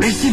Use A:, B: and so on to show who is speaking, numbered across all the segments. A: 生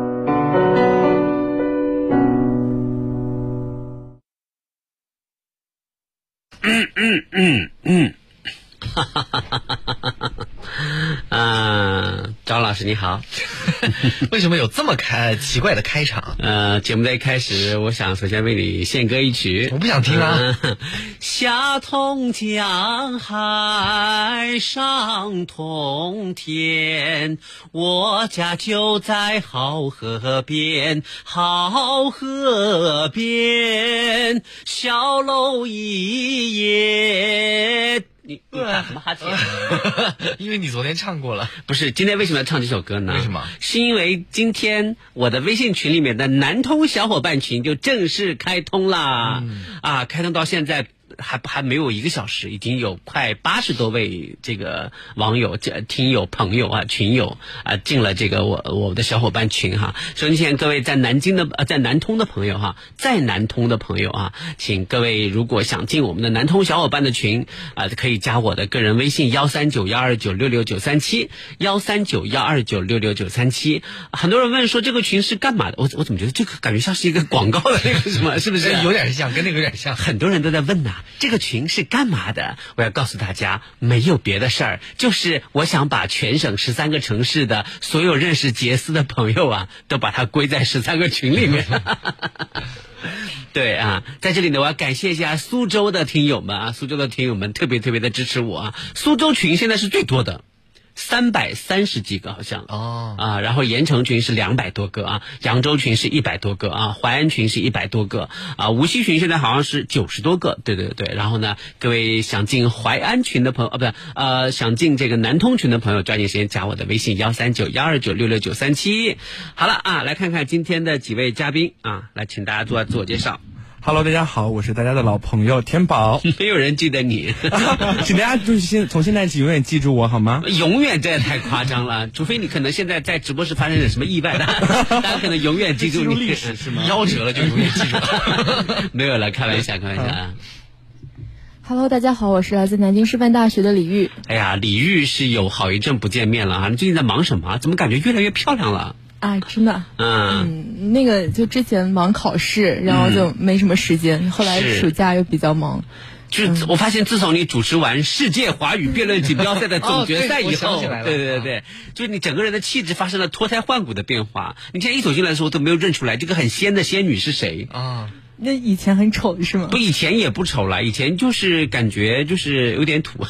B: 嗯嗯嗯嗯，
C: 哈哈哈哈哈哈！嗯，张老师你好。
A: 为什么有这么开奇怪的开场？
C: 呃，节目的一开始，我想首先为你献歌一曲。
A: 我不想听啊！
C: 下通江海，上通天，我家就在好河边，好河边小楼一夜。你你打什么哈欠？
A: 因为你昨天唱过了。
C: 不是，今天为什么要唱这首歌呢？
A: 为什么？
C: 是因为今天我的微信群里面的南通小伙伴群就正式开通啦！
A: 嗯
C: 啊，开通到现在还还没有一个小时，已经有快八十多位这个网友、这听友、朋友啊、群友啊进了这个我我的小伙伴群哈。所以现在各位在南京的呃在南通的朋友哈，在南通的朋友啊，请各位如果想进我们的南通小伙伴的群啊，可以加我的个人微信幺三九幺二九六六九三七幺三九幺二九六六九三七。很多人问说这个群是干嘛的？我我怎么觉得这个感觉像是一个广告的那个什么，是不是？
A: 有点像，跟那个有点像。
C: 很多人都在问呐、这个群是干嘛的？我要告诉大家，没有别的事儿，就是我想把全省十三个城市的所有认识杰斯的朋友啊，都把它归在十三个群里 面。对啊，在这里呢，我要感谢一下苏州的听友们啊，苏州的听友们特别特别的支持我啊，苏州群现在是最多的。三百三十几个好像
A: 哦
C: 啊，然后盐城群是两百多个啊，扬州群是一百多个啊，淮安群是一百多个啊，无锡群现在好像是九十多个，对对对。然后呢，各位想进淮安群的朋友啊，不是呃，想进这个南通群的朋友，抓紧时间加我的微信幺三九幺二九六六九三七。好了啊，来看看今天的几位嘉宾啊，来请大家做自我介绍。
D: Hello，大家好，我是大家的老朋友天 宝，
C: 没有人记得你。
D: 请大家就是现从现在起永远记住我好吗？
C: 永远这也太夸张 了，除非你可能现在在直播室发生点什么意外，大家大家可能永远记住你。历史是 吗？
A: 夭折了就容易记住。
C: 没有了，开玩笑，开玩笑
A: 嗯
C: 啊！
E: Hello，大家好，我是来自南京师范大学的李玉。
C: 哎呀，李玉是有好一阵不见面了啊！你最近在忙什么啊？怎么感觉越来越漂亮了？
E: 啊，真的，
C: 嗯，
E: 嗯，那个就之前忙考试，然后就没什么时间，后来
C: 是
E: 暑假又比较忙。
C: 就是我发
A: 嗯
C: 现，自从你主持完世界华语辩论锦标赛的总决赛以
A: 哦对我
C: 后，
A: 想起来了
C: 对对对，就是你整个人的气质发生了脱胎换骨的变化。你现在一走进来的时候都没有认出来这个很仙的仙女是谁。
A: 啊，
E: 那以前很丑是吗
C: 不，？以前也不丑了，以前就是感觉就是有点土，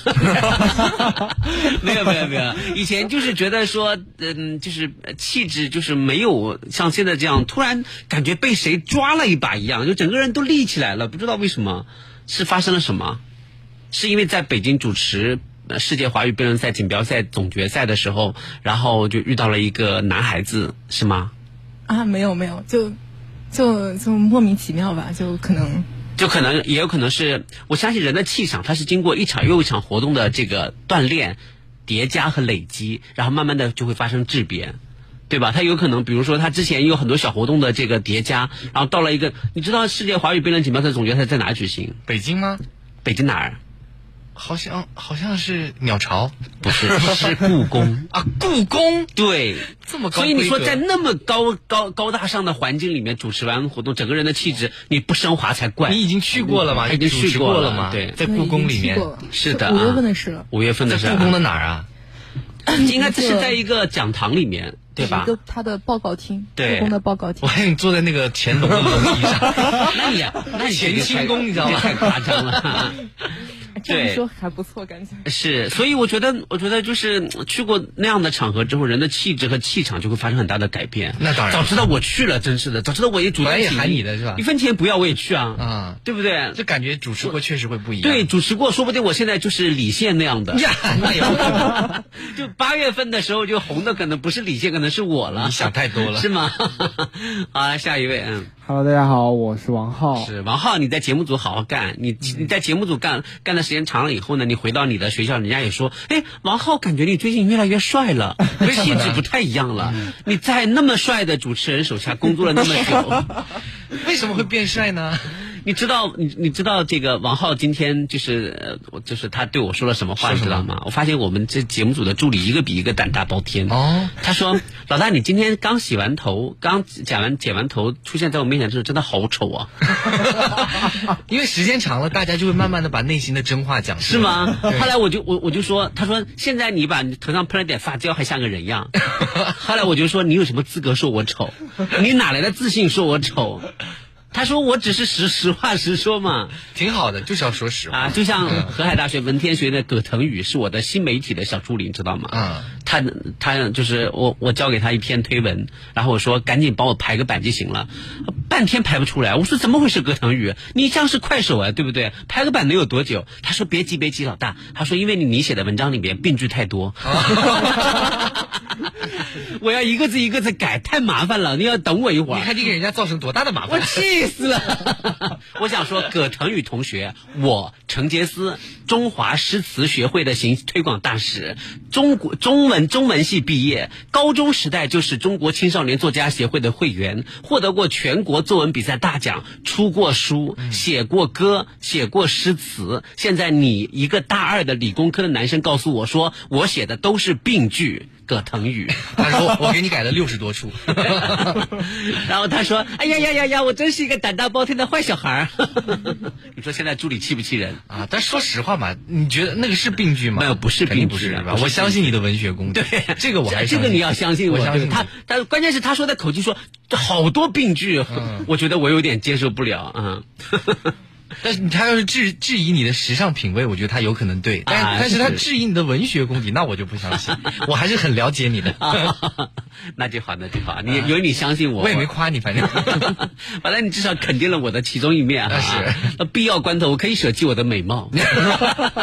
C: 没有没有没有，以前就是觉得说，嗯，就是呃气质就是没有像现在这样，突然感觉被谁抓了一把一样，就整个人都立起来了，不知道为什么，是发生了什么？是因为在北京主持。呃世界华语辩论赛锦标赛总决赛的时候，然后就遇到了一个男孩子，是吗？
E: 啊，没有没有，就就就莫名其妙吧，就可能
C: 就可能也有可能是，我相信人的气场，它是经过一场又一场活动的这个锻炼、叠加和累积，然后慢慢的就会发生质变。对吧？它有可能，比如说，它之前有很多小活动的这个叠加，然后到了一个，你知道世界华语辩论锦标赛总决赛在哪儿举行？
A: 北京吗？
C: 北京哪儿？
A: 好像好像是鸟巢
C: 不是，是故宫。
A: 啊，故宫
C: 对，
A: 这么高
C: 所以你说
A: 规格
C: 在那么高高高大上的环境里面主持完活动，整个人的气质你不升华才怪。
A: 你已经去过了吗？
C: 已经
A: 主持
C: 去
A: 过
C: 过
A: 了
C: 了
A: 吗？
C: 对
A: 在故宫里面，
C: 是的
E: 五
C: 啊
E: 月份的事了，
C: 五月份的时
A: 在
C: 候，
A: 故宫的哪儿啊？
E: 嗯
C: 应该是在一个讲堂里面，对吧
E: 一？个他的报告厅，
C: 对
E: 故宫的报告
A: 我
E: 厅。
A: 还以为你坐在那个乾隆的龙椅上。
C: 那你啊那你
A: 乾清宫你知道吗
C: 吗？太夸张了。
E: 这样
C: 对
E: 一说还不错，感觉。
C: 是，所以我觉得，我觉得就是嗯去过那样的场合之后，人的气质和气场就会发生很大的改变。
A: 那当然
C: 早知道我去了，真是的，早知道我也主
A: 本
C: 动
A: 来也
C: 请
A: 喊你的是吧
C: 一分钱不要我也去啊，
A: 啊
C: 对不对？
A: 就感觉主持过确实会不一样。
C: 对，主持过，说不定我现在就是李现那样的。
A: 呀，那有可能
C: 就八月份的时 候，就红的可能不是李现，可能是我了。
A: 你想太多了
C: 是吗？好，下一位，嗯，
F: Hello，大家好，我是王浩。
C: 是王浩，你在节目组好好干，你你在节目组干干的时间长了以后呢，你回到你的学校，人家也说，哎，王浩，感觉你最近越来越帅了，气质不太一样了。你在那么帅的主持人手下工作了那么久，
A: 为什么会变帅呢？
C: 你知道你你知道这个王浩今天就是呃我就是他对我说了什么话，
A: 说
C: 你
A: 什么
C: 知道吗？我发现我们这节目组的助理一个比一个胆大包天。
A: 哦，
C: 他说：“老大，你今天刚洗完头，刚剪完剪完头，出现在我面前的时候，真的好丑啊！
A: 因为时间长了，大家就会慢慢的把内心的真话讲出
C: 是
A: 来。
C: 吗？
A: 对
C: 后来我就我我就说，他说现在你把你头上喷了点发胶，还像个人 样。 后来我就说，你有什么资格说我丑？你哪来的自信说我丑？他说我只是实实话实说嘛。
A: 挺好的，就是要说实话。嗯
C: 啊，就像河海大学文天学院的葛腾宇是我的新媒体的小助理，你知道吗？
A: 啊，
C: 他他就是我我交给他一篇推文，然后我说赶紧帮我排个版就行了，半天排不出来。我说怎么回事，葛腾宇，你像是快手啊，对不对？排个版能有多久？他说别急别急，老大，他说因为你你写的文章里面病句太多。 我要一个字一个字改，太麻烦了。你要等我一会儿。
A: 你看这给人家造成多大的麻
C: 我
A: 烦？
C: 气死了！我想说，葛腾宇同学，我程杰思，中华诗词学会的行推广大使，中国中文中文系毕业，高中时代就是中国青少年作家协会的会员，获得过全国作文比赛大奖，出过书，
A: 嗯
C: 写过歌，写过诗词。现在你一个大二的理工科的男生告诉我说，我写的都是病句，葛腾宇。
A: 他说我给你改了六十多处，
C: 然后他说：“哎呀呀呀呀，我真是一个胆大包天的坏小孩儿。” 你说现在助理气不气人？
A: 啊，但说实话嘛，你觉得那个是病句吗？
C: 没有不是
A: 肯定
C: 病句
A: 不是
C: 啊
A: 吧？
C: 不是
A: 我相信你的文学功底，
C: 对
A: 这个我还是
C: 这
A: 相
C: 个
A: 信
C: 你要相信我，
A: 我相信
C: 对他
A: 你。
C: 他关键是他说的口气说这好多病句，
A: 嗯
C: 我觉得我有点接受不了啊。嗯
A: 但是他要是质质疑你的时尚品味，我觉得他有可能对，但、
C: 啊
A: 但是他
C: 是
A: 质疑你的文学功底，那我就不相信。我还是很了解你的，啊
C: 啊， 那就好，那就好。你有你相信我，
A: 嗯我也没夸 你，反正
C: 反正你至少肯定了我的其中一面啊。
A: 那是
C: 那必要关头，我可以舍弃我的美貌。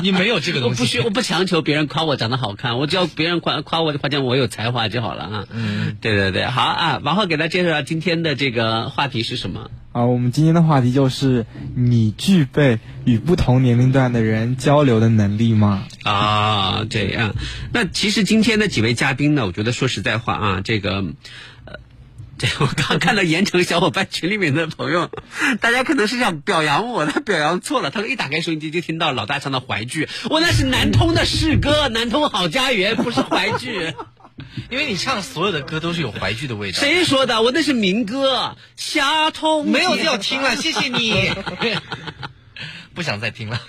A: 你没有这个
C: 我
A: 东西。
C: 不需，我不强求别人夸我长得好看，我只要别人夸夸我的夸奖我有才华就好了啊。嗯，对对对，好啊。王浩给大家介绍一下今天的这个话题是什么？
F: 啊，我们今天的话题就是你具备与不同年龄段的人交流的能力吗？
C: 啊，这样。那其实今天的几位嘉宾呢，我觉得说实在话啊，这个。呃这我刚看到盐城小伙伴群里面的朋友，大家可能是想表扬我，他表扬错了。他说一打开收音机就听到老大唱的淮剧，我那是南通的市歌，南通好家园，不是淮剧。
A: 因为你唱所有的歌都是有淮剧的味道。
C: 谁说的？我那是民歌，瞎通
A: 没有要听了，谢谢 你。不想再听了。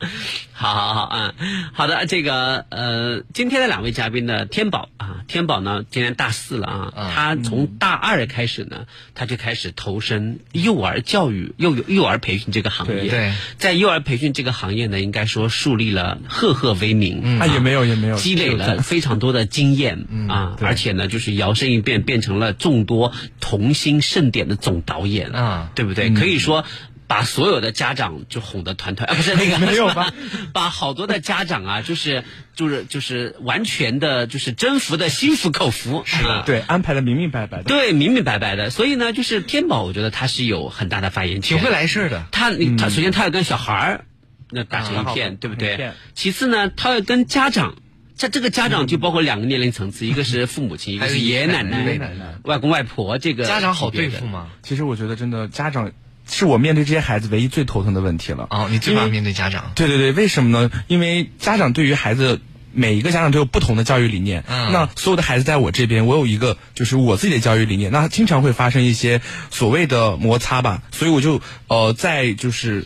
C: 好好好啊，好的，这个呃，今天的两位嘉宾呢，天宝啊，天宝呢今年大四了啊，
A: 嗯
C: 他从大二开始呢，他就开始投身幼儿教育、幼幼儿培训这个行业。
A: 对对
C: 在幼儿培训这个行业呢，应该说树立了赫赫威名。嗯
D: 啊，也没有也没有，
C: 积累了非常多的经验、啊，而且呢，就是摇身一变变成了众多童星盛典的总导演
A: 啊
C: 对不对？可以说。把所有的家长就哄得团团，啊、不是那个 没有吧？把好多的家长啊，就是就是就是完全的，就是征服的心服口服，是啊，
D: 对，安排的明明白白的。
C: 对，明明白白的。所以呢，就是天宝，我觉得他是有很大的发言权，
A: 挺会来事儿的。嗯
C: 他你他首先他要跟小孩儿那打成一片，
D: 啊
C: 对不
D: 一
C: 对
D: 片？
C: 其次呢，他要跟家长。在这个家长就包括两个年龄层次，一个是父母亲，一个
A: 嗯还有
C: 是爷爷奶
A: 爷
C: 奶
A: 爷奶奶、
C: 外公外婆。这个
A: 家长好
C: 级别
A: 对
C: 的
A: 付吗？
D: 其实我觉得真的家长是我面对这些孩子唯一最头疼的问题了。
A: 哦，你最
D: 因为
A: 怕面对家长。
D: 对对对，为什么呢？因为家长对于孩子。每一个家长都有不同的教育理念，
A: 嗯
D: 那所有的孩子在我这边，我有一个就是我自己的教育理念，那经常会发生一些所谓的摩擦吧，所以我就呃在就是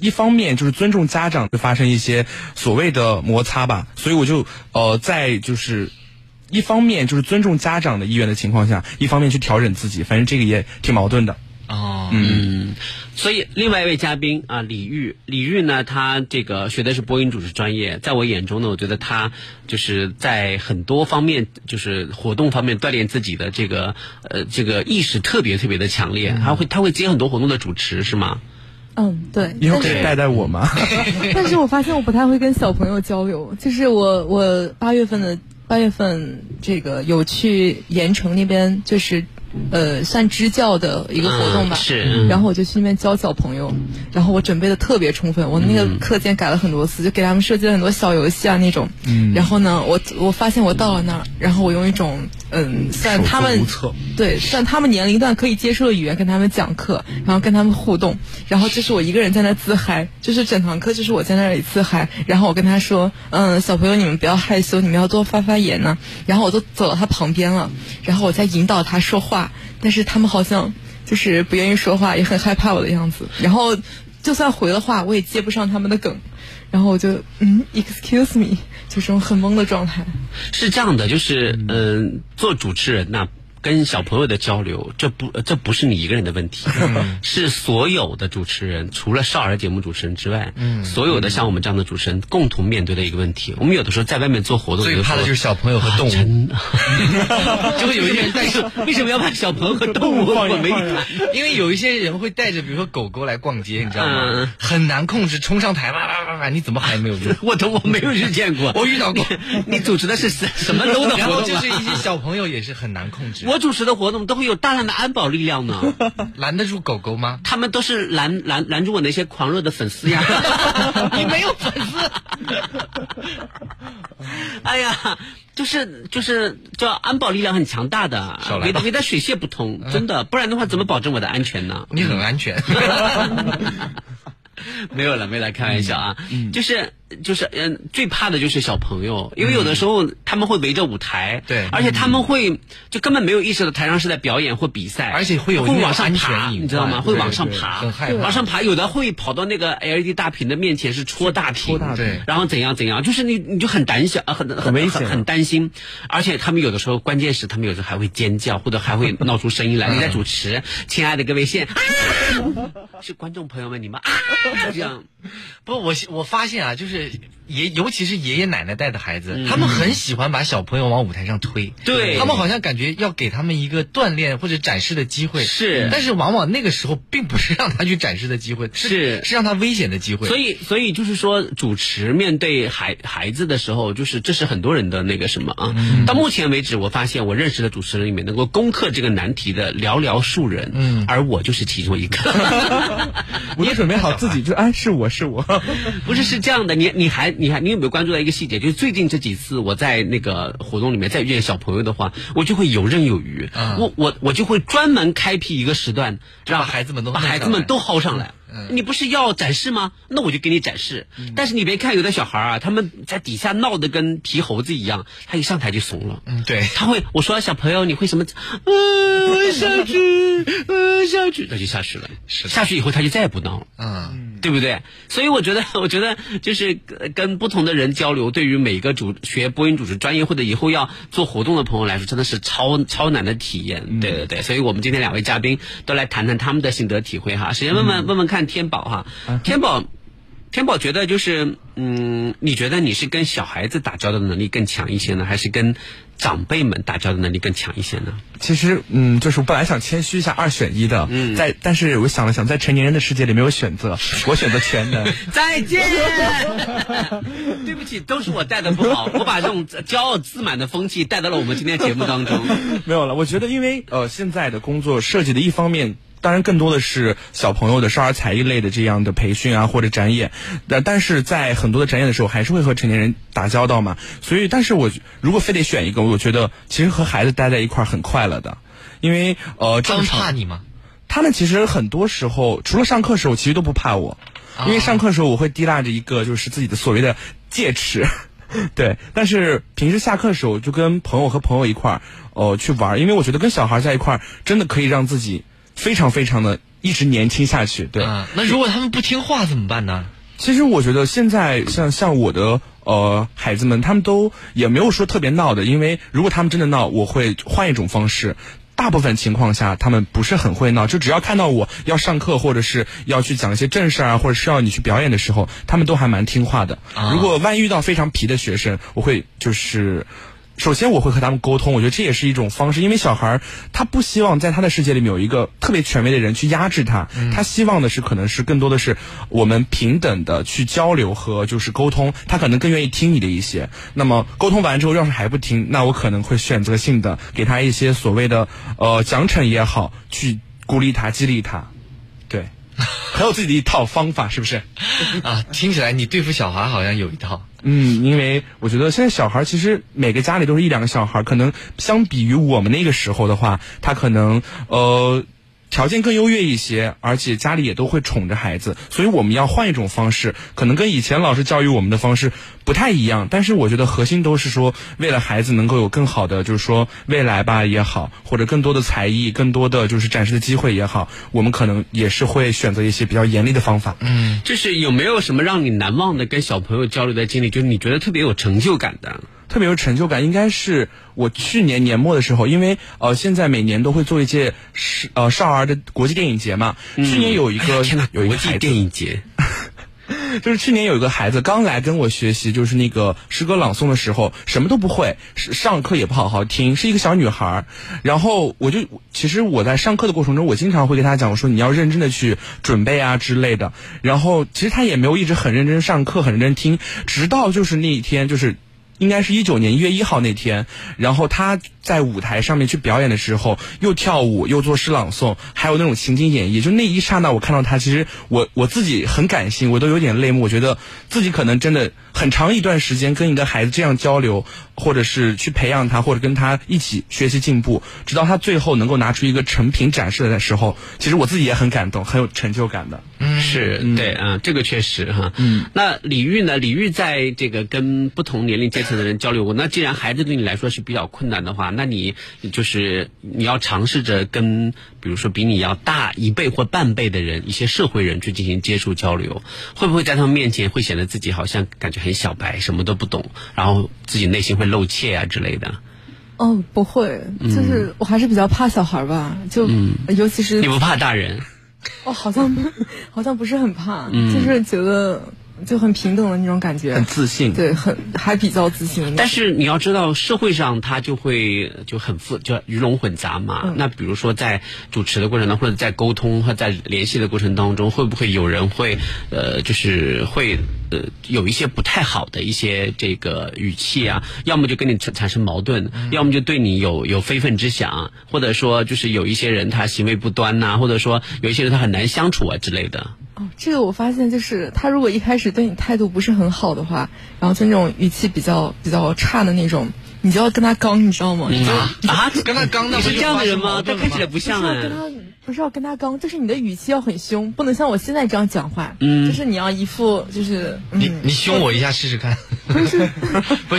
D: 一方面就是尊重家长，会发生一些所谓的摩擦吧，所以我就呃在就是一方面就是尊重家长的意愿的情况下，一方面去调整自己，反正这个也挺矛盾的。
A: 哦，
C: 嗯，所以另外一位嘉宾啊，李玉，李玉呢，他这个学的是播音主持专业，在我眼中呢，我觉得他就是在很多方面，就是活动方面锻炼自己的这个呃这个意识特别特别的强烈，他会他会接很多活动的主持是吗？
E: 嗯，对。
D: 以后
E: 但
D: 可以
E: 是
D: 带带我吗？
E: 但是我发现我不太会跟小朋友交流，就是我我八月份的八月份这个有去盐城那边，就是呃算支教的一个活动吧，
C: 嗯是
E: 然后我就去那边教小朋友，然后我准备的特别充分，我那个
C: 嗯
E: 课件改了很多次，就给他们设计了很多小游戏啊那种。嗯。然后呢，我我发现我到了那儿，然后我用一种嗯，算他
D: 手足
E: 们
D: 无措
E: 对算他们年龄段可以接受的语言跟他们讲课，然后跟他们互动，然后就是我一个人在那自嗨，就是整堂课就是我在那里自嗨，然后我跟他说，嗯，小朋友你们不要害羞，你们要多发发言呐、然后我都走到他旁边了，然后我在引导他说话，但是他们好像。就是不愿意说话，也很害怕我的样子。然后就算回了话，我也接不上他们的梗。然后我就嗯，excuse me，就这种很懵的状态。
C: 是这样的，就是嗯、做主持人呐、跟小朋友的交流，这不呃这不是你一个人的问题，
A: 嗯
C: 是所有的主持人，除了少儿节目主持人之外，
A: 嗯
C: 所有的像我们这样的主持人共同面对的一个问题。我们有的时候在外面做活动，
A: 最怕的就是小朋友和动物。
C: 真的， 就会有一些人在说，为什么要把小朋友和动物混为一谈？
A: 因为有一些人会带着，比如说狗狗来逛街，你知道
C: 嗯
A: 吗？很难控制，冲上台，哇哇哇哇，你怎么还没有用？
C: 我都我没有遇见过，
A: 我遇到过，
C: 你主持的是什什么 low 的
A: 然
C: 活
A: 后
C: 动
A: 就是一
C: 啊？
A: 些小朋友也是很难控制。
C: 我主持的活动都会有大量的安保力量呢。
A: 拦得住狗狗吗？
C: 他们都是拦拦拦住我那些狂热的粉丝呀！ 你没有粉丝，哎呀，就是就是叫安保力量很强大的
A: 少，来
C: 围
A: 吧嗯
C: 围得水泄不通，真的，不然的话怎么保证我的安全呢？
A: 你很安全。
C: 没有了，没有了，开玩笑啊，
A: 嗯
C: 就是就是嗯、最怕的就是小朋友，因为有的时候他们会围着舞台，
A: 嗯对嗯
C: 而且他们会就根本没有意识到台上是在表演或比赛，
A: 而且会有那
C: 会
A: 种
C: 往上
A: 安
C: 爬，
A: 全隐
C: 你知道吗？
A: 患
C: 会往
A: 对
C: 上
A: 对
C: 爬，
A: 很害怕
C: 往上爬，有的会跑到那个 LED 大屏的面前是戳大屏，
D: 大
A: 屏对
C: 然后怎样怎样，就是你你就很胆小，呃很很
D: 危
C: 很
D: 险啊
C: 很担心，而且他们有的时候关键是他们有时候还会尖叫，或者还会闹出声音
A: 嗯
C: 来。你在主持，亲爱的各位现啊， 是观众朋友们，你 们啊这样。
A: 不，我我发现啊，就是爷，尤其是爷爷奶奶带的孩子，他们很喜欢把小朋友往舞台上推。
C: 嗯对
A: 他们好像感觉要给他们一个锻炼或者展示的机会。
C: 是
A: 但是往往那个时候并不是让他去展示的机会，
C: 是
A: 是让他危险的机会。
C: 所
A: 以
C: 以，所以就是说，主持面对孩孩子的时候，就是这是很多人的那个什么啊。
D: 嗯
C: 到目前为止，我发现我认识的主持人里面能够攻克这个难题的寥寥数人，嗯，而我就是其中一个。
D: 我也准备好自己，就哎，是我是我，
C: 不是是这样的，你你还你还你有没有关注到一个细节？就是最近这几次我在那个活动里面再遇见小朋友的话，我就会游刃有余。
D: 嗯
C: 我我我就会专门开辟一个时段，让
A: 把孩子们都
C: 把孩子们都薅上来。你不是要展示吗？那我就给你展示。
A: 嗯
C: 但是你别看有的小孩啊，他们在底下闹得跟皮猴子一样，他一上台就怂了。
A: 嗯对
C: 他会我说小朋友你会什么？嗯、 我下去，嗯、下去，那就下去了。是下去以后他就再也不闹了。
A: 嗯。
C: 对不对？所以我觉得， 我觉得就是呃跟不同的人交流，对于每个主学播音主持专业或者以后要做活动的朋友来说，真的是超超难的体
A: 嗯
C: 验。对对对，所以我们今天两位嘉宾都来谈谈他们的心得体会哈。首先问
A: 嗯
C: 问、问问看天宝
D: 啊
C: 哈，天宝，天宝觉得就是嗯，你觉得你是跟小孩子打交道的能力更强一些呢，还是跟长辈们打交道的能力更强一 些呢？
D: 其实，嗯，就是我本来想谦虚一下二选一的，嗯，在但是我想了想，在成年人的世界里没有选择，我选择全能。
C: 再见。对不起，都是我带的不 好，我把这种骄傲自满的风气带到了我们今天节目当中。
D: 没有了，我觉得因为呃现在的工作设计的一方面。当然，更多的是小朋友的少儿才艺类的这样的培训啊，或者展演。但但是在很多的展演的时候，还是会和成年人打交道嘛。所以，但是我如果非得选一个，我觉得其实和孩子待在一块儿很快乐的，因为呃，
A: 他
D: 正
A: 们
D: 常
A: 怕你吗？
D: 他们其实很多时候，除了上课时候，其实都不怕我，
A: 啊
D: 因为上课时候我会提拉着一个就是自己的所谓的戒尺， 对。但是平时下课时候就跟朋友和朋友一块儿，哦、去玩儿，因为我觉得跟小孩在一块儿真的可以让自己非常非常的一直年轻下去，对。
A: 啊，那如果他们不听话怎么办呢？
D: 其实我觉得现在像像我的呃孩子们，他们都也没有说特别闹的，因为如果他们真的闹，我会换一种方式。大部分情况下，他们不是很会闹，就只要看到我要上课，或者是要去讲一些正事儿啊，或者是要你去表演的时候，他们都还蛮听话的。如果万一遇到非常皮的学生，我会就是首先我会和他们沟通，我觉得这也是一种方式，因为小孩儿他不希望在他的世界里面有一个特别权威的人去压制他，他希望的是可能是更多的是我们平等的去交流和就是沟通，他可能更愿意听你的一些。那么沟通完之后，要是还不听，那我可能会选择性的给他一些所谓的呃奖惩也好，去鼓励他、激励他，对，很有自己的一套方法，是不是？
A: 啊，听起来你对付小孩好像有一套。
D: 嗯，因为我觉得现在小孩儿其实每个家里都是一两个小孩儿，可能呃相比于我们那个时候的话，他可能呃条件更优越一些，而且家里也都会宠着孩子，所以我们要换一种方式，可能跟以前老师教育我们的方式不太一样，但是我觉得核心都是说为了孩子能够有更好的，就是说未来吧也好，或者更多的才艺，更多的就是展示的机会也好，我们可能也是会选择一些比较严厉的方法。
C: 就是有没有什么让你难忘的跟小朋友交流的经历？就是你觉得特别有成就感的？
D: 特别有成就感，应该是我去年年末的时候，因为呃，现在每年都会做一届是呃少儿的国际电影节嘛。
C: 嗯
D: 去年有一
C: 哎
D: 个、 有一个
C: 国际
D: 孩
C: 电
D: 子，
C: 影节，
D: 就是去年有一个孩子刚来跟我学习，就是那个诗歌朗诵的时候，什么都不会，是上课也不好好听，是一个小女孩儿。然后我就其实我在上课的过程中，我经常会跟她讲，我说你要认真的去准备啊之类的。然后其实她也没有一直很认真上课，很认真听，直到就是那一天就是。应该是一九年一月一号那天，然后他在舞台上面去表演的时候，又跳舞又做诗朗诵，还有那种情景演绎，就那一刹那，我看到他，其实我我自己很感性，我都有点泪目，我觉得自己可能真的很长一段时间跟一个孩子这样交流，或者是去培养他，或者跟他一起学习进步，直到他最后能够拿出一个成品展示的时候，其实我自己也很感动，很有成就感的。
C: 是对啊，这个确实哈。嗯，那李玉呢？李玉在这个跟不同年龄阶层的人交流过。那既然孩子对你来说是比较困难的话，那你就是你要尝试着跟，比如说比你要大一辈或半辈的人，一些社会人去进行接触交流，会不会在他们面前会显得自己好像感觉很小白，什么都不懂，然后自己内心会露怯啊之类的？
E: 哦，不会，就是我还是比较怕小孩儿吧，就、
C: 嗯
E: 尤其是
C: 你不怕大人？
E: 哦，好像 好像不是很怕，
C: 嗯
E: 就是觉得就很平等的那种感觉，
D: 自信
E: 对，很还比较自信的那种。
C: 但是你要知道，社会上它就会就很复，就鱼龙混杂嘛。那比如说在主持的过程当中，或者在沟通和在联系的过程当中，会不会有人会呃，就是会呃有一些不太好的一些这个语气啊？要么就跟你产产生矛盾，要么就对你有有非分之想，或者说就是有一些人他行为不端呐、或者说有一些人他很难相处啊之类的。
E: 哦，这个我发现就是他如果一开始对你态度不是很好的话，然后就那种语气比较比较差的那种，你就要跟他刚，你知道吗？你就
C: 啊啊！
A: 嗯 跟他刚那
C: 你
A: 不
C: 是这样的人
A: 吗
C: 吗？？但看起来不像
E: 不是
C: 哎、
E: 要跟他，不是要跟他刚，就是你的语气要很凶，不能像我现在这样讲话。
C: 嗯
E: 就是你要一副就是嗯，
A: 你你凶我一下试 试看，不是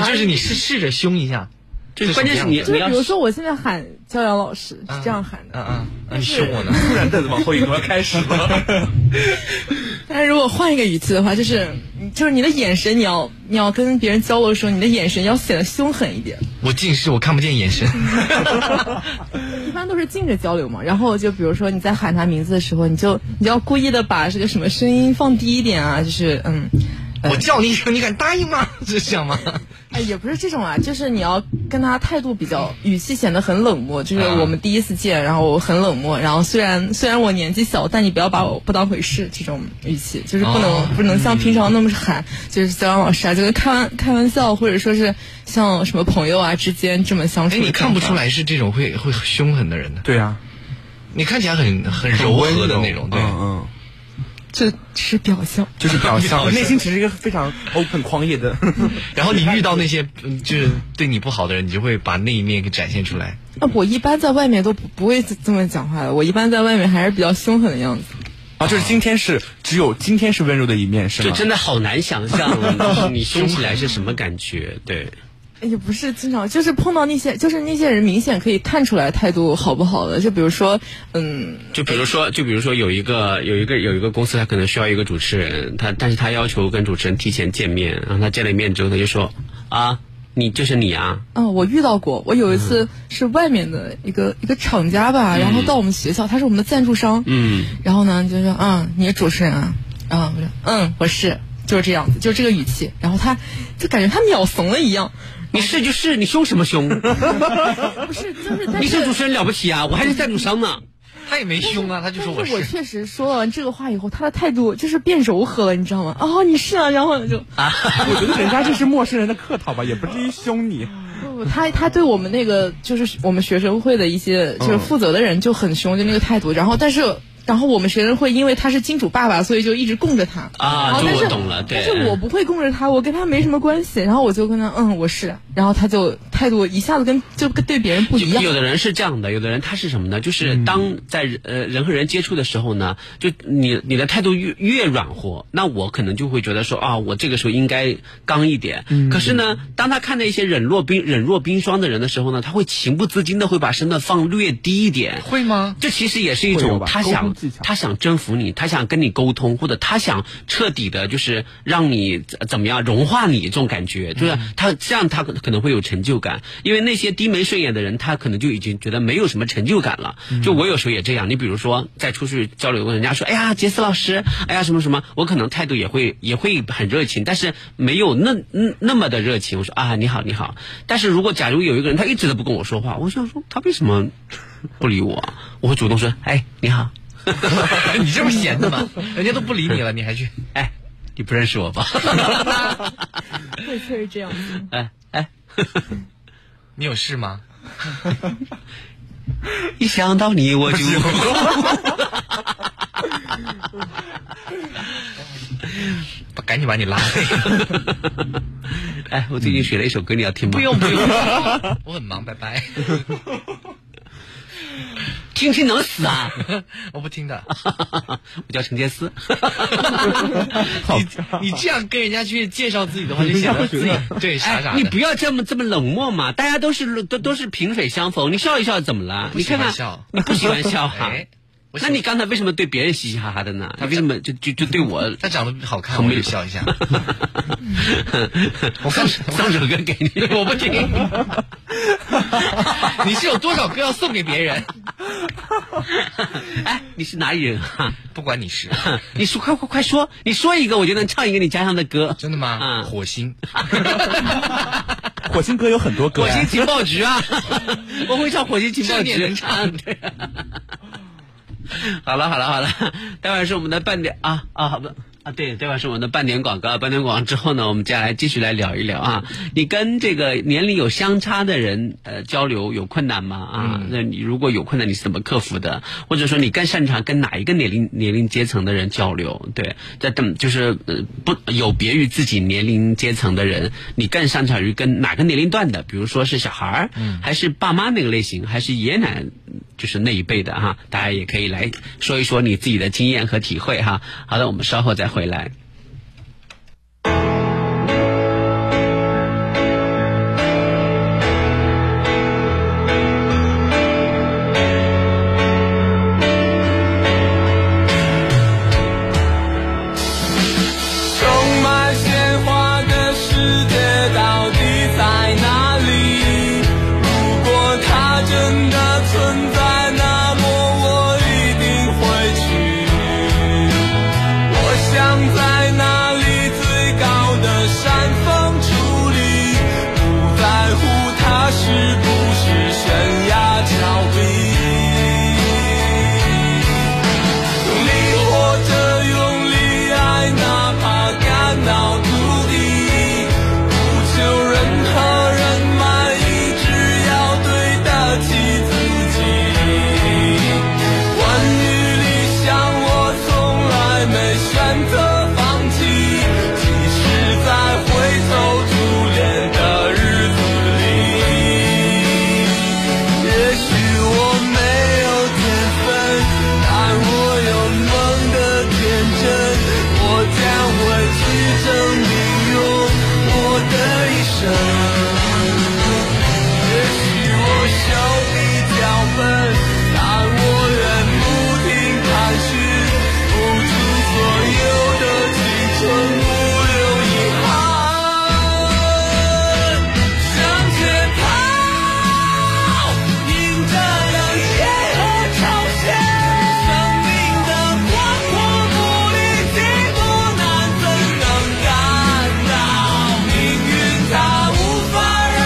A: 就是你试试着凶一下，
C: 就是关键是你
A: 这
E: 就
C: 你
E: 是
C: 要啊
E: 比如说我现在喊骄阳老师是这样喊的，
A: 嗯嗯嗯，你凶我呢？
D: 突然凳子往后一挪，开始了。
E: 但是如果换一个语气的话，就是就是你的眼神，你要你要跟别人交流的时候，你的眼神要显得凶狠一点。
A: 我近视，我看不见眼神。
E: 一般都是近着交流嘛，然后就比如说你在喊他名字的时候，你就你就要故意的把这个什么声音放低一点啊，就是嗯，
A: 我叫你一声，你敢答应吗？ 是这样吗？
E: 哎也不是这种啊，就是你要跟他态度比较，语气显得很冷漠，
A: 啊
E: 就是我们第一次见，然后我很冷漠，然后虽然虽然我年纪小，但你不要把我不当回事，这种语气就是不能、
A: 哦
E: 不能像平常那么喊，就是肖央老师啊，就跟开玩开玩笑或者说是像什么朋友啊之间这么相处
A: 哎，
E: 的
A: 你
E: 方法，
A: 看不出来是这种会会凶狠的人的，
D: 对啊，
A: 你看起来很很
D: 很
A: 柔
D: 温
A: 和的
D: 柔
A: 那种，对。
D: 嗯嗯。
E: 这是表象。
D: 就是表象，
A: 表
D: 我
A: 象
D: 内心其实一个非常 open 狂野的。
A: 然后你遇到那些嗯就是对你不好的人，你就会把那一面给展现出来。
E: 啊，我一般在外面都不不会这么讲话的，我一般在外面还是比较凶狠的样子。
D: 啊，就是今天是只有今天是温柔的一面，是
C: 就
D: 吗？
C: 真的好难想 象就是你凶起来是什么感觉。对，
E: 也不是经常，就是碰到那些，就是那些人明显可以看出来态度好不好的，就比如说，嗯，
C: 就比如说，就比如说有一个有一个有一个公司，他可能需要一个主持人，他但是他要求跟主持人提前见面，然后他见了面之后，他就说啊，你就是你啊，
E: 啊，我遇到过，我有一次是外面的一个一个厂家吧，然后到我们学校，他是我们的赞助商，
C: 嗯，
E: 然后呢就说，嗯，你是主持人啊，啊，我说，嗯，我是，就是这样子，就是这个语气，然后他就感觉他秒怂了一样，
C: 你是就试，你凶什么凶？
E: 不是，就是但
C: 你是主
E: 是。
C: 持人了不起啊，我还是赞助商呢。
A: 他也没凶啊，他就说
E: 但
A: 我
E: 是我
A: 是。
E: 确实说完这个话以后，他的态度就是变柔和了，你知道吗？哦，你是啊，然后就
D: 我觉得人家这是陌生人的客套吧，也不至于凶你。
E: 不不，他他对我们那个就是我们学生会的一些
C: 嗯
E: 就是负责的人就很凶，就那个态度。然后但是然后我们学生会因为他是金主爸爸，所以就一直供着他
C: 啊
E: 然后
C: 这
E: 但
C: 我
E: 是
C: 懂了对嗯
E: 但是我不会供着他，我跟他没什么关系。然后我就跟他嗯我是，然后他就态度一下子跟就跟对别人不 一样
C: 有。的人是这样的，有的人他是什么呢？就是
D: 嗯
C: 当在人呃人和人接触的时候呢，就你你的态度越越软和，那我可能就会觉得说啊，我这个时候应该刚一点。
D: 嗯
C: 可是呢，当他看到一些冷若冰冷若冰霜的人的时候呢，他会情不自禁的会把身段放略低一点。
A: 会吗？
C: 这其实也是一
D: 会有
C: 种
D: 吧
C: 他
D: 沟
C: 想
D: 通技巧
C: 他想征服你，他想跟你沟通，或者他想彻底的，就是让你呃怎么样融化你这种感觉，
D: 嗯
C: 就是他这样他可可能会有成就感，因为那些低眉顺眼的人，他可能就已经觉得没有什么成就感了。
D: 嗯
C: 就我有时候也这样，你比如说在出去交流，人家说哎呀杰斯老师，哎呀什么什么，我可能态度也会也会很热情，但是没有那嗯那么的热情。我说啊你好你好，但是如果假如有一个人他一直都不跟我说话，我想说他为什么不理我啊？我会主动说哎你好。
A: 你这不是闲的吗？人家都不理你了，你还去？
C: 哎，你不认识我吧？
E: 对，确实这样。
C: 哎哎，
A: 你有事吗？
C: 一想到你我就。
A: 把赶紧把你拉黑。
C: 哎，我最近写了一首歌，你要听吗？
A: 不用 不用，我很忙，拜拜。
C: 听听能死啊！
A: 我不 听的。
C: 我叫陈杰 斯，
A: 你你这样跟人家去介绍自己的话，就显得自己对傻 傻
C: 哎你
A: 的
C: 不。要这么这么冷漠嘛！大家都是都都是萍水相逢，你笑一笑怎么了？
A: 不
C: 你
A: 喜
C: 看
A: 欢
C: 看
A: 笑，
C: 你不喜欢笑哈
A: 哎？我喜
C: 那
A: 欢
C: 你刚才为什么对别人嘻嘻哈哈的呢？你为什么就就就对我？
A: 他长得好看，
C: 很
A: 我
C: 美
A: 就笑 一下。
C: 我放放首歌给你，
A: 我不 听。你是有多少歌要送给别人？
C: 哎，你是哪里人啊？
A: 不管你是
C: 你说快快快说，你说一个我就能唱一个你家乡的歌。
A: 真的吗？
C: 嗯
A: 火星，
D: 火星哥有很多歌
C: 火
D: 呀，
C: 星情报局啊， 我会唱火星情报
A: 这你也
C: 局
A: 能
C: 唱，对、好了好了好了，待会儿是我们的半点啊啊不啊对，待会儿是我们的半点广告，半点广告之后呢，我们接下来继续来聊一聊啊，你跟这个年龄有相差的人呃交流有困难吗？啊，那你如果有困难，你是怎么克服的？或者说你更擅长跟哪一个年龄年龄阶层的人交流？对，在等就是呃不有别于自己年龄阶层的人，你更擅长于跟哪个年龄段的？比如说是小孩儿，
D: 嗯
C: 还是爸妈那个类型，还是爷爷奶奶就是那一辈的哈？大家也可以来说一说你自己的经验和体会哈。好的，我们稍后再回来。
G: 充满鲜花的世界到底在哪里？如果它真的存在，那么我一定会去。我想在
H: 嗯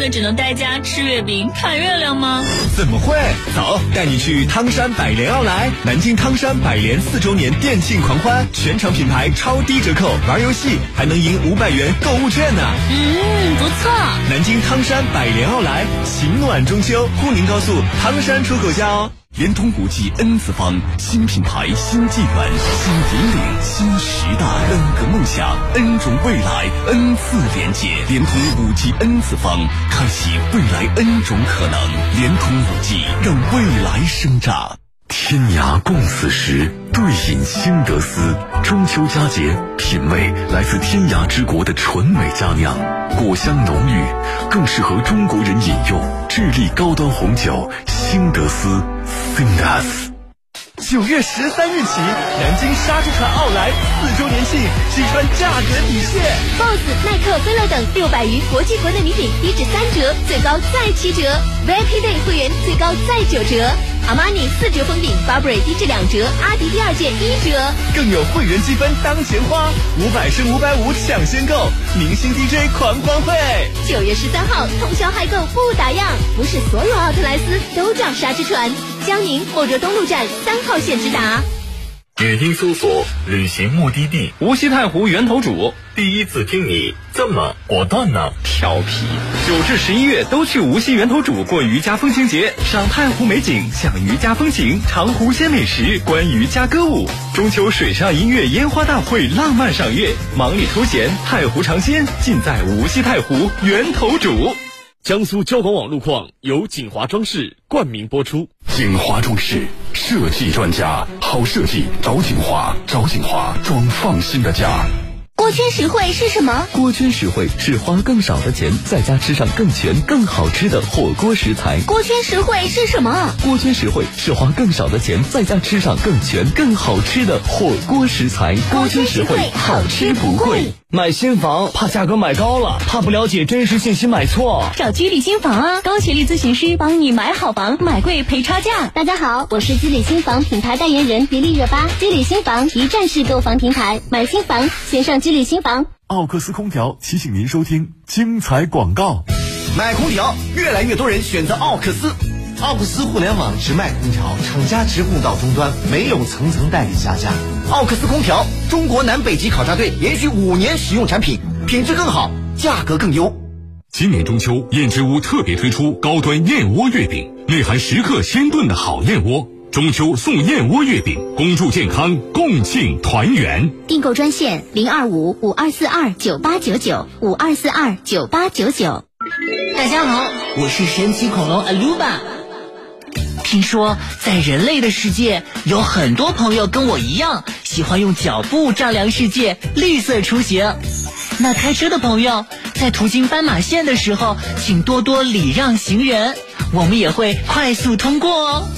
H: 了只能待家吃月饼、看月亮吗？
I: 怎么会？走，带你去汤山百联奥莱，南京汤山百联四周年店庆狂欢，全场品牌超低折扣，玩游戏还能赢五百元购物券呢、
H: 嗯，不错。
I: 南京汤山百联奥莱，行暖中秋，沪宁高速汤山出口下哦。联通五 G N 次方，新品牌、新纪元、新引领、新时代，N 个梦想，N 种未来，N 次连接。联通五 G N 次方，开启未来 N 种可能。联通五 G 让未来生长。
J: 天涯共此时，对饮新德斯。中秋佳节，品味来自天涯之国的纯美佳酿，果香浓郁，更适合中国人饮用。智利高端红酒，新德斯 s i n d a s
I: 九月十三日起，南京沙之船奥莱四周年庆，击穿价格底线。
K: BOSS、耐克、菲乐等六百余国际国内礼品低至三折，最高再七折；VIP Day 会员最高再九折。阿玛尼四折封顶，Burberry 低至两折，阿迪第二件一折。
I: 更有会员积分当钱花，五百升五百五抢先购，明星 DJ 狂欢会。
K: 九月十三号，通宵嗨购不打烊，不是所有奥特莱斯都叫沙之船。江宁莫若东路站三号线直达。
L: 语音搜索旅行目的地，
M: 无锡太湖源头主。
L: 第一次听你这么果断呢，
M: 调皮。
L: 九至十一月都去无锡源头主过渔家风情节，赏太湖美景，享渔家风情，尝湖鲜美食，观渔家歌舞。中秋水上音乐烟花大会浪漫赏月，忙里偷闲，太湖尝鲜，尽在无锡太湖源头主。
N: 江苏交广网路况由锦华装饰冠名播出。
J: 锦华装饰设计专家，好设计找锦华，找锦华装放心的家。
K: 锅圈实惠是什么？
O: 锅圈实惠是花更少的钱，在家吃上更全、更好吃的火锅食材。
K: 锅圈实惠是什么？
O: 锅圈实惠是花更少的钱，在家吃上更全、更好吃的火锅食材。
K: 锅圈实惠，好吃不贵。
P: 买新房怕价格买高了，怕不了解真实信息买错，
Q: 找居立新房啊！高学历咨询师帮你买好房，买贵赔差价。
K: 大家好，我是居立新房品牌代言人迪丽热巴。居立新房一站式购房平台，买新房先上居立新房。
J: 奥克斯空调提醒您收听精彩广告。
R: 买空调，越来越多人选择奥克斯。奥克斯互联网直卖空调，厂家直供到终端，没有层层代理下架。奥克斯空调，中国南北极考察队连续五年使用产品，品质更好，价格更优。
J: 今年中秋，燕之屋特别推出高端燕窝月饼，内含十克鲜炖的好燕窝。中秋送燕窝月饼，恭祝健康，共庆团圆。
K: 订购专线零二五五二四二九八九九五二四二九八九九。
S: 大家好，我是神奇恐龙阿鲁巴。听说在人类的世界，有很多朋友跟我一样，喜欢用脚步丈量世界，绿色出行。那开车的朋友，在途经斑马线的时候，请多多礼让行人，我们也会快速通过哦。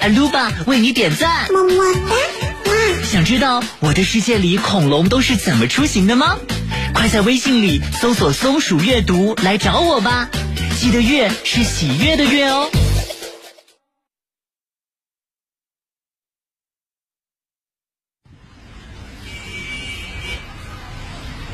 S: 阿鲁巴为你点赞，
T: 么么哒！
S: 哇，想知道我的世界里恐龙都是怎么出行的吗？快在微信里搜索“松鼠阅读”来找我吧，记得“月”是喜悦的“月”哦。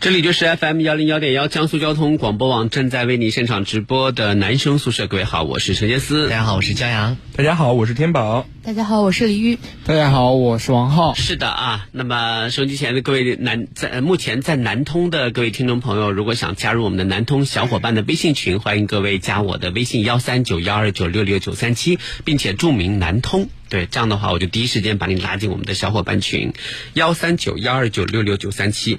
C: 这里就是 FM 幺零幺点幺江苏交通广播网正在为你现场直播的男生宿舍。各位好，我是陈杰斯。
A: 大家好，我是江阳。
D: 大家好，我是天宝。
E: 大家好，我是李玉。
F: 大家好，我是王浩。
C: 是的啊，那么收音机前的各位南在呃目前在南通的各位听众朋友，如果想加入我们的南通小伙伴的微信群，欢迎各位加我的微信幺三九幺二九六六九三七，并且注明南通。对，这样的话我就第一时间把你拉进我们的小伙伴群，幺三九幺二九六六九三七。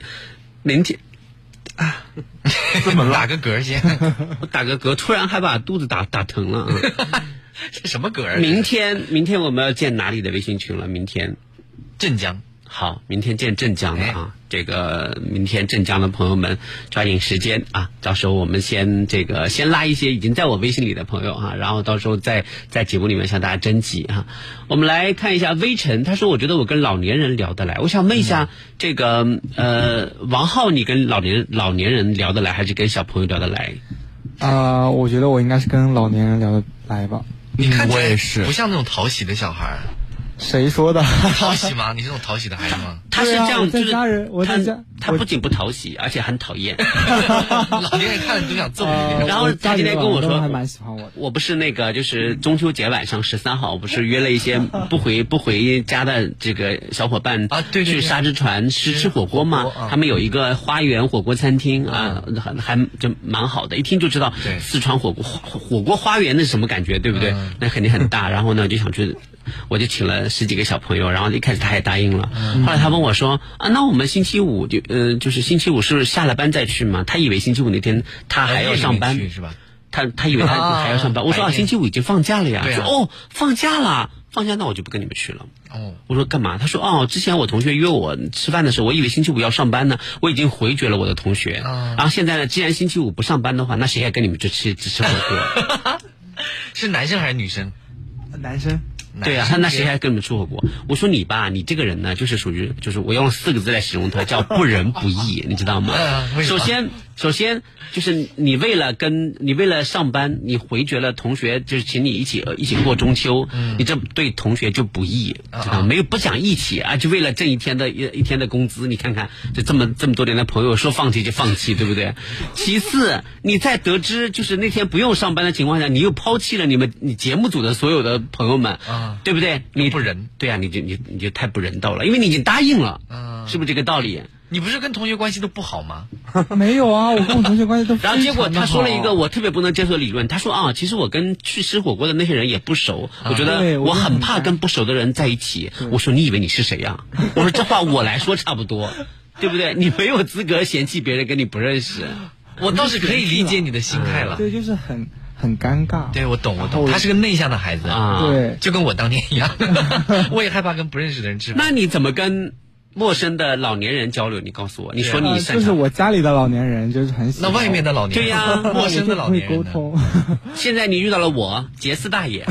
C: 林姐，
A: 啊，怎么打个嗝先？
C: 我打个嗝，突然还把肚子打打疼了。
A: 这什么嗝？
C: 明天，明天我们要建哪里的微信群了？明天，
A: 镇江。哎
C: 好，明天见镇江了啊！这个明天镇江的朋友们抓紧时间啊！到时候我们先这个先拉一些已经在我微信里的朋友啊，然后到时候再在节目里面向大家征集啊。我们来看一下微尘，他说我觉得我跟老年人聊得来，我想问一
A: 嗯
C: 下这个呃王浩，你跟老年老年人聊得来，还是跟小朋友聊得来？
F: 啊、我觉得我应该是跟老年人聊得来吧。
A: 你看嗯我也是，不像那种讨喜的小孩儿。
F: 谁说的？
A: 讨喜吗？你是那种讨喜的孩子吗？
C: 他是这样，
F: 对啊我在
C: 就是
F: 家人我在家
C: 他他不仅不讨喜，而且很讨 厌。
A: 老年人看了都想揍
F: 呃
A: 你。
C: 然后他今天跟我
F: 我
C: 说
F: 还蛮喜欢我的，
C: 我不是那个，就是中秋节晚上十三号，我不是约了一些不回不回家的这个小伙伴啊，对去沙之船吃吃火锅啊嘛。他们有一个花园火锅餐厅啊，还还就蛮好的，一听就知道四川火锅火火锅花园那是什么感觉，对不对？那肯定很大。然后呢，就想去。我就请了十几个小朋友，然后一开始他也答应了，后来他问我说啊，那我们星期五就呃就是星期五是不是下了班再去嘛？他以为星期五那天他还要上班
A: 夜里面去是吧？
C: 他他以为他
A: 啊
C: 还要上班，我说啊，
A: 白天
C: 星期五已经放假了呀。
A: 对啊
C: 说哦，放假了，放假那我就不跟你们去了。
A: 哦，
C: 我说干嘛？他说哦，之前我同学约我吃饭的时候，我以为星期五要上班呢，我已经回绝了我的同学。
A: 啊
C: 然后现在呢，既然星期五不上班的话，那谁还跟你们去吃只吃火 锅？
A: 是男生还是女生？
F: 男生。
C: 对啊，他那谁还跟你们吃火锅？我说你吧，你这个人呢，就是属于，就是我用四个字来形容他，叫不仁不义，你知道吗
A: 嗯为？什
C: 首
A: 么
C: 先，首先就是你为了跟你为了上班，你回绝了同学，就是请你一起呃一起过中秋，
A: 嗯
C: 你这对同学就不义，知
A: 啊
C: 道吗没有不讲义气啊，就为了挣一天的一一天的工资，你看看就这么这么多年的朋友，说放弃就放弃，对不对？其次，你在得知就是那天不用上班的情况下，你又抛弃了你们你节目组的所有的朋友们，
A: 啊
C: 对不对？你不仁，对啊，你就你你就太不人道了，因为你已经答应了，
A: 嗯
C: 是不是这个道理？
A: 你不是跟同学关系都不好吗？
F: 没有啊，我跟我同学关系都非
C: 然
F: 常
C: 后结果
F: 地
C: 他说了一个
F: 好
C: 我特别不能接受的理论，他说啊，其实我跟去吃火锅的那些人也不熟，我觉
F: 对
C: 得
F: 我
C: 我
F: 也
C: 很
F: 很
C: 怕跟不熟的人在一起。我说你以为你是谁呀、 我说这话我来说差不多， 对不对？你没有资格嫌弃别人跟你不认识。
A: 我倒是可以理解你的心态了。
F: 对，就是很很尴尬。
A: 对，我懂，我
F: 然
A: 懂。
F: 后
A: 他是个内向的孩子
C: 啊
F: 对
A: 就跟我当年一样，我也害怕跟不认识的人吃饭。
C: 那你怎么跟陌生的老年人交流？你告诉我，你说你
F: 呃
C: 擅
F: 就是
C: 长。
F: 我家里的老年人，就是很喜欢
A: 那外面的老年人
C: 啊对 呀
F: 我
A: 陌生的老年人
F: 我
A: 呢
F: 就不会沟
C: 现在你遇到了我，杰斯大爷，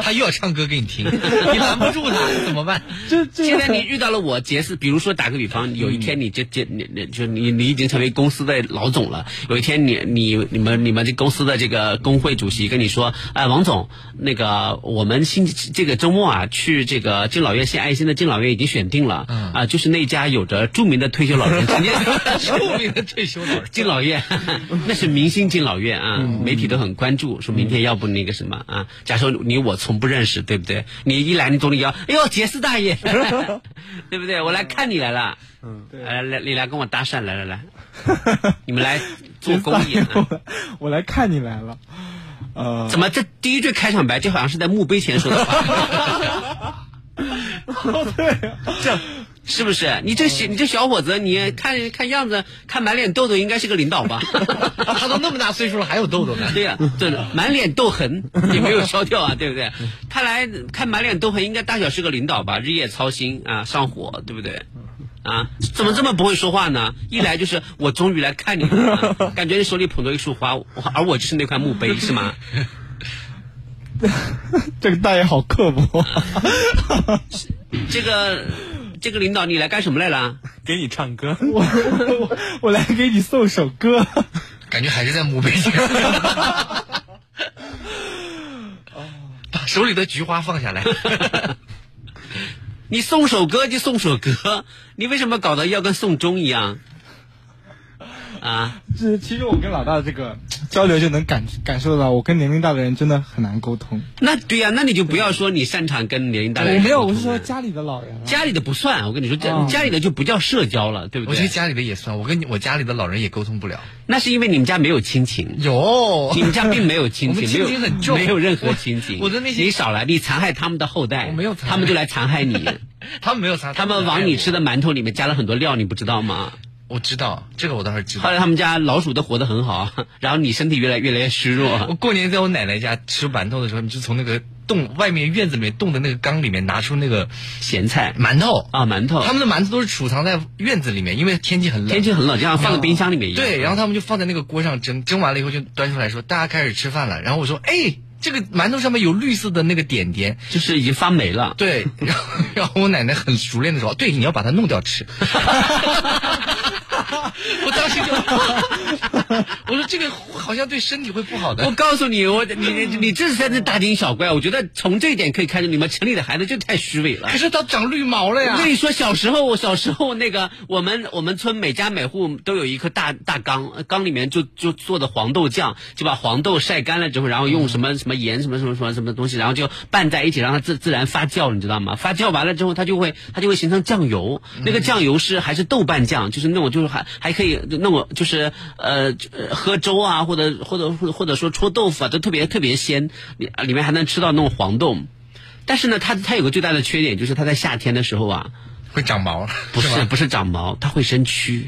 A: 他又要唱歌给你听，你拦不住他，怎么办？
F: 通。
C: 现在你遇到了我杰斯，比如说打个比方，有一天你这这你你就你你已经成为公司的老总了，有一天你你你们你们这公司的这个工会主席跟你说，哎，王总，那个我们星期这个周末啊，去这个敬老院献爱心的敬老院已经选定了，啊，就是那家有着著名的退休老人陈建
A: 著名的退休老人，
C: 敬老院， 那是明星敬老院啊，媒体都很关注，说明天要不那个什么啊，假设你我从不认识，对不对？你一来你总得要，哎呦，杰斯大爷， 对不对？我来看你来了，嗯，来来，你来跟我搭讪，来来来，你们来做公益、啊，
F: 我我来看你来了， 呃，
C: 怎么这第一句开场白，这好像是在墓碑前说的话，
F: 对，啊嗯
C: 这。是不是你这小你这小伙子，你看看样子，看满脸痘痘，应该是个领导吧？
A: 他都那么大岁数了，还有痘痘呢。
C: 对呀、对了，满脸痘痕也没有消掉啊， 对不对？看来看满脸痘痕，应该大小是个领导吧？日夜操心啊，上火，对不对？啊，怎么这么不会说话呢？一来就是我终于来看你了，啊感觉你手里捧着一束花，我而我就是那块墓碑，是吗？
F: 这个大爷好 刻薄，
C: 这个这个领导，你来干什么来了？
D: 给你唱歌，
F: 我我我我来给你送首歌，
A: 感觉还是在墓 碑前。把手里的菊花放下来，
C: 你送首歌就送首歌，你为什么搞得要跟送终一样？啊，
F: 这其实我跟老啊大这个交流就能感感受到，我跟年龄大的人真的很难沟通。
C: 那对呀、那你就不要说你擅长跟年龄大的人
F: 我没有，
C: 沟
F: 我
C: 通
F: 是说家里的老人啊。
C: 家里的不算，我跟你说，家、
F: 哦
C: 家里的就不叫社交了，对不
A: 我觉得
C: 对？
A: 家里的也算，我跟你我家里的老人也沟通不了。
C: 那是因为你们家没有亲情，
A: 有
C: 你们家并没有亲
A: 我们
C: 情，
A: 亲情很重
C: 没有没有任何亲情。
A: 我我的那些
C: 你少来，你残害他们的后代，
A: 我没有残害
C: 他们就来残害你，
A: 他们没有啥，
C: 他们往你吃的馒头里面加了很多料，你不知道吗？
A: 我知道这个，我倒是知
C: 后
A: 道。
C: 来他们家啊老鼠都活得啊 很好，然后你身体越来越来越虚弱啊
A: 我。过年在我奶奶家吃馒头的时候，你就从那个冻外面院子里面冻的那个缸里面拿出那个
C: 咸菜、
A: 馒头
C: 啊，馒头。
A: 他们的馒头都是储藏在院子里面，因为天气很冷，
C: 天气很冷，就像放在冰箱里面一样。
A: 对，然后他们就放在那个锅上蒸，蒸完了以后就端出来说，大家开始吃饭了。然后我说，哎。这个馒头上面有绿色的那个点点，
C: 就是已经发霉了。
A: 对， 然后然后我奶奶很熟练的说，对，你要把它弄掉吃。 我当时就， 我说这个好像对身体会不好的。
C: 我告诉你，我你你你这是在这大惊小怪。我觉得从这一点可以看出，你们城里的孩子就太虚伪了。
A: 可是它长绿毛了呀！
C: 我跟你说，小时候我小时候那个，我们我们村每家每户都有一个大大缸，缸里面就就做的黄豆酱，就把黄豆晒干了之后，然后用什么什么盐什么什么什么什么东西，然后就拌在一起，让它自自然发酵，你知道吗？发酵完了之后，它就会它就会形成酱油。
A: 嗯
C: 那个酱油是还是豆瓣酱，就是那种就是还还可以那种就是呃呃喝粥啊，或者或者或者或者说搓豆腐啊，都特别特别鲜，里里面还能吃到那种黄豆。但是呢，它它有个最大的缺点，就是它在夏天的时候啊，
A: 会长毛，
C: 不是不是长毛，它会生蛆。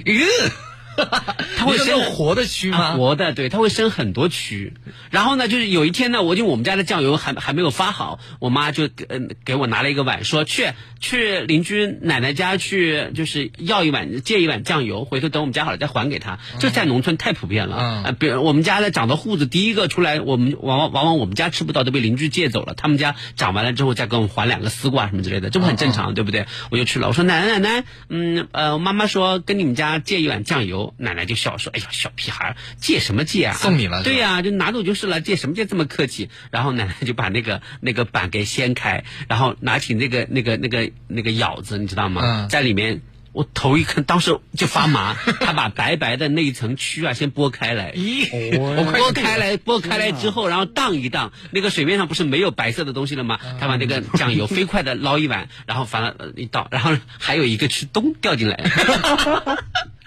C: 它会生
A: 活的蛆吗、
C: 啊？活的，对，它会生很多蛆。然后呢，就是有一天呢，我就我们家的酱油还还没有发好，我妈就嗯、呃、给我拿了一个碗，说去去邻居奶奶家去，就是要一碗借一碗酱油，回头等我们家好了再还给她。这在农村太普遍了
A: 嗯
C: 啊、呃！比如我们家的长的瓠子，第一个出来，我们往往往往我们家吃不到，都被邻居借走了。他们家长完了之后再给我们还两个丝瓜什么之类的，这不很正常，对不对？我就去了，我说奶奶奶奶，嗯呃，妈妈说跟你们家借一碗酱油。奶奶就笑说：“哎呀，小屁孩借什么借啊？
A: 送你了，
C: 对呀、啊，就拿走就是了，借什么借这么客气？”然后奶奶就把那个那个板给掀开，然后拿起那个那个那个那个舀子，你知道吗？嗯、在里面，我头一看，当时就发 麻。他把白白的那一层蛆啊，先剥开来，
A: 咦，
C: 剥开来，剥开来之后，然后荡一荡，那个水面上不是没有白色的东西了吗？
A: 啊
C: 他把那个酱油飞快的捞一碗，然后反了一倒，然后还有一个蛆咚掉进来了。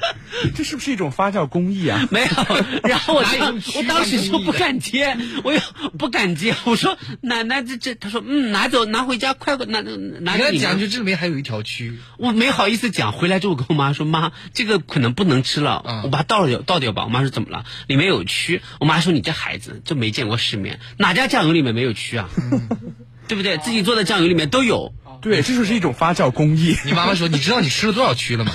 D: 这是不是一种发酵工艺啊？
C: 没有， 然后我就我当时就不敢接，我也不敢接。我说奶奶这这，他说嗯拿走拿回家，快拿拿给
A: 你。讲就这里面还有一条蛆，
C: 我没好意思讲。回来之后跟我妈说，妈这个可能不能吃了，嗯、我把它倒掉倒掉吧。我妈说怎么了？里面有蛆。我妈说你这孩子就没见过世面，哪家酱油里面没有蛆啊？嗯、对不对？自己做的酱油里面都有。
D: 对，这就是一种发酵工艺。
A: 你妈妈说，你知道你吃了多少蛆了吗？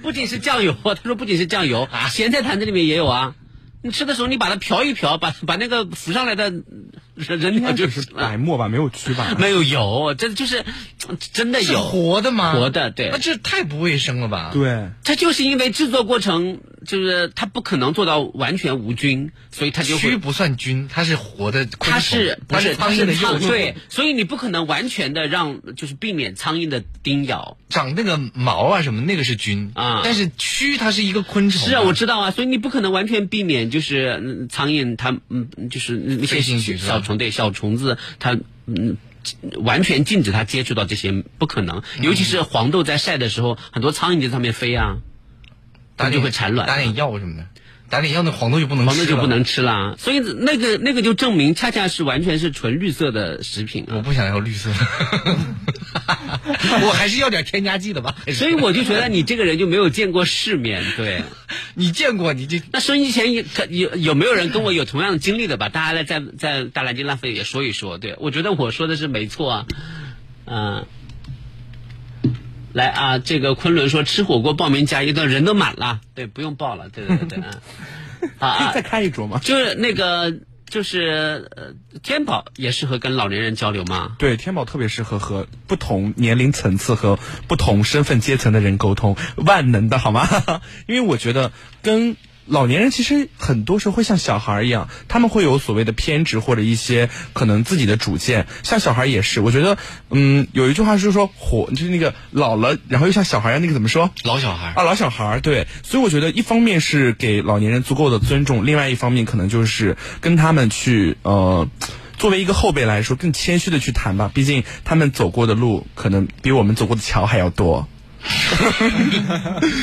C: 不仅是酱油， 她说不仅是酱油，啊、咸菜坛子里面也有啊。你吃的时候，你把它瓢一瓢，把把那个浮上来的人掉就是
D: 白沫吧，没有蛆吧？
C: 没有有，这就是真的有
A: 活的吗？
C: 活的，对。
A: 那这太不卫生了吧？
D: 对，
C: 它就是因为制作过程。就是它不可能做到完全无菌，所以它就
A: 蛆不算菌，它是活的，
C: 它是
A: 它
C: 是
A: 苍蝇的幼
C: 虫，对，所以你不可能完全的让就是避免苍蝇的叮咬，
A: 长那个毛啊什么那个是菌
C: 啊，
A: 但是蛆它是一个昆虫、啊，
C: 是啊，我知道啊，所以你不可能完全避免就是嗯、苍蝇它嗯就是那些
A: 啊
C: 小虫对小虫子它嗯。完全禁止它接触到这些不可能，
A: 嗯
C: 尤其是黄豆在晒的时候，嗯、很多苍蝇在上面飞啊。它就会产卵，啊
A: 打点药什么的，打点药那黄豆就不能
C: 黄豆就不能吃啦。所以那个那个就证明，恰恰是完全是纯绿色的食品、啊。
A: 我不想要 绿色，我还是要点添加剂的吧。
C: 所以我就觉得你这个人就没有见过世面，对，
A: 你见过你就
C: 那收音机前有有有没有人跟我有同样的经历的吧？大家来在在大南京浪费也说一说，对我觉得我说的是没错啊，嗯、呃。来啊！这个昆仑说吃火锅报名加一顿，人都满了，对，不用报了，对对对对啊！啊，
D: 再开一桌吗？
C: 就是那个，就是呃，天宝也适合跟老年人交流吗？
D: 对，天宝特别适合和不同年龄层次和不同身份阶层的人沟通，万能的好吗？ 因为我觉得跟。老年人其实很多时候会像小孩一样，他们会有所谓的偏执或者一些可能自己的主见，像小孩也是。我觉得，嗯，有一句话是说活，就是那个老了，然后又像小孩一样，那个怎么说？
A: 老小孩
D: 啊，老小孩对。所以我觉得，一方面是给老年人足够的尊重，另外一方面可能就是跟他们去呃。作为一个后辈来说，更谦虚的去谈吧，毕竟他们走过的路可能比我们走过的桥还要多。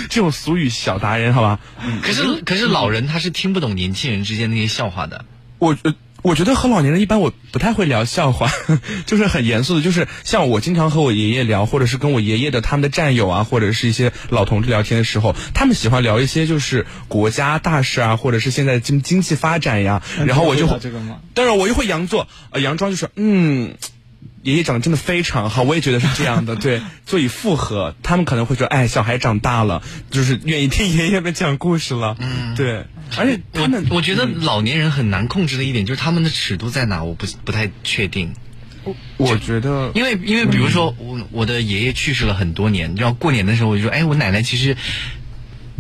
D: 这种俗语小达人，好吧？
C: 嗯
A: 可是可是老人他是听不懂年轻人之间那些笑话的。
D: 我呃我觉得和老年人一般，我不太会聊笑话， 就是很严肃的。就是像我经常和我爷爷聊，或者是跟我爷爷的他们的战友啊，或者是一些老同志聊天的时候，他们喜欢聊一些就是国家大事啊，或者是现在经经济发展呀。 然后我就
F: 会
D: 会，
F: 这个吗？
D: 当然我又会佯作呃佯装，就是嗯。爷爷长得真的非常好，我也觉得是这样的。对，所以附和他们可能会说：“哎，小孩长大了，就是愿意听爷爷们讲故事了。”嗯，对。而且嗯
A: 我我觉得老年人很难控制的一点就是他们的尺度在哪，我不不太确定。
D: 我觉得，嗯
A: 因为因为比如说我我的爷爷去世了很多年，然后过年的时候我就说，哎，我奶奶其实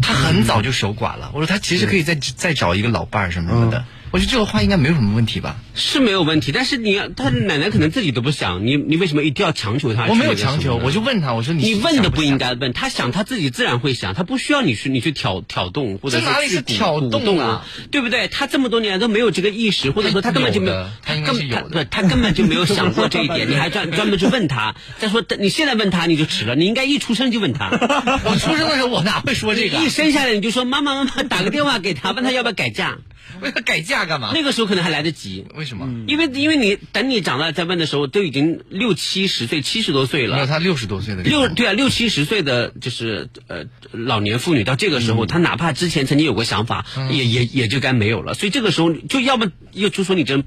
A: 她很早就守寡了，我说她其实可以再再找一个老伴儿什么什么
D: 嗯
A: 的，我觉得这个话应该没有什么问题吧。
C: 是没有问题，但是你要他奶奶可能自己都不想，你你为什么一定要强求他？
A: 我没有强求我就问他，我说你
C: 你问
A: 想
C: 的
A: 不
C: 不应该问，他想他自己自然会想，他不需要你去你去挑挑动或者
A: 这哪里
C: 去
A: 是
C: 鼓
A: 挑
C: 鼓
A: 动
C: 动
A: 啊？
C: 对不对？他这么多年来都没有这个意识，或者说他根本就没有，他
A: 他应该是
C: 根
A: 有
C: 本对他根本就没有想过这一点，你还专专门去问他。再说你现在问他你就迟了，你应该一出生就问他。
A: 我出生的时候我哪会说这个啊
C: 一生下来你就说妈妈妈妈，打个电话给他，问他要不要改嫁。
A: 为了改嫁干嘛？
C: 那个时候可能还来得及。嗯
A: 为什么？
C: 因为因为你等你长大再问的时候，都已经六七十岁、七十多岁了。
A: 没有，他六十多岁的
C: 六对啊，六七十岁的就是呃老年妇女，到这个时
A: 嗯
C: 候，她哪怕之前曾经有过想法，也也也就该没有了。所以这个时候，就要么又就说你真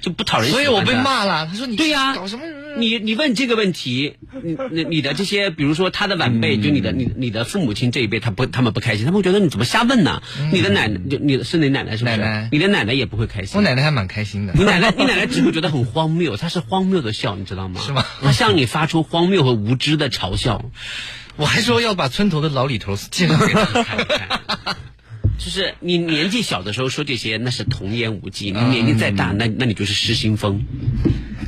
C: 就不讨人喜
A: 所
C: 欢
A: 以
C: 的，
A: 我被骂了。他说你
C: 对呀、
A: 搞什么？
C: 你你问这个问题，你你你的这些，比如说他的晚
A: 嗯
C: 辈，就你的你你的父母亲这一辈，他不他们不开心，他们会觉得你怎么瞎问呢？你的奶奶，就你的是你奶奶是不是？
A: 嗯奶奶
C: 你的奶奶也不会开心。
A: 我奶奶还蛮开心的。
C: 你奶奶，你奶奶只会觉得很荒谬，她是荒谬的笑，你知道吗？
A: 是吗？
C: 她向你发出荒谬和无知的嘲笑。
A: 我还说要把村头的老李头介绍给他。
C: 就是你年纪小的时候说这些，那是童言无忌；你年纪再大，那那你就是失心疯。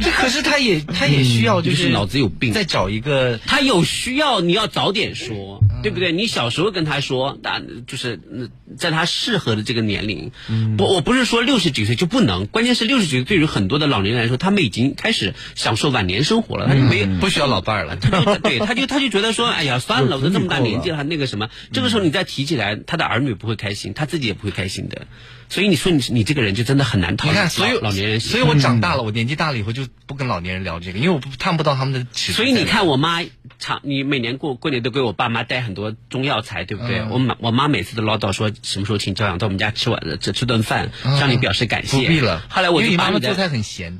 A: 这可是他也他也需要
C: 嗯
A: 就
C: 就是是脑子有病，
A: 再找一个嗯
C: 他有需要，你要早点说，对不对？你小时候跟他说，那就是嗯在他适合的这个年龄。
A: 嗯
C: 不，我不是说六十几岁就不能，关键是六十几岁对于很多的老年人来说，他们已经开始享受晚年生活了，他就没
A: 不需要老伴儿 了。
C: 他就对，他就他就觉得说，哎呀，算了，我都这么大年纪了，还那个什么，这个时
A: 嗯
C: 候你再提起来，他的儿女不会开心，他自己也不会开心的。所以你说你你这个人就真的很难讨
A: 你
C: 老
A: 看，所以
C: 老年人喜
A: 所
C: 欢，
A: 以我长大了，我年纪大了以后就不跟老年人聊这个，因为我不看不到他们的尺度
C: 所
A: 在哪。
C: 以你看，我妈常你每年过过年都给我爸妈带很多中药材，对不对？
A: 嗯
C: 我妈我妈每次都唠叨说什么时候请教养到我们家吃晚吃吃顿饭，
A: 嗯
C: 让你表示感谢。
A: 不必了。
C: 后来我
A: 因为
C: 就
A: 你
C: 把
A: 妈妈
C: 你的
A: 做菜 很咸，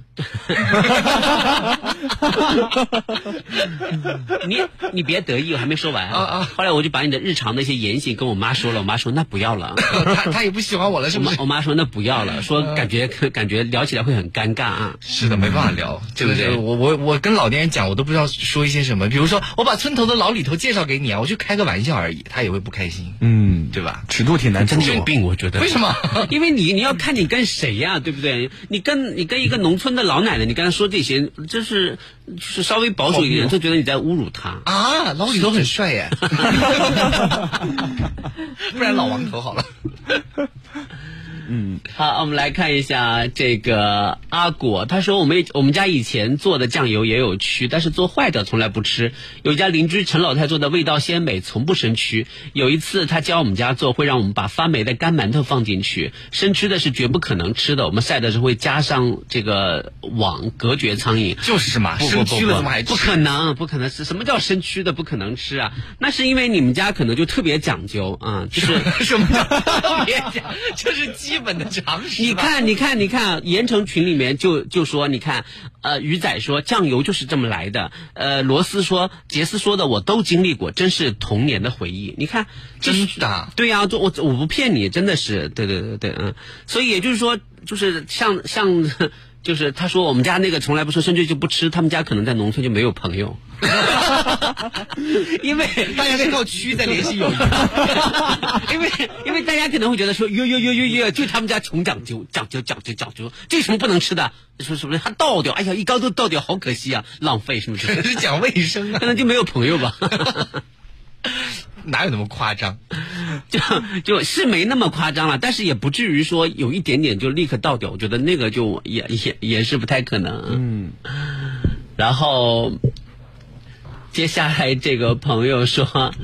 C: 你你别得意，我还没说完啊。后来我就把你的日常的一些言行跟我妈说了，我妈说那不要了。啊
A: 她她也不喜欢我了，是
C: 我
A: 不
C: 妈
A: 是？
C: 我妈说那不要了，说感觉感觉聊起来会很尴尬啊。
A: 是的，没办法聊，对不
C: 对
A: 对？我我我跟老年人讲，我都不知道说一些什么。比如说，我把村头的老李头介绍给你啊，我就开个玩笑而已，他也会不开心，
D: 嗯，
A: 对吧？
D: 尺度挺难
C: 真
D: 掌
C: 的
D: 握
C: 有。病，我觉得。
A: 为什么？
C: 因为你你要看你跟谁呀、对不对？你跟你跟一个农村的老奶奶，你跟她说这些，就是就是稍微保守一点，就觉得你在侮辱她。
A: 啊，老李头很 帅 耶，不然老王头好了。
C: 好，我们来看一下这个阿果，他说我们我们家以前做的酱油也有蛆，但是做坏的从来不吃。有一家邻居陈老太做的味道鲜美，从不生蛆。有一次他教我们家做，会让我们把发霉的干馒头放进去，生吃的是绝不可能吃的。我们晒的时候会加上这个网隔绝苍蝇，
A: 就是嘛，
C: 不不
A: 生
C: 不
A: 蛆了怎么还吃
C: 不可能，不可能吃。什么叫生蛆的？不可能吃啊！ 那是因为你们家可能就特别讲究啊、就是
A: 什么叫特别讲？这是基本的常识吧。
C: 你看，你看，你看，盐城群里面就就说，你看，呃，鱼仔说酱油就是这么来的，呃，罗斯说，杰斯说的，我都经历过，真是童年的回忆。你看，这是
A: 真的啊
C: 对呀、就我我不骗你，真的是，对对对对，嗯，所以也就是说，就是像像。 就是他说我们家那个从来不吃，甚至就不吃，他们家可能在农村就没有朋友， 因为
A: 大家在靠蛆在联系友谊。
C: 因为因为大家可能会觉得说，哟哟哟哟哟，就他们家穷讲究，讲究讲究讲究，这有什么不能吃的？说什么还倒掉？哎呀，一缸都倒掉，好可惜啊，浪费是不
A: 可
C: 是？
A: 是讲卫生啊
C: 可，能就没有朋友吧，
A: 哪有那么夸张？
C: 就就是没那么夸张了，但是也不至于说有一点点就立刻倒掉，我觉得那个就也也也是不太可能。嗯，然后接下来这个朋友说，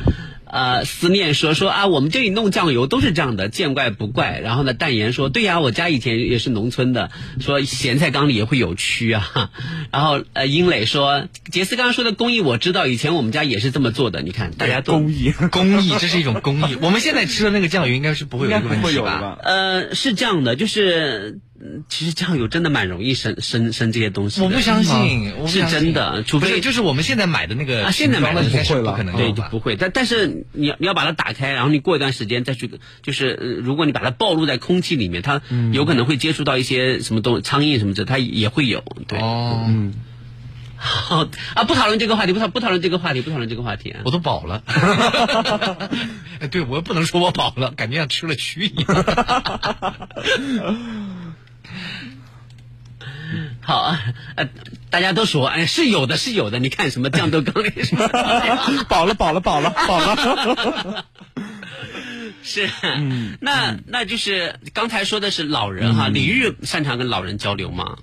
C: 呃思念说说啊，我们这里弄酱油都是这样的，见怪不怪。然后呢，淡言说，对呀、我家以前也是农村的，说咸菜缸里也会有蛆啊。 然后呃，英磊说，杰斯刚刚说的工艺我知道，以前我们家也是这么做的。你看，大家都
A: 工艺，工艺，这是一种工艺。我们现在吃的那个酱油应该是不会有这个问题吧？
C: 呃，是这样的，就是。嗯其实酱油真的蛮容易生生生这些东西的，嗯
A: 我不相信，我不
C: 是
A: 相信
C: 真的，除
A: 不
C: 非
A: 是就是我们现在买的那个
C: 啊，现在买
A: 瓶装的
C: 的
A: 应该是不可能
C: 对，
A: 有
C: 就
A: 吧
C: 不会。但但是你你要把它打开，然后你过一段时间再去，就是、呃如果你把它暴露在空气里面，它
A: 嗯
C: 有可能会接触到一些什么东苍蝇什么的，它也会有。对，
A: 哦，嗯，
C: 好啊，不讨论这个话题，不讨不讨论这个话题，不讨论这个话题啊。
A: 我都饱了。 哎，对，我又不能说我饱了，感觉像吃了蛆一样。
C: 好啊，呃，大家都说，哎，是有的，是有的。你看什么酱豆缸里什么，啊
D: 饱了，饱了，饱了，饱了。 嗯
C: 是，啊那那就是刚才说的是老人哈，李玉擅长跟老人交流吗？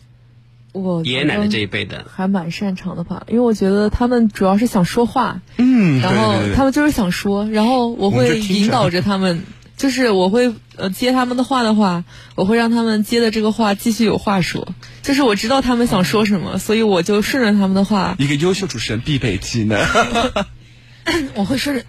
E: 我
C: 爷爷奶奶这一辈的，
E: 还蛮擅长的吧，因为我觉得他们主要是想说话，
D: 嗯
E: 然后他们就是想说，然后我
C: 我们就
E: 会
C: 听着
E: 引导着他们，就是我会呃接他们的话的话，我会让他们接的这个话继续有话说，就是我知道他们想说什
C: 哦
E: 么，所以我就顺着他们的话，
D: 一个优秀主持人必备技能。
E: 我会顺着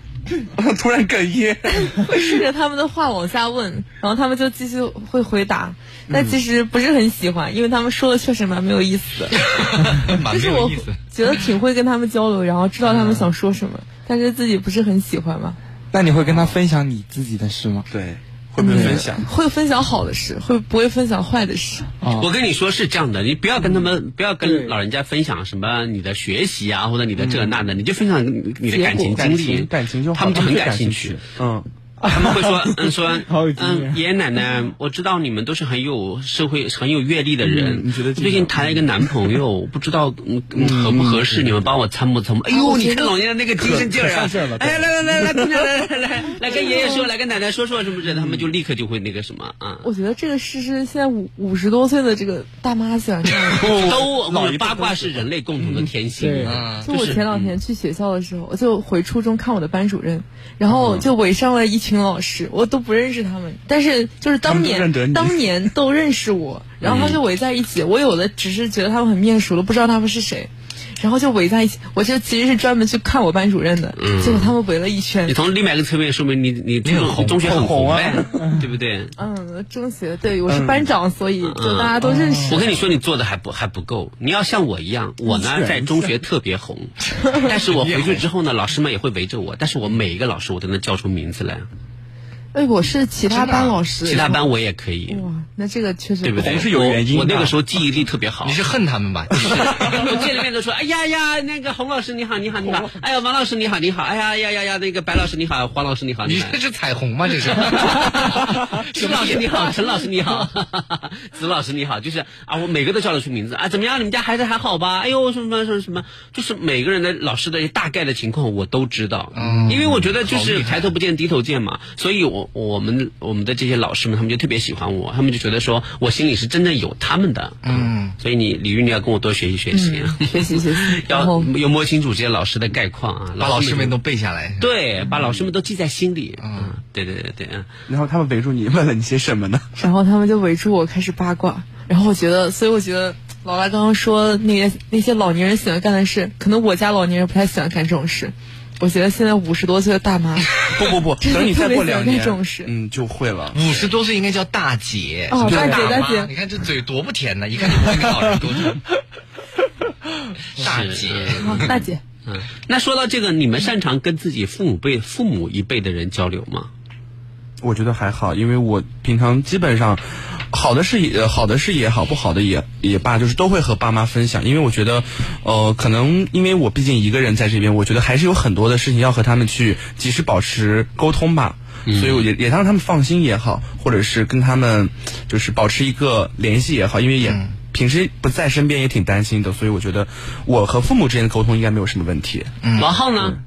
D: 突然哽咽。
E: 会顺着他们的话往下问，然后他们就继续会回答，
C: 嗯
E: 但其实不是很喜欢，因为他们说的确实蛮没有意思的。就
A: 蛮没
E: 是
A: 有
E: 我
A: 意思。
E: 觉得挺会跟他们交流，然后知道他们想说什么，但是自己不是很喜欢嘛。
F: 那你会跟他分享你自己的事吗？
D: 对，会不会分享？哦
E: 会分享好的事，会不会分享坏的事？
C: 我跟你说是这样的，你不要跟他们，不要跟老人家分享什么你的学习啊，或者你的
D: 嗯
C: 这那的，你就分享你的感情经历，
D: 感情就好
C: 他们就很
D: 感
C: 感兴趣。
D: 趣。嗯，
C: 他们会说，嗯，说，
D: 经
C: 嗯，爷爷奶奶，我知道你们都是很有社会、很有阅历的人。
D: 嗯你觉得这
C: 最近谈了一个男朋友，不知道嗯嗯合不合适，你们帮我参谋参谋。哎呦，
G: 我
C: 你
G: 觉得
C: 看老人家那个精神劲儿
G: 可上
C: 啊
G: 劲儿了！对
C: 哎，来来来来，姑娘来来来来跟爷爷说，来跟奶奶说说，是不是？他们就立刻就会那个什么啊。
E: 我觉得这个事是现在五五十多岁的这个大妈喜欢干 的。
C: 都老八卦是人类共同的天性啊，
E: 就我
C: 是
E: 前两天去学校的时候，我就回初中看我的班主任，然后就围上了一群老师，我都不认识他们，嗯但是就是当
G: 他们都认得
E: 年
G: 你
E: 当年都认识我，然后他们就围在一起，我有的只是觉得他们很面熟了，不知道他们是谁。然后就围在一起，我这其实是专门去看我班主任的，
C: 嗯
E: 结果他们围了一圈
C: 你。从另外一个侧面说明你你
E: 你很红
C: 中学很
E: 红
C: 红
E: 啊
C: 呗，对不对？
E: 嗯，中学对我是班长，所以就大家都认识。
C: 嗯我跟你说，你做的还不还不够，你要像我一样，我
E: 你
C: 呢
E: 是
C: 在中学特 别红，但是我回去之后呢，老师们也会围着我，但是我每一个老师我都能叫出名字来，
E: 哎，我是其他班老师，
C: 其他班我也 可以，
E: 哇，那这个确实
C: 对不对？我我那个时候记忆力特别好，你是
A: 恨他们吧？
C: 我见了面都说，哎呀呀，那个洪老师你好，你好，你好，哎呀，王老师你好，你好，哎呀呀呀呀，那个白老师你好，黄老师你好，
A: 你
C: 你好
A: 这。是彩虹吗？这是
C: 朱老师你好， 陈老师你好， 子老师你好，就是啊，我每个都叫得出名字啊，怎么样？你们家孩子还好吧？哎呦，什么什么什么，就是每个人的老师的大概的情况我都知道，
A: 嗯
C: 因为我觉得就
A: 好厉
C: 是
A: 害
C: 抬头不见低头见嘛，所以我我们我们的这些老师们他们就特别喜欢我，他们就觉得说我心里是真正有他们的，
A: 嗯，
C: 所以你李玉你要跟我多学习学习，
E: 学习学习，
C: 要要摸清楚这些老师的概况啊，
A: 把老师们
C: 都
A: 都背下来。
C: 对，把老师们都记在心里，嗯，对对对对，嗯。
D: 然后他们围住你，问了你些什么呢？
E: 然后他们就围住我开始八卦，然后我觉得，所以我觉得老拉刚刚说那些那些老年人喜欢干的事，可能我家老年人不太喜欢干这种事。我觉得现在五十多岁的大妈，
D: 不不不，
E: 真的
D: 等你再
E: 特别
D: 过
E: 喜欢
D: 两
E: 干
D: 年
E: 这种事，
D: 嗯，就会了。
A: 五十多岁应该叫大姐，
E: 哦
A: 什么叫
E: 大姐
A: 妈
E: 大姐
A: 你看这嘴多不甜呢，一看就不会跟老人沟通。 大姐，
E: 啊大姐，
C: 嗯， 那说到这个，你们擅长跟自己父母辈、父母一辈的人交流吗？
D: 我觉得还好，因为我平常基本上，好的事也好的事也好，不好的也也罢，就是都会和爸妈分享。因为我觉得，呃，可能因为我毕竟一个人在这边，我觉得还是有很多的事情要和他们去及时保持沟通吧。所以我也也让他们放心也好，或者是跟他们就是保持一个联系也好，因为也、平时不在身边也挺担心的，所以我觉得我和父母之间的沟通应该没有什么问题。
C: 王浩嗯呢？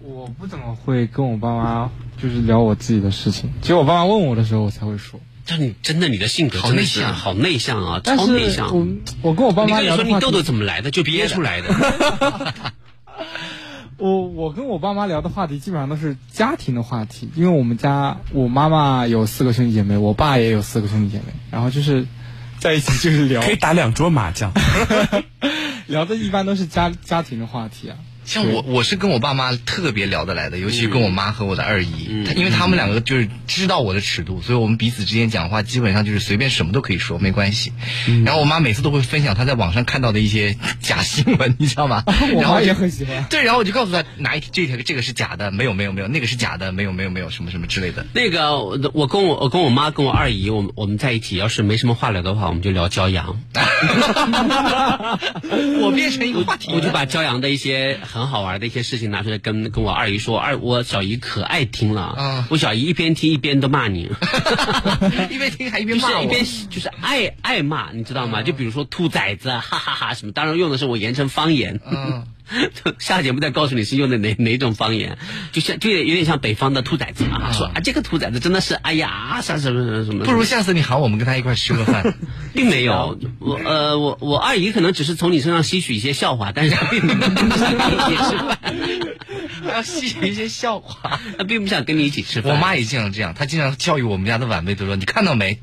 F: 我不怎么会跟我爸妈就是聊我自己的事情，只有我爸妈问我的时候，我才会说。
C: 但你真的你的性格
F: 好
C: 真的
F: 内
C: 是
F: 向
C: 好内向啊，
F: 但
C: 超
F: 是
C: 内向。
F: 我我跟我爸妈
C: 你跟
F: 聊
C: 你
F: 的
C: 说你
F: 话题
C: 痘痘怎么来的，就憋出来的。
F: 我我跟我爸妈聊的话题基本上都是家庭的话题，因为我们家我妈妈有四个兄弟姐妹，我爸也有四个兄弟姐妹，然后就是在一起就是聊，
D: 可以打两桌麻将，
F: 聊的一般都是家家庭的话题啊。
A: 像我，我是跟我爸妈特别聊得来的，尤其
C: 嗯
A: 跟我妈和我的二姨，她因为他们两个就是知道我的尺度，所以我们彼此之间讲话基本上就是随便什么都可以说，没关系。
C: 嗯
A: 然后我妈每次都会分享她在网上看到的一些 假新闻，你知 道吗？
F: 我
A: 然后
F: 妈
A: 我就
F: 也很喜欢。
A: 对，然后我就告诉她哪一这条这个是假的，没有没有没有，那个是假的，没有没有没有什么什么之类的。
C: 那个，我我跟我我跟我妈跟我二姨，我们我们在一起，要是没什么话聊的话，我们就聊骄阳。
A: 我变成一个话题
C: 我就把骄阳的一些很好玩的一些事情拿出来跟跟我二姨说，二我小姨可爱听了，
A: 啊
C: 我小姨一边听一边都骂你，
A: 一边听还一
C: 就
A: 边啊骂
C: 是
A: 我，
C: 一边就是爱爱骂，你知道吗？就比如说兔崽子，啊哈哈哈什么，当然用的是我盐城方言。
A: 嗯
C: 下节目再告诉你是用的哪哪种方言，就像就有点像北方的兔崽子啊，说啊这个兔崽子真的是哎呀啥什么什么什么，
A: 不如嗯下次你喊我们跟他一块儿吃个饭。
C: 并没有，我呃我我二姨可能只是从你身上吸取一些笑话，但是 她并不想跟你一起吃饭，
A: 还要吸取一些 笑话，
C: 她并不想跟你一起吃饭。
A: 我妈也经常这样，她经常教育我们家的晚辈，都说你看到没，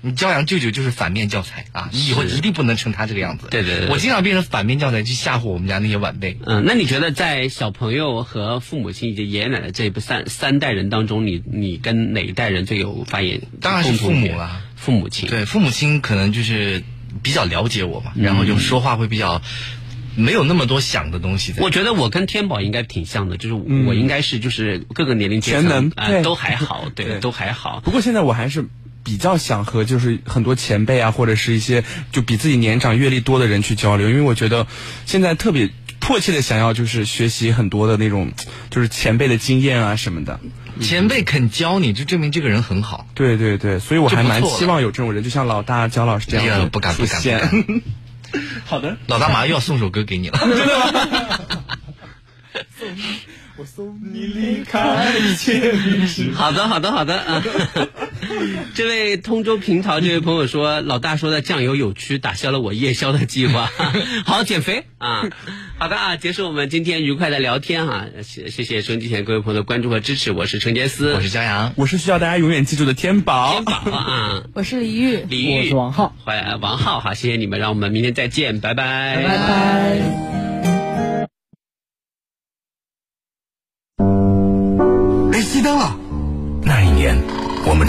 A: 你骄阳舅舅就是反面教材啊，你以后
C: 是
A: 一定不能成他这个样子。
C: 对对对对
A: 我经常变成反面教材去吓唬我们家那些晚辈。
C: 嗯，那你觉得在小朋友和父母亲以及爷爷奶奶这一辈三三代人当中，你你跟哪一代人最有发言？
A: 当然是父母啦，
C: 父母亲。
A: 对，父母亲可能就是比较了解我嘛，
C: 嗯
A: 然后就说话会比较没有那么多想的东西在。
C: 我觉得我跟天宝应该挺像的，就是我,、
A: 嗯
C: 我应该是就是各个年龄阶层
D: 全能
C: 啊、
D: 对
C: 都还好， 对，都还好。
D: 不过现在我还是比较想和就是很多前辈啊，或者是一些就比自己年长阅历多的人去交流，因为我觉得现在特别迫切的想要就是学习很多的那种就是前辈的经验啊什么的。
C: 嗯
A: 前辈肯教你，就证明这个人很好。
D: 对对对，所以我还蛮期望有这种人，就像老大焦老师这
A: 哎呀
D: 样
A: 不敢不
D: 出
A: 敢不
D: 现。
A: 敢
D: 好的，
A: 老大马上又要送首歌给你了。
F: 我送你离开一切历史。
C: 好的，好的，好的啊！ 这位通州平桃这位朋友说，老大说的酱油有蛆打消了我夜宵的计划， 好减肥啊！好的啊，结束我们今天愉快的聊天哈、谢谢谢收音机前各位朋友的关注和支持，我是陈杰思，我
A: 是江阳，
D: 我是需要大家永远记住的天宝。天
C: 宝啊，
E: 我是李玉，
C: 李玉，
E: 我是王浩，
C: 欢迎呃王浩哈，谢谢你们，让我们明天再见，拜拜，拜
E: 拜拜。
J: 哎，熄灯了。那一年，我们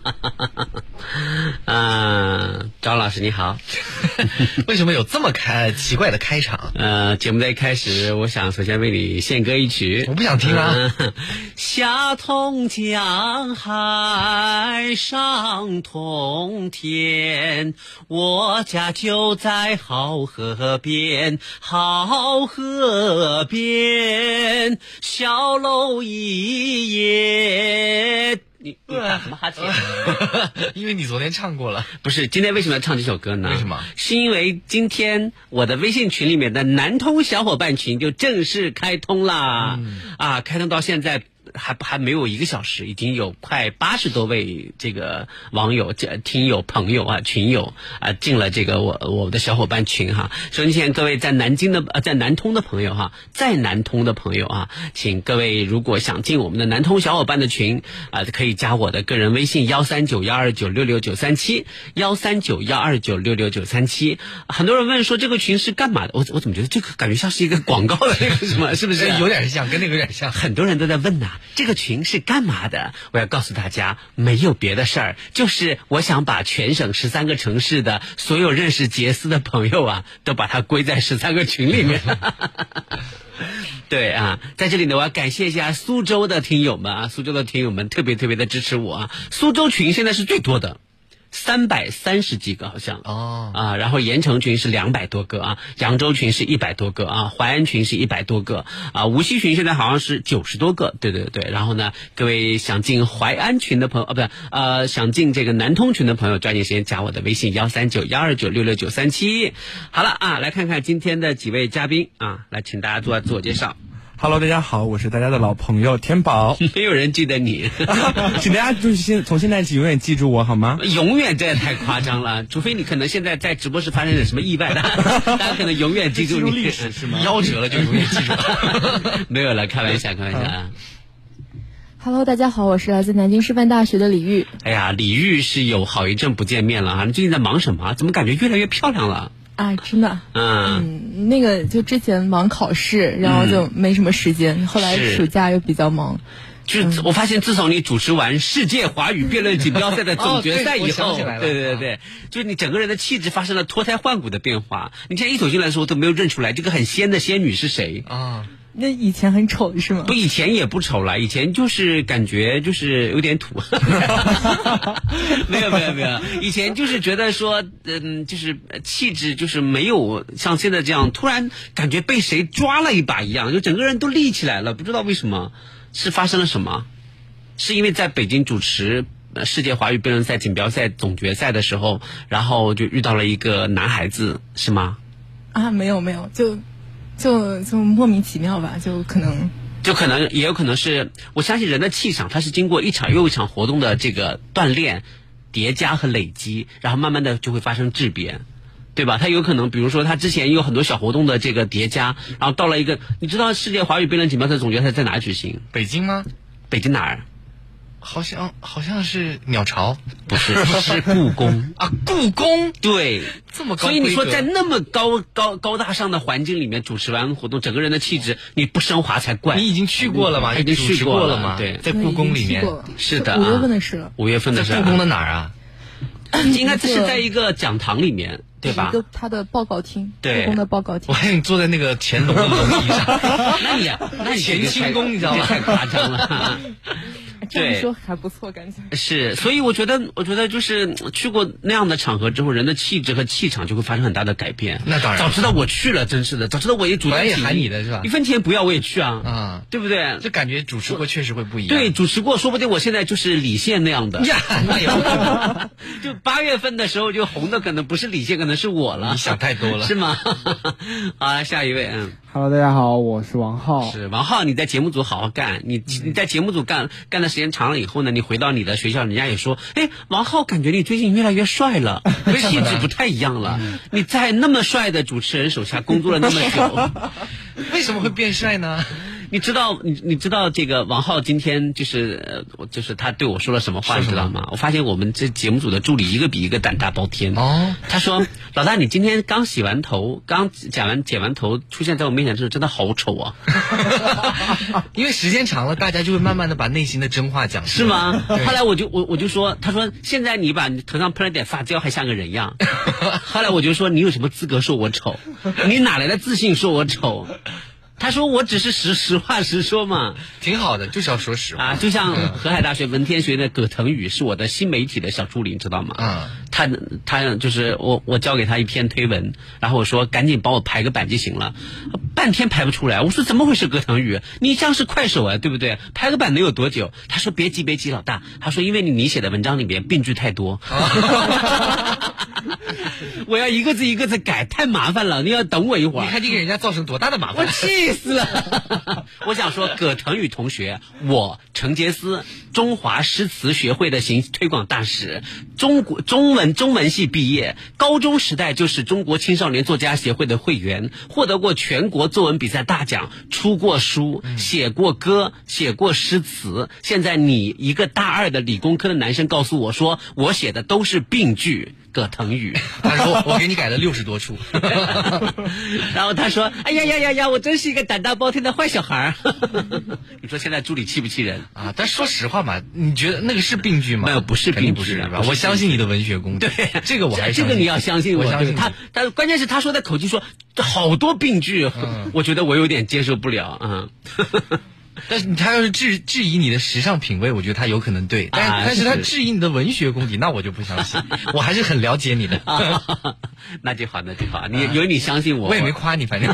C: 啊，张老师你好。
A: 为什么有这么开奇怪的开场？
C: 呃，节目的一开始，我想首先为你献歌一曲。我
A: 不想听 啊。
C: 下通江海，上通天，我家就在好河边，好河边，小楼一夜。你你打什么哈欠？
A: 因为你昨天唱过了。
C: 不是，今天为什么要唱这首歌呢？
A: 为什么？
C: 是因为今天我的微信群里面的南通小伙伴群就正式开通啦！
A: 嗯
C: 啊，开通到现在还还没有一个小时，已经有快八十多位这个网友、这听友、朋友啊、群友啊进了这个我我们的小伙伴群哈。所以现在各位在南京的呃在南通的朋友哈，在南通的朋友啊，请各位如果想进我们的南通小伙伴的群啊、可以加我的个人微信幺三九幺二九六六九三七幺三九幺二九六六九三七。很多人问说这个群是干嘛的？我我怎么觉得这个感觉像是一个广告的那个什么，是不是？
A: 有点像，跟那个有点像。
C: 很多人都在问呐、这个群是干嘛的？我要告诉大家，没有别的事儿，就是我想把全省十三个城市的所有认识杰斯的朋友啊，都把它归在十三个群里 面。对啊，在这里呢，我要感谢一下苏州的听友们啊，苏州的听友们特别特别的支持我啊，苏州群现在是最多的。三百三十几个好像哦啊，然后盐城群是两百多个啊，扬州群是一百多个啊，淮安群是一百多个啊，无锡群现在好像是九十多个，对对对。然后呢，各位想进淮安群的朋友啊，不是呃想进这个南通群的朋友，抓紧时间加我的微信幺三九幺二九六六九三七。好了啊，来看看今天的几位嘉宾啊，来请大家做下自我介绍。
D: Hello，大家好，我是大家的老朋友天宝。
C: 没有人记得你，
D: 请大家就是现从现在起永远记住我好吗？
C: 永远这也太夸张了，除非你可能现在在直播室发生点什么意外，大家 大家可能永远记住你。
A: 历史是吗？夭折了就永远记住了。
C: 没有了，开玩笑，开玩笑啊。
H: Hello，大家好，我是来自南京师范大学的李玉。
C: 哎呀，李玉是有好一阵不见面了啊！你最近在忙什么啊？怎么感觉越来越漂亮了？
H: 啊，真的，
C: 嗯，
H: 嗯，那个就之前忙考试，然后就没什么时间，后来
C: 是
H: 暑假又比较忙。嗯
C: 就是我发现，自从你主持完世界华语辩论锦标赛的总决赛以
H: 哦对我想
C: 后，
H: 起来了
C: 对对对，就是你整个人的气质发生了脱胎换骨的变化。你现在一走进来的时候都没有认出来这个很仙的仙女是谁啊？
H: 那以前很丑是吗？
C: 不，以前也不丑了，以前就是感觉就是有点土，没有没有没有，以前就是觉得说，嗯，就是气质就是没有像现在这样，突然感觉被谁抓了一把一样，就整个人都立起来了，不知道为什么，是发生了什么？是因为在北京主持。呃世界华语辩论赛锦标赛总决赛的时候，然后就遇到了一个男孩子，是吗？
H: 啊，没有没有，就就就莫名其妙吧，就可能
C: 就可能也有可能是，我相信人的气场，它是经过一场又一场活动的这个锻炼、叠加和累积，然后慢慢的就会发生质变，对吧？它有可能，比如说它之前有很多小活动的这个叠加，然后到了一个，你知道世界华语辩论锦标赛总决赛在哪举行？
A: 北京吗？
C: 北京哪儿？
A: 好像好像是鸟巢，
C: 不是是故宫
A: 啊，故宫
C: 对，
A: 这么
C: 所
A: 高规
C: 以
A: 格，
C: 你说在那么高高高大上的环境里面主持完活动，整个人的气质你不升华才怪。嗯
A: 你已经去过了嘛
C: 已经
A: 你主
C: 去
A: 持过
C: 了
A: 了嘛
C: 对，
A: 在故宫里面
C: 是的，
H: 五月
C: 啊
H: 份的事了。
C: 五月份的
A: 在
C: 时候，
A: 故宫的哪儿啊？
C: 应该是在一个讲堂里面，对吧
H: 一？个他的报告厅，
C: 对
H: 故宫的报告
A: 我
H: 厅。
A: 还以为你坐在那个乾隆的龙椅上，
C: 那你 那你这
A: 乾
C: 个
A: 清宫
C: 太
A: 你知道吗？
C: 这太夸张了。
H: 这样
C: 对
H: 说还不错，感觉。
C: 是，所以我觉得，我觉得就是嗯去过那样的场合之后，人的气质和气场就会发生很大的改变。
A: 那当然
C: 早知道我去了，真是的，早知道我也主动
A: 本来也
C: 提议
A: 喊你的是吧
C: 一分钱不要我也去啊，
A: 啊，
C: 对不对？
A: 这感觉主持过确实会不一样。
C: 对，主持过，说不定我现在就是李现那样的。
A: 呀，那也
C: 就八月份的时候，就红的可能不是李现，可能是我了。
A: 你想太多了
C: 是吗？ 啊，下一位，嗯。
F: Hello，大家好，我是王浩。
C: 是王浩，你在节目组好好干，你
A: 嗯
C: 你在节目组干干的时间长了以后呢，你回到你的学校，人家也说，
A: 嗯
C: 哎，王浩感觉你最近越来越帅 了，气质不太一样了。
A: 嗯
C: 你在那么帅的主持人手下工作了那么 久，
A: 为什么会变帅呢？
C: 你知道你你知道这个王浩今天就是呃我就是他对我说了什么话，
A: 说
C: 你
A: 什么
C: 知道吗？我发现我们这节目组的助理一个比一个胆大包天。哦，他说老大，你今天刚洗完头，刚剪完剪完头，出现在我面前的时候，真的好丑啊。
A: 因为时间长了，大家就会慢慢的把内心的真话讲出
C: 是吗？
A: 对
C: 后来我就我我就说，他说现在你把你头上喷了点发胶还像个人样。 后来我就说你有什么资格说我 丑？你哪来的自信说我丑？他说我只是实实话实说嘛。
A: 挺好的，就是要说实话
C: 啊，就像河海大学文天学的葛腾宇是我的新媒体的小助理，你知道吗？
A: 啊，
C: 他他就是我我交给他一篇推文，然后我说赶紧帮我排个版就行了，半天排不出来。我说怎么回事，葛腾宇，你像是快手啊，对不对？排个版能有多久？他说别急别急，老大，他说因为你你写的文章里面病句太 多。我要一个字一个字改，太麻烦了。你要等我一会儿。
A: 你看这给人家造成多大的麻
C: 我
A: 烦！
C: 气死了！我想说，葛腾宇同学，我陈杰斯，中华诗词学会的行推广大使，中国中文中文系毕业，高中时代就是中国青少年作家协会的会员，获得过全国作文比赛大奖，出过书，
A: 嗯
C: 写过歌，写过诗词。现在你一个大二的理工科的男生告诉我说，我写的都是病句。葛腾宇，
A: 他说我给你改了六十多处，
C: 然后他说：“哎呀呀呀呀，我真是一个胆大包天的 坏小孩儿。”你说现在助理气不气人？
A: 啊，但说实话嘛，你觉得那个是病句吗？
C: 没有不是
A: 肯
C: 病
A: 定不
C: 句
A: 是
C: 啊
A: 吧？
C: 不是
A: 我相信你的文学功底，
C: 对
A: 这个我还是
C: 这
A: 相
C: 个
A: 信
C: 你要相信我，
A: 我相信
C: 对他
A: 你。
C: 他关键是他说
A: 嗯
C: 嗯的口气说这好多病句，我觉得我有点接受不了啊。
A: 但是他要是质质疑你的时尚品味，我觉得他有可能对，但、
C: 啊
A: 但是他
C: 是
A: 质疑你的文学功底，那我就不相 信。我还是很了解 你的，
C: 那就好，那就好。你有你相信我，
A: 嗯我也没夸你， 反正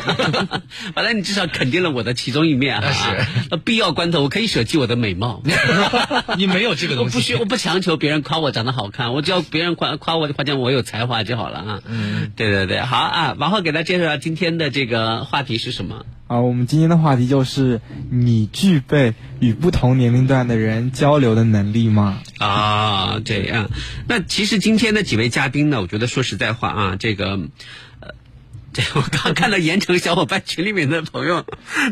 C: 反正你至少肯定了我的其中一面啊。
A: 是，
C: 那必要关头我可以舍弃我的美貌。
A: 你没有这个
C: 东西，我不需，我不强求别人夸我长得好看，我只要别人夸夸我的话，讲我有才华就好了啊。嗯，对对对，好啊。然后给大家介绍一下今天的这个话题是什么？
F: 啊，我们今天的话题就是你具备与不同年龄段的人交流的能力吗？
C: 啊，这样。那其实今天的几位嘉宾呢，我觉得说实在话啊，这个。呃，这我刚看到盐城小伙伴群里面的朋友，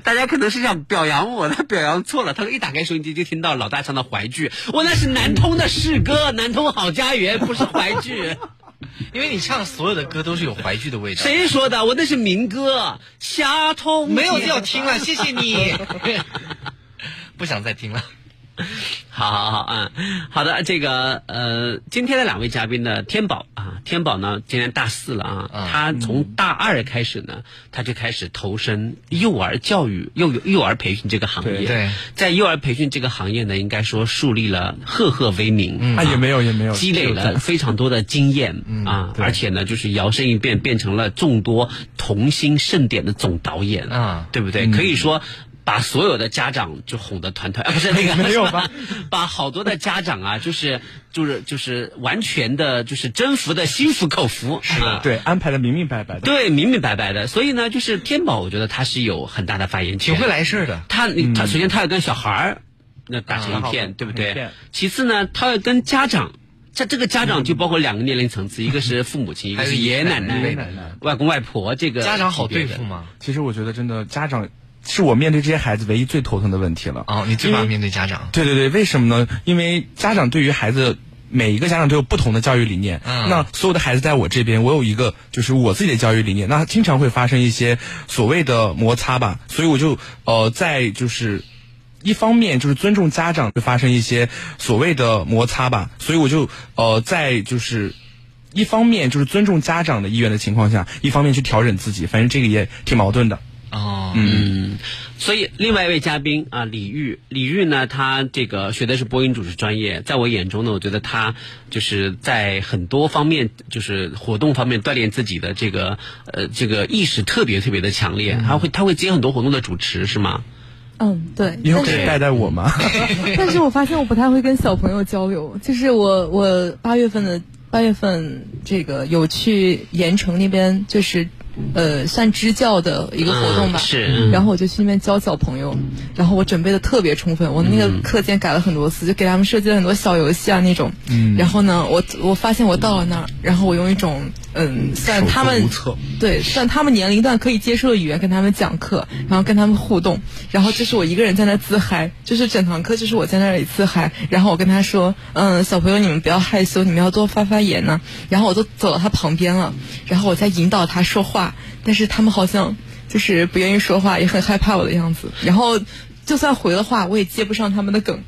C: 大家可能是想表扬我，他表扬错了。他说一打开收音机就听到老大唱的淮剧，我那是南通的市歌， 南通好家园，不是淮剧。
A: 因为你唱所有的歌都是有淮剧的味道。
C: 谁说的？我那是民歌，瞎通。
A: 没有要听了，谢谢你。 不想再听了。
C: 好好好啊，好的，这个呃，今天的两位嘉宾呢，天宝啊，天宝呢今年大四了啊，他从大二开始呢，他就开始投身幼儿教育、幼幼儿培训这个行业。
A: 对对
C: 在幼儿培训这个行业呢，应该说树立了赫赫威名、
D: 嗯啊也没有也没有
C: 积累
D: 是
C: 了
D: 的
C: 非常多的经验、啊，而且呢，就是摇身一变变成了众多童星盛典的总导演啊，对不对？可以说。把所有的家长就哄得团团 啊，不是那个
F: 没有吧？
C: 把好多的家长啊，就是就是就是完全的，就是征服的心服口服，是啊、
D: 对，安排的明明白白的。
C: 对，明明白白的。所以呢，就是天宝，我觉得他是有很大的发言权，
A: 挺会来事儿的
C: 他你他
A: 嗯
C: 首先他要跟小孩儿那打成一片，
A: 啊
C: 对不
A: 一
C: 对
A: 片？
C: 其次呢，他要跟家长。这这个家长就包括两个年龄层次，一个是父母亲，一个
A: 嗯还有
C: 是爷爷奶
A: 爷
C: 奶
A: 爷奶奶、
C: 外公外婆。这个级别的？
D: 其实我觉得真的家长。是我面对这些孩子唯一最头疼的问题了。
A: 哦，你最怕面对家长。
D: 对对对，为什么呢？因为家长对于孩子，每一个家长都有不同的教育理念。
A: 嗯
D: 那所有的孩子在我这边，我有一个就是我自己的教育理念，那经常会发生一些所谓的摩擦吧。所以我就呃，在就是一方面就是尊重家长，会发生一些所谓的摩擦吧。所以我就呃，在就是。一方面就是尊重家长的意愿的情况下，一方面去调整自己，反正这个也挺矛盾的。
A: 哦，
C: 嗯，所以另外一位嘉宾啊，李玉，李玉呢，他这个学的是播音主持专业，在我眼中呢，我觉得他就是在很多方面，就是活动方面锻炼自己的这个呃这个意识特别特别的强烈，他会他会接很多活动的主持是吗？
E: 嗯，对。
D: 以后
E: 但
D: 可
E: 是
D: 以带带我吗？
E: 但是我发现我不太会跟小朋友交流，就是我我八月份的八月份这个有去盐城那边，就是呃算支教的一个活动吧，
C: 嗯是
E: 然后我就去那边教小朋友，然后我准备的特别充分，我那个
C: 嗯
E: 课件改了很多次，就给他们设计了很多小游戏啊那种。
G: 嗯
E: 然后呢，我我发现我到了那儿，然后我用一种嗯，算他
G: 手足
E: 们
G: 无措
E: 对算他们年龄段可以接受的语言跟他们讲课，然后跟他们互动，然后就是我一个人在那自嗨，就是整堂课就是我在那里自嗨，然后我跟他说，嗯，小朋友你们不要害羞，你们要多发发言呢、然后我都走到他嗯旁边了，然后我在引导他说话，但是他们好像就是不愿意说话，也很害怕我的样子，然后就算回了话，我也接不上他们的梗。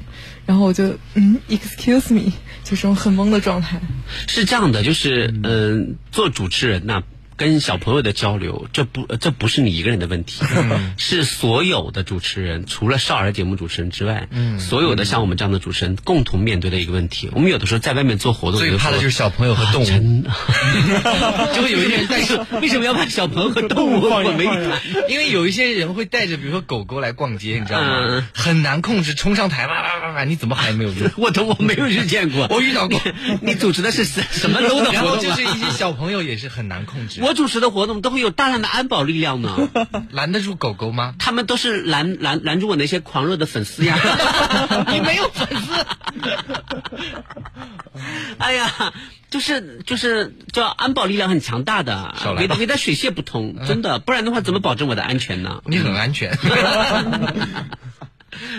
E: 然后我就嗯，excuse me，就这种很懵的状态。
C: 是这样的，就是嗯、做主持人呐、跟小朋友的交流，这不呃这不是你一个人的问题，
A: 嗯
C: 是所有的主持人，除了少儿节目主持人之外，
A: 嗯
C: 所有的像我们这样的主持人共同面对的一个问题。我们有的时候啊在外面做活动，
A: 最怕的就是小朋友和动物。
C: 就会有一些人带着，为什么要把小朋友和动物混为一谈？
A: 因为有一些人会带着，比如说狗狗来逛街，你知道吗？
C: 嗯
A: 很难控制，冲上台哇哇哇哇！你怎么还没有用？
C: 我都我没有遇见过，
A: 我遇到过。
C: 你主持的是什什么 low 的活 动啊
A: 然后就是一些小朋友也是很难控制。
C: 我主持的活动都会有大量的安保力量呢，
A: 拦得住狗狗吗？
C: 他们都是拦拦拦住我那些狂热的粉丝 呀。
A: 你没有粉丝，
C: 哎呀，就是就是叫安保力量很强大的
A: 少，来
C: 给
A: 吧嗯
C: 他给他水泄不通，真的，不然的话怎么保证我的安全 呢？
A: 你很安全。嗯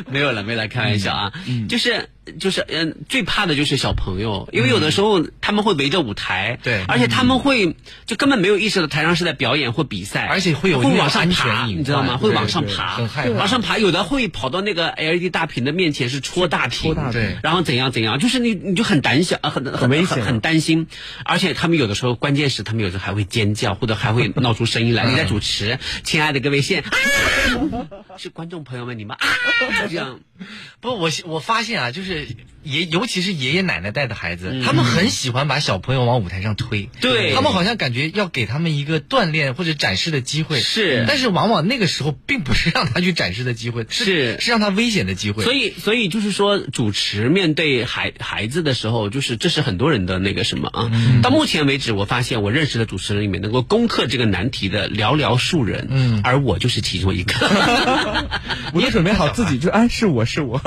C: 没有了，没有了，开玩笑啊，就是就是嗯、呃，最怕的就是小朋友，因为有的时候他们会围着舞台，
A: 嗯对，嗯
C: 而且他们会就根本没有意识到台上是在表演或比赛，
A: 而且会有
C: 会往上
A: 安全
C: 爬，
A: 隐患
C: 你知道吗？
A: 对
C: 会往上
A: 对
C: 爬，
A: 很害怕
C: 往上爬，有的会跑到那个 LED 大屏的面前是戳大屏，
A: 大屏对
C: 然后怎样怎样，就是你你就很胆小，呃很很
A: 危
C: 很
A: 险啊
C: 很担心，而且他们有的时候关键是他们有时候还会尖叫，或者还会闹出声音
A: 嗯
C: 来。你在主持，亲爱的各位现， 啊， 是观众朋友们，你们啊这样。
A: 不，我我发现啊，就是爷，尤其是爷爷奶奶带的孩子，他们很喜欢把小朋友往舞台上推。
C: 嗯对
A: 他们好像感觉要给他们一个锻炼或者展示的机会。
C: 是
A: 但是往往那个时候并不是让他去展示的机会，是
C: 是
A: 是让他危险的机会。
C: 所以，所以就是说，主持面对孩孩子的时候，就是这是很多人的那个什么啊。
D: 嗯
C: 到目前为止，我发现我认识的主持人里面，能够攻克这个难题的寥寥数人，嗯，而我就是其中一个。
D: 我也准备好自己， 就哎，是我是我，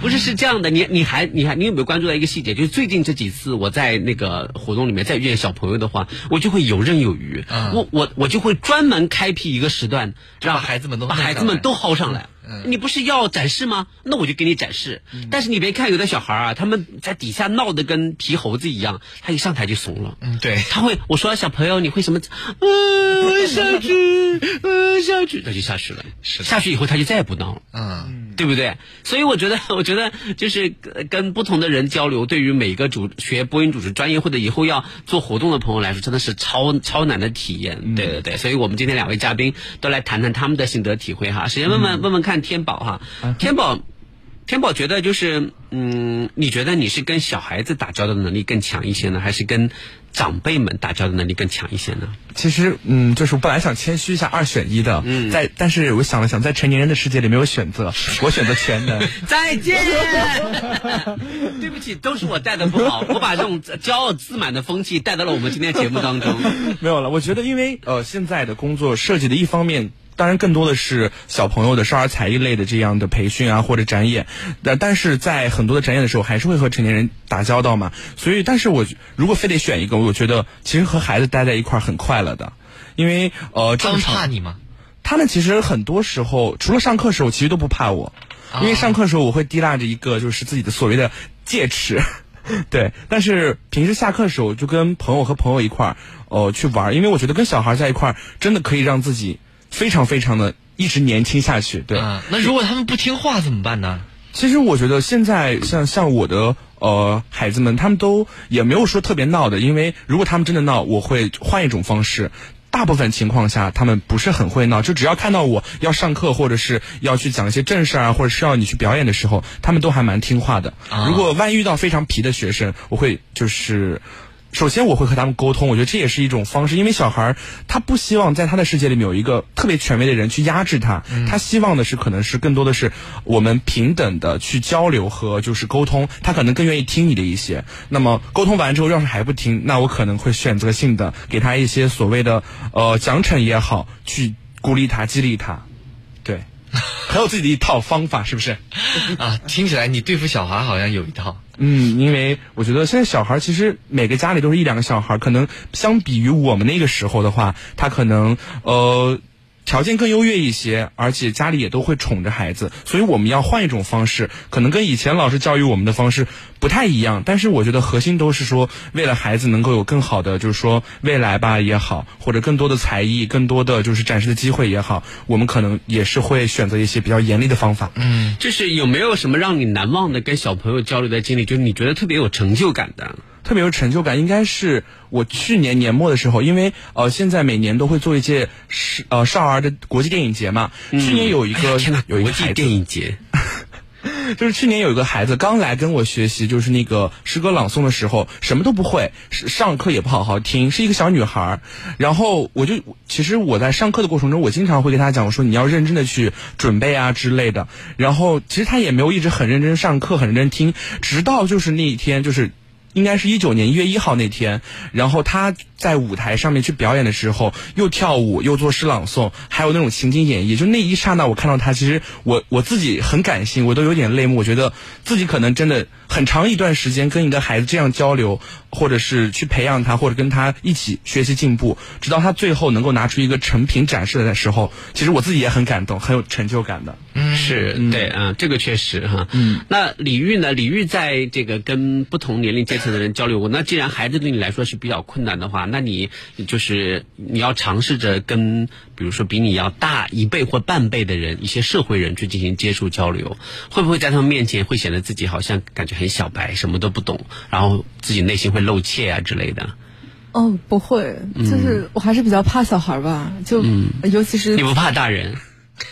C: 不是是这样的，你你还你还你有没有关注到一个细节？就是最近这几次我在那个活动里面再遇见小朋友的话，我就会游刃有余。
A: 啊
C: 我我我就会专门开辟一个时段，让
A: 孩子们都
C: 把
A: 弄
C: 孩子
A: 上来嗯
C: 们都薅上来。你不是要展示吗？那我就给你展示。但是你别看有的小孩啊，他们在底下闹得跟皮猴子一样，他一上台就怂了。
A: 嗯，对，
C: 他会我说小朋友你会什么？嗯、 我 下去，嗯、下去，那就下去了。
A: 是
C: 下去以后他就再也不闹了。
A: 嗯。
C: 对不对？所以我觉得， 我觉得就是呃跟不同的人交流，对于每一个主学播音主持专业或者以后要做活动的朋友来说，真的是超超难的体验。对对对，所以我们今天两位嘉宾都来谈谈他们的心得体会哈。首先问问、问问看天宝哈，天宝，天宝觉得就是嗯，你觉得你是跟小孩子打交道的能力更强一些呢，还是跟长辈们打交道的能力更强一些呢？
D: 其实，嗯，就是我本来想谦虚一下二选一的，嗯，在但是我想了想，在成年人的世界里没有选择，我选择全能。
C: 再见。 对不起，都是我带的不好， 我把这种骄傲自满的风气带到了我们今天节目当中。
D: 没有了，我觉得因为呃现在的工作设计的一方面。当然，更多的是小朋友的少儿才艺类的这样的培训啊，或者展演。但但是在很多的展演的时候，还是会和成年人打交道嘛。所以，但是我如果非得选一个，我觉得其实和孩子待在一块儿很快乐的，因为呃，
A: 他
D: 正
A: 们
D: 常
A: 怕你吗？
D: 他们其实很多时候，除了上课时候，其实都不怕我，
A: 啊
D: 因为上课时候我会提拉着一个就是自己的所谓的戒尺， 对。但是平时下课时候就跟朋友和朋友一块儿，呃，去玩儿，因为我觉得跟小孩在一块儿，真的可以让自己非常非常的一直年轻下去，对。
A: 啊，那如果他们不听话怎么办呢？
D: 其实我觉得现在像像我的呃孩子们，他们都也没有说特别闹的，因为如果他们真的闹，我会换一种方式。大部分情况下，他们不是很会闹，就只要看到我要上课或者是要去讲一些正事儿啊，或者是要你去表演的时候，他们都还蛮听话的。如果万一遇到非常皮的学生，我会就是。首先，我会和他们沟通，我觉得这也是一种方式，因为小孩儿他不希望在他的世界里面有一个特别权威的人去压制他，他希望的是可能是更多的是我们平等的去交流和就是沟通，他可能更愿意听你的一些。那么沟通完之后，要是还不听，那我可能会选择性的给他一些所谓的呃奖惩也好，去鼓励他、激励他，对，很有自己的一套方法，是不是？
A: 啊，听起来你对付小孩好像有一套。
D: 嗯，因为我觉得现在小孩儿其实每个家里都是一两个小孩儿，可能相比于我们那个时候的话，他可能呃条件更优越一些，而且家里也都会宠着孩子，所以我们要换一种方式，可能跟以前老师教育我们的方式不太一样，但是我觉得核心都是说为了孩子能够有更好的，就是说未来吧也好，或者更多的才艺，更多的就是展示的机会也好，我们可能也是会选择一些比较严厉的方法。
A: 嗯，
C: 就是有没有什么让你难忘的跟小朋友交流的经历？就是你觉得特别有成就感的？
D: 特别有成就感，应该是我去年年末的时候，因为呃，现在每年都会做一届是呃少儿的国际电影节嘛。去年有一个、有一个国际电
C: 影节，
D: 就是去年有一个孩子刚来跟我学习，就是那个诗歌朗诵的时候，什么都不会，是上课也不好好听，是一个小女孩儿。然后我就其实我在上课的过程中，我经常会跟她讲，我说你要认真的去准备啊之类的。然后其实她也没有一直很认真上课，很认真听，直到就是那一天就是。应该是一九年一月一号那天，然后他在舞台上面去表演的时候，又跳舞又做诗朗诵，还有那种情景演绎，就那一刹那，我看到他，其实我我自己很感性，我都有点泪目，我觉得自己可能真的很长一段时间跟你的孩子这样交流，或者是去培养他，或者跟他一起学习进步，直到他最后能够拿出一个成品展示的时候，其实我自己也很感动，很有成就感的。
C: 嗯，是对啊，这个确实哈。嗯，那李玉呢？李玉在这个跟不同年龄阶层的人交流过，那既然孩子对你来说是比较困难的话，那你就是你要尝试着跟，比如说比你要大一辈或半辈的人，一些社会人去进行接触交流，会不会在他们面前会显得自己好像感觉很小白，什么都不懂，然后自己内心会露怯啊之类的？
E: 哦，不会，就是我还是比较怕小孩吧，就、
C: 嗯
E: 尤其是
C: 你不怕大人？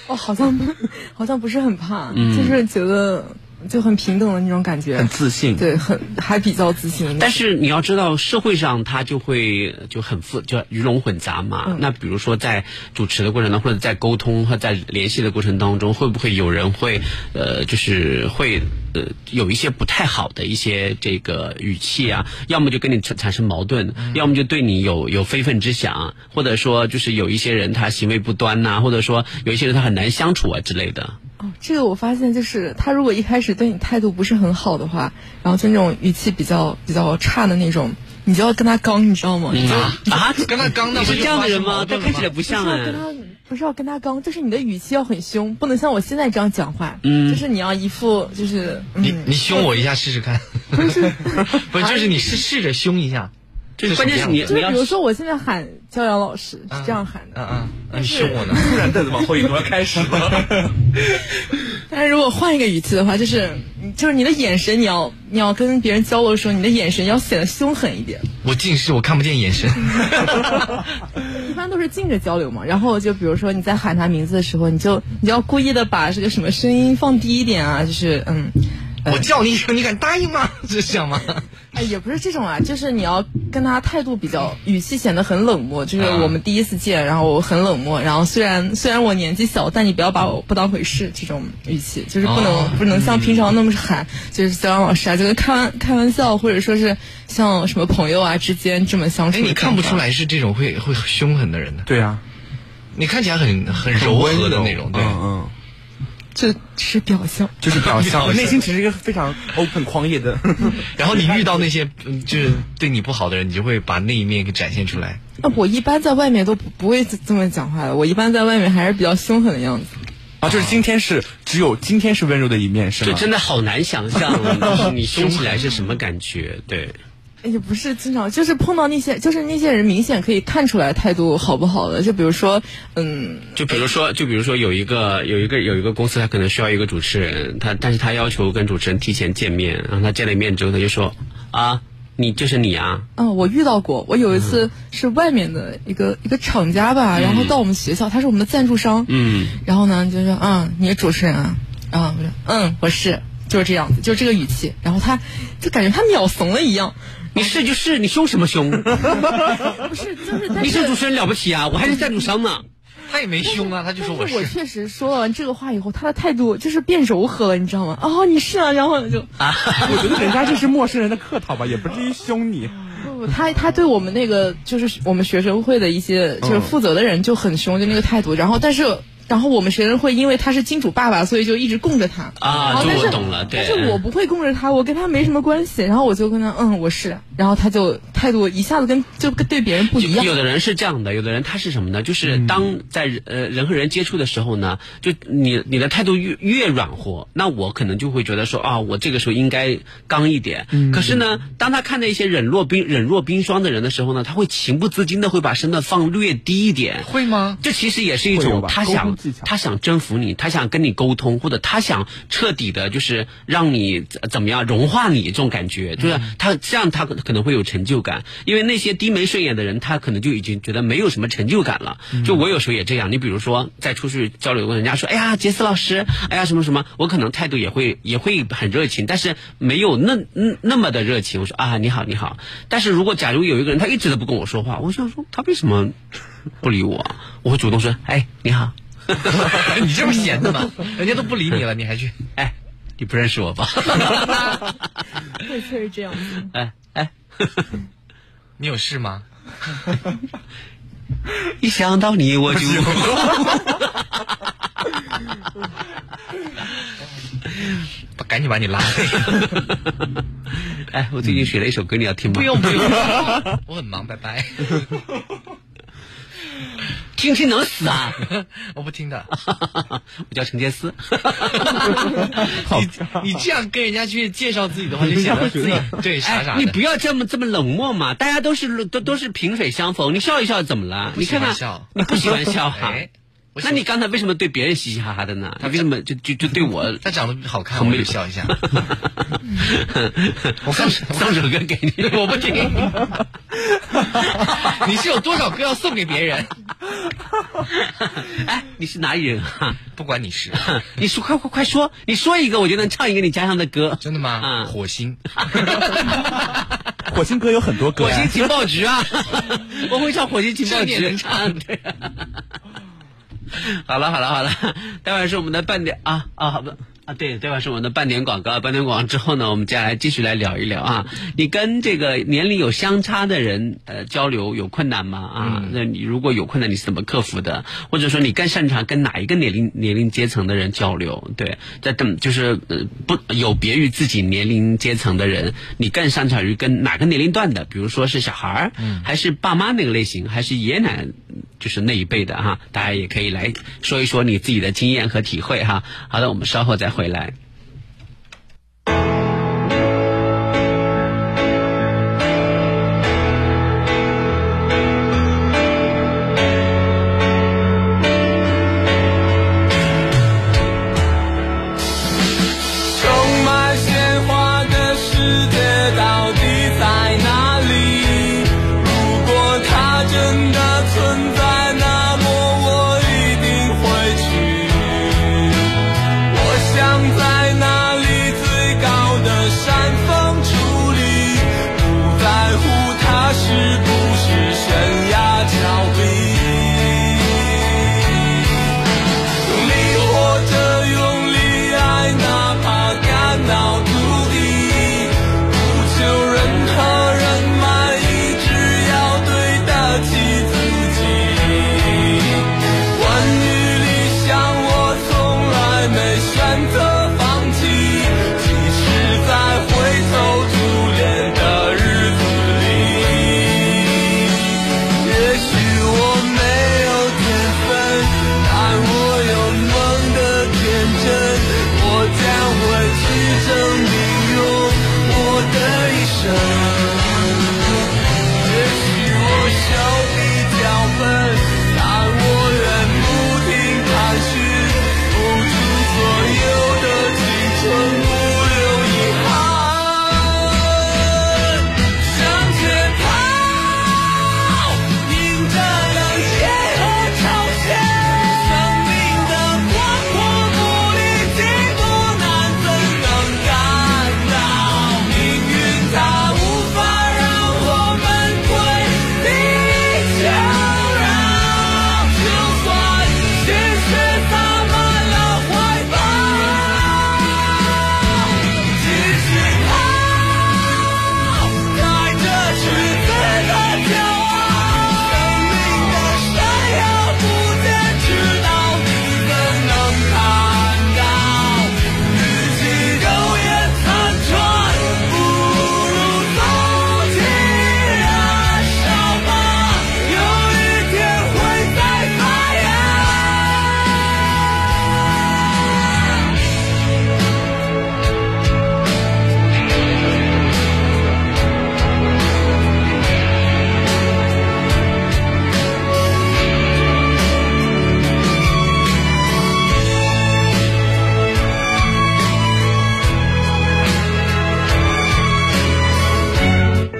E: 哦，好像不 好像不是很怕，
C: 嗯
E: 就是觉得就很平等的那种感觉，
C: 很自信
E: 对，很还比较自信。
C: 但是你要知道，社会上它就会就很复，就鱼龙混杂嘛。
E: 嗯
C: 那比如说在主持的过程当中，或者在沟通和在联系的过程当中，会不会有人会呃，就是会呃有一些不太好的一些这个语气啊？要么就跟你产产生矛盾，要么就对你有有非分之想，或者说就是有一些人他行为不端呐、或者说有一些人他很难相处啊之类的。
E: 哦，这个我发现就是他如果一开始对你态度不是很好的话，然后就那种语气比较比较差的那种，你就要跟他刚，你知道吗？
C: 嗯
E: 你就
C: 啊啊跟他刚那
E: 你
C: 不就发生矛盾了吗啊
E: 不是要跟
A: 啊
E: 他，不是要跟他刚，就是你的语气要很凶，不能像我现在这样讲话。
A: 嗯
E: 就是你要一副就是
A: 你你凶我一下试试看，
E: 不是，
A: 不是就是你试试着凶一下，
C: 就是关键是你
E: 嗯
C: 啊
E: 就是比如说我现在喊骄阳老师是这样喊的，
A: 嗯嗯，那
E: 你凶我
A: 呢？突然的往后一挪开始了，
E: 但是如果换一个语气的话，就是就是你的眼神，你要你要跟别人交流的时候，你的眼神要显得凶狠一点。
A: 我近视，我看不见眼 神。
E: 一般都是近着交流嘛，然后就比如说你在喊他名字的时候，你就你就要故意的把这个什么声音放低一点啊，就是嗯，
A: 我叫你一声，你敢答应吗？是这样吗？
E: 哎，也不是这种啊，就是你要跟他态度比较，语气显得很冷漠。就是
A: 嗯
E: 我们第一次见，然后我很冷漠，然后虽然虽然我年纪小，但你不要把我不当回事，这种语气就是不能、
A: 哦
E: 不能像平常那么喊，就是肖央老师啊，就是开玩开玩笑，或者说是像什么朋友啊之间这么相处。
A: 哎，你看不出来是这种会会凶狠的人呢？
D: 对啊，
A: 你看起来很很柔和的那种，对，
D: 嗯
E: 这是表象，
D: 就是表象
A: 表象
D: 内心其实一个非常 open 狂野的。
A: 然后你遇到那些嗯就是对你不好的人，你就会把那一面给展现出来。
E: 啊，我一般在外面都不不会这么讲话的，我一般在外面还是比较凶狠的样子。
D: 啊，就是今天是只有今天是温柔的一面，是吗？
C: 这真的好难想 象，就是你凶起来是什么感觉？对。
E: 也不是经常，就是碰到那些，就是那些人明显可以看出来态度好不好的。就比如说，嗯，
C: 就比如说，就比如说有一个有一个有一个公司，他可能需要一个主持人，他但是他要求跟主持人提前见面，然后他见了面之后，他就说啊，你就是你啊，
E: 嗯，我遇到过，我有一次是外面的一个一个厂家吧，然后到我们学校，他是我们的赞助商，
C: 嗯，
E: 然后呢就说，嗯，你是主持人啊，啊，我说，嗯，我是，就是这样子，就是这个语气，然后他就感觉他秒怂了一样，
C: 你是就是，你凶什么 凶？
E: 不是，就是但
C: 你
E: 是
C: 是主持人了不起啊，我还是赞助商呢。
A: 他也没凶啊，他就说
E: 但是我确实说完这个话以后，他的态度就是变柔和了，你知道吗？哦，你是啊，然后就
C: 啊，
D: 哎我觉得人家这是陌生人的客套吧，也不至于凶你。
E: 不不，他他对我们那个就是我们学生会的一些就是负责的人就很凶，就那个态度。然后但是然后我们学生会因为他是金主爸爸，所以就一直供着他
C: 啊
E: 然后
C: 这
E: 哦但
C: 我
E: 是
C: 懂了对
E: 但是我不会供着他，我跟他没什么关系。然后我就跟他嗯我是，然后他就态度一下子跟就跟对别 人不一样。
C: 有的人是这样的，有的人他是什么呢？就是
A: 嗯
C: 当在人呃人和人接触的时候呢，就你你的态度越越软和，那我可能就会觉得说啊，我这个时候应该刚一点。
A: 嗯
C: 可是呢，当他看到一些冷若冰冷若冰霜的人的时候呢，他会情不自禁的会把身段放略低一点。
A: 会吗？
C: 这其实也是一
A: 会有
C: 种
A: 吧
C: 他
A: 沟通
C: 想
A: 技巧
C: 他想征服你，他想跟你沟通，或者他想彻底的，就是让你怎怎么样融化你这种感觉，就是
A: 嗯
C: 他这样他可可能会有成就感，因为那些低眉顺眼的人，他可能就已经觉得没有什么成就感了。
A: 嗯
C: 就我有时候也这样，你比如说在出去交流，跟人家说，哎呀，杰斯老师，哎呀什么什么，我可能态度也会也会很热情，但是没有那嗯那么的热情。我说啊，你好你好，但是如果假如有一个人他一直都不跟我说话，我想说他为什么不理我啊？我会主动说，哎，你好。
A: 你这不是闲的 吗？人家都不理你了，你还去？
C: 哎，你不认识 我吧？
E: 对，确实这样。
C: 哎哎，
A: 你有事吗？
C: 一想到你我 就。
A: 不赶紧把你拉 黑。
C: 哎，我最近学了一首歌，你要听吗？
A: 不用 不用， 我很忙，拜 拜。
C: 听听能死啊！
A: 我不 听的，
C: 我叫陈杰斯。
A: 你你这样跟人家去介绍自己的话，就显得自己 对傻傻的。
C: 你不要这么这么冷漠嘛！大家都是都都是萍水相逢，你笑一笑怎么了？你看看，你不喜欢笑 哈？
A: 哎
C: 那你刚才为什么对别人嘻嘻哈哈的呢？你为什么就就就对我？
A: 他长得好看，我就笑 一下。
C: 我送送首歌给你，
A: 我不 听。你是有多少歌要送给别人？
C: 哎，你是哪里人啊？
A: 不管你是，
C: 你说快快快说，你说一个我就能唱一个你家乡的歌。啊
A: 真的吗？嗯、火星，
D: 火星歌有很多歌、
C: 啊。火星情报局啊， 我会唱火星情报局。
A: 能唱
C: 对、啊。 好了好了好了，待会儿是我们的半点啊啊好的。啊，对，待会是我们的半点广告。半点广告之后呢，我们接下来继续来聊一聊啊。你跟这个年龄有相差的人呃交流有困难吗？啊，那你如果有困难，你是怎么克服的？或者说你更擅长跟哪一个年龄年龄阶层的人交流？对，在等就是呃不有别于自己年龄阶层的人，你更擅长于跟哪个年龄段的？比如说是小孩儿，嗯、还是爸妈那个类型，还是爷爷奶奶就是那一辈的哈、啊？大家也可以来说一说你自己的经验和体会哈、啊。好的，我们稍后再。回来。
G: 充满鲜花的世界到底在哪里？如果它真的存在，那么我一定会去。我想在那里最高的山峰矗立，不在乎它是不是悬崖峭壁。用力活着，用力爱，哪怕肝脑涂地，不求任何人满意，只要对得起自己。关于理想，我从来没选择放弃，即使在灰头土脸的日子里。也许我没有天分，但我有梦的天真，我将会去证明用我的一生。也许我手比较笨，但我愿不停探寻，付出所有的青春，不留遗憾。向前跑，迎着冷血和嘲笑，生命的广阔不离寂寞难怎能感到？命运它无法让我们跪地求饶，就算鲜血洒满了怀抱，继续跑，带着赤子的骄傲，生命的闪耀不坚持到底怎能看到？与其苟延残喘，不如纵情燃烧吧，有一天会再发芽。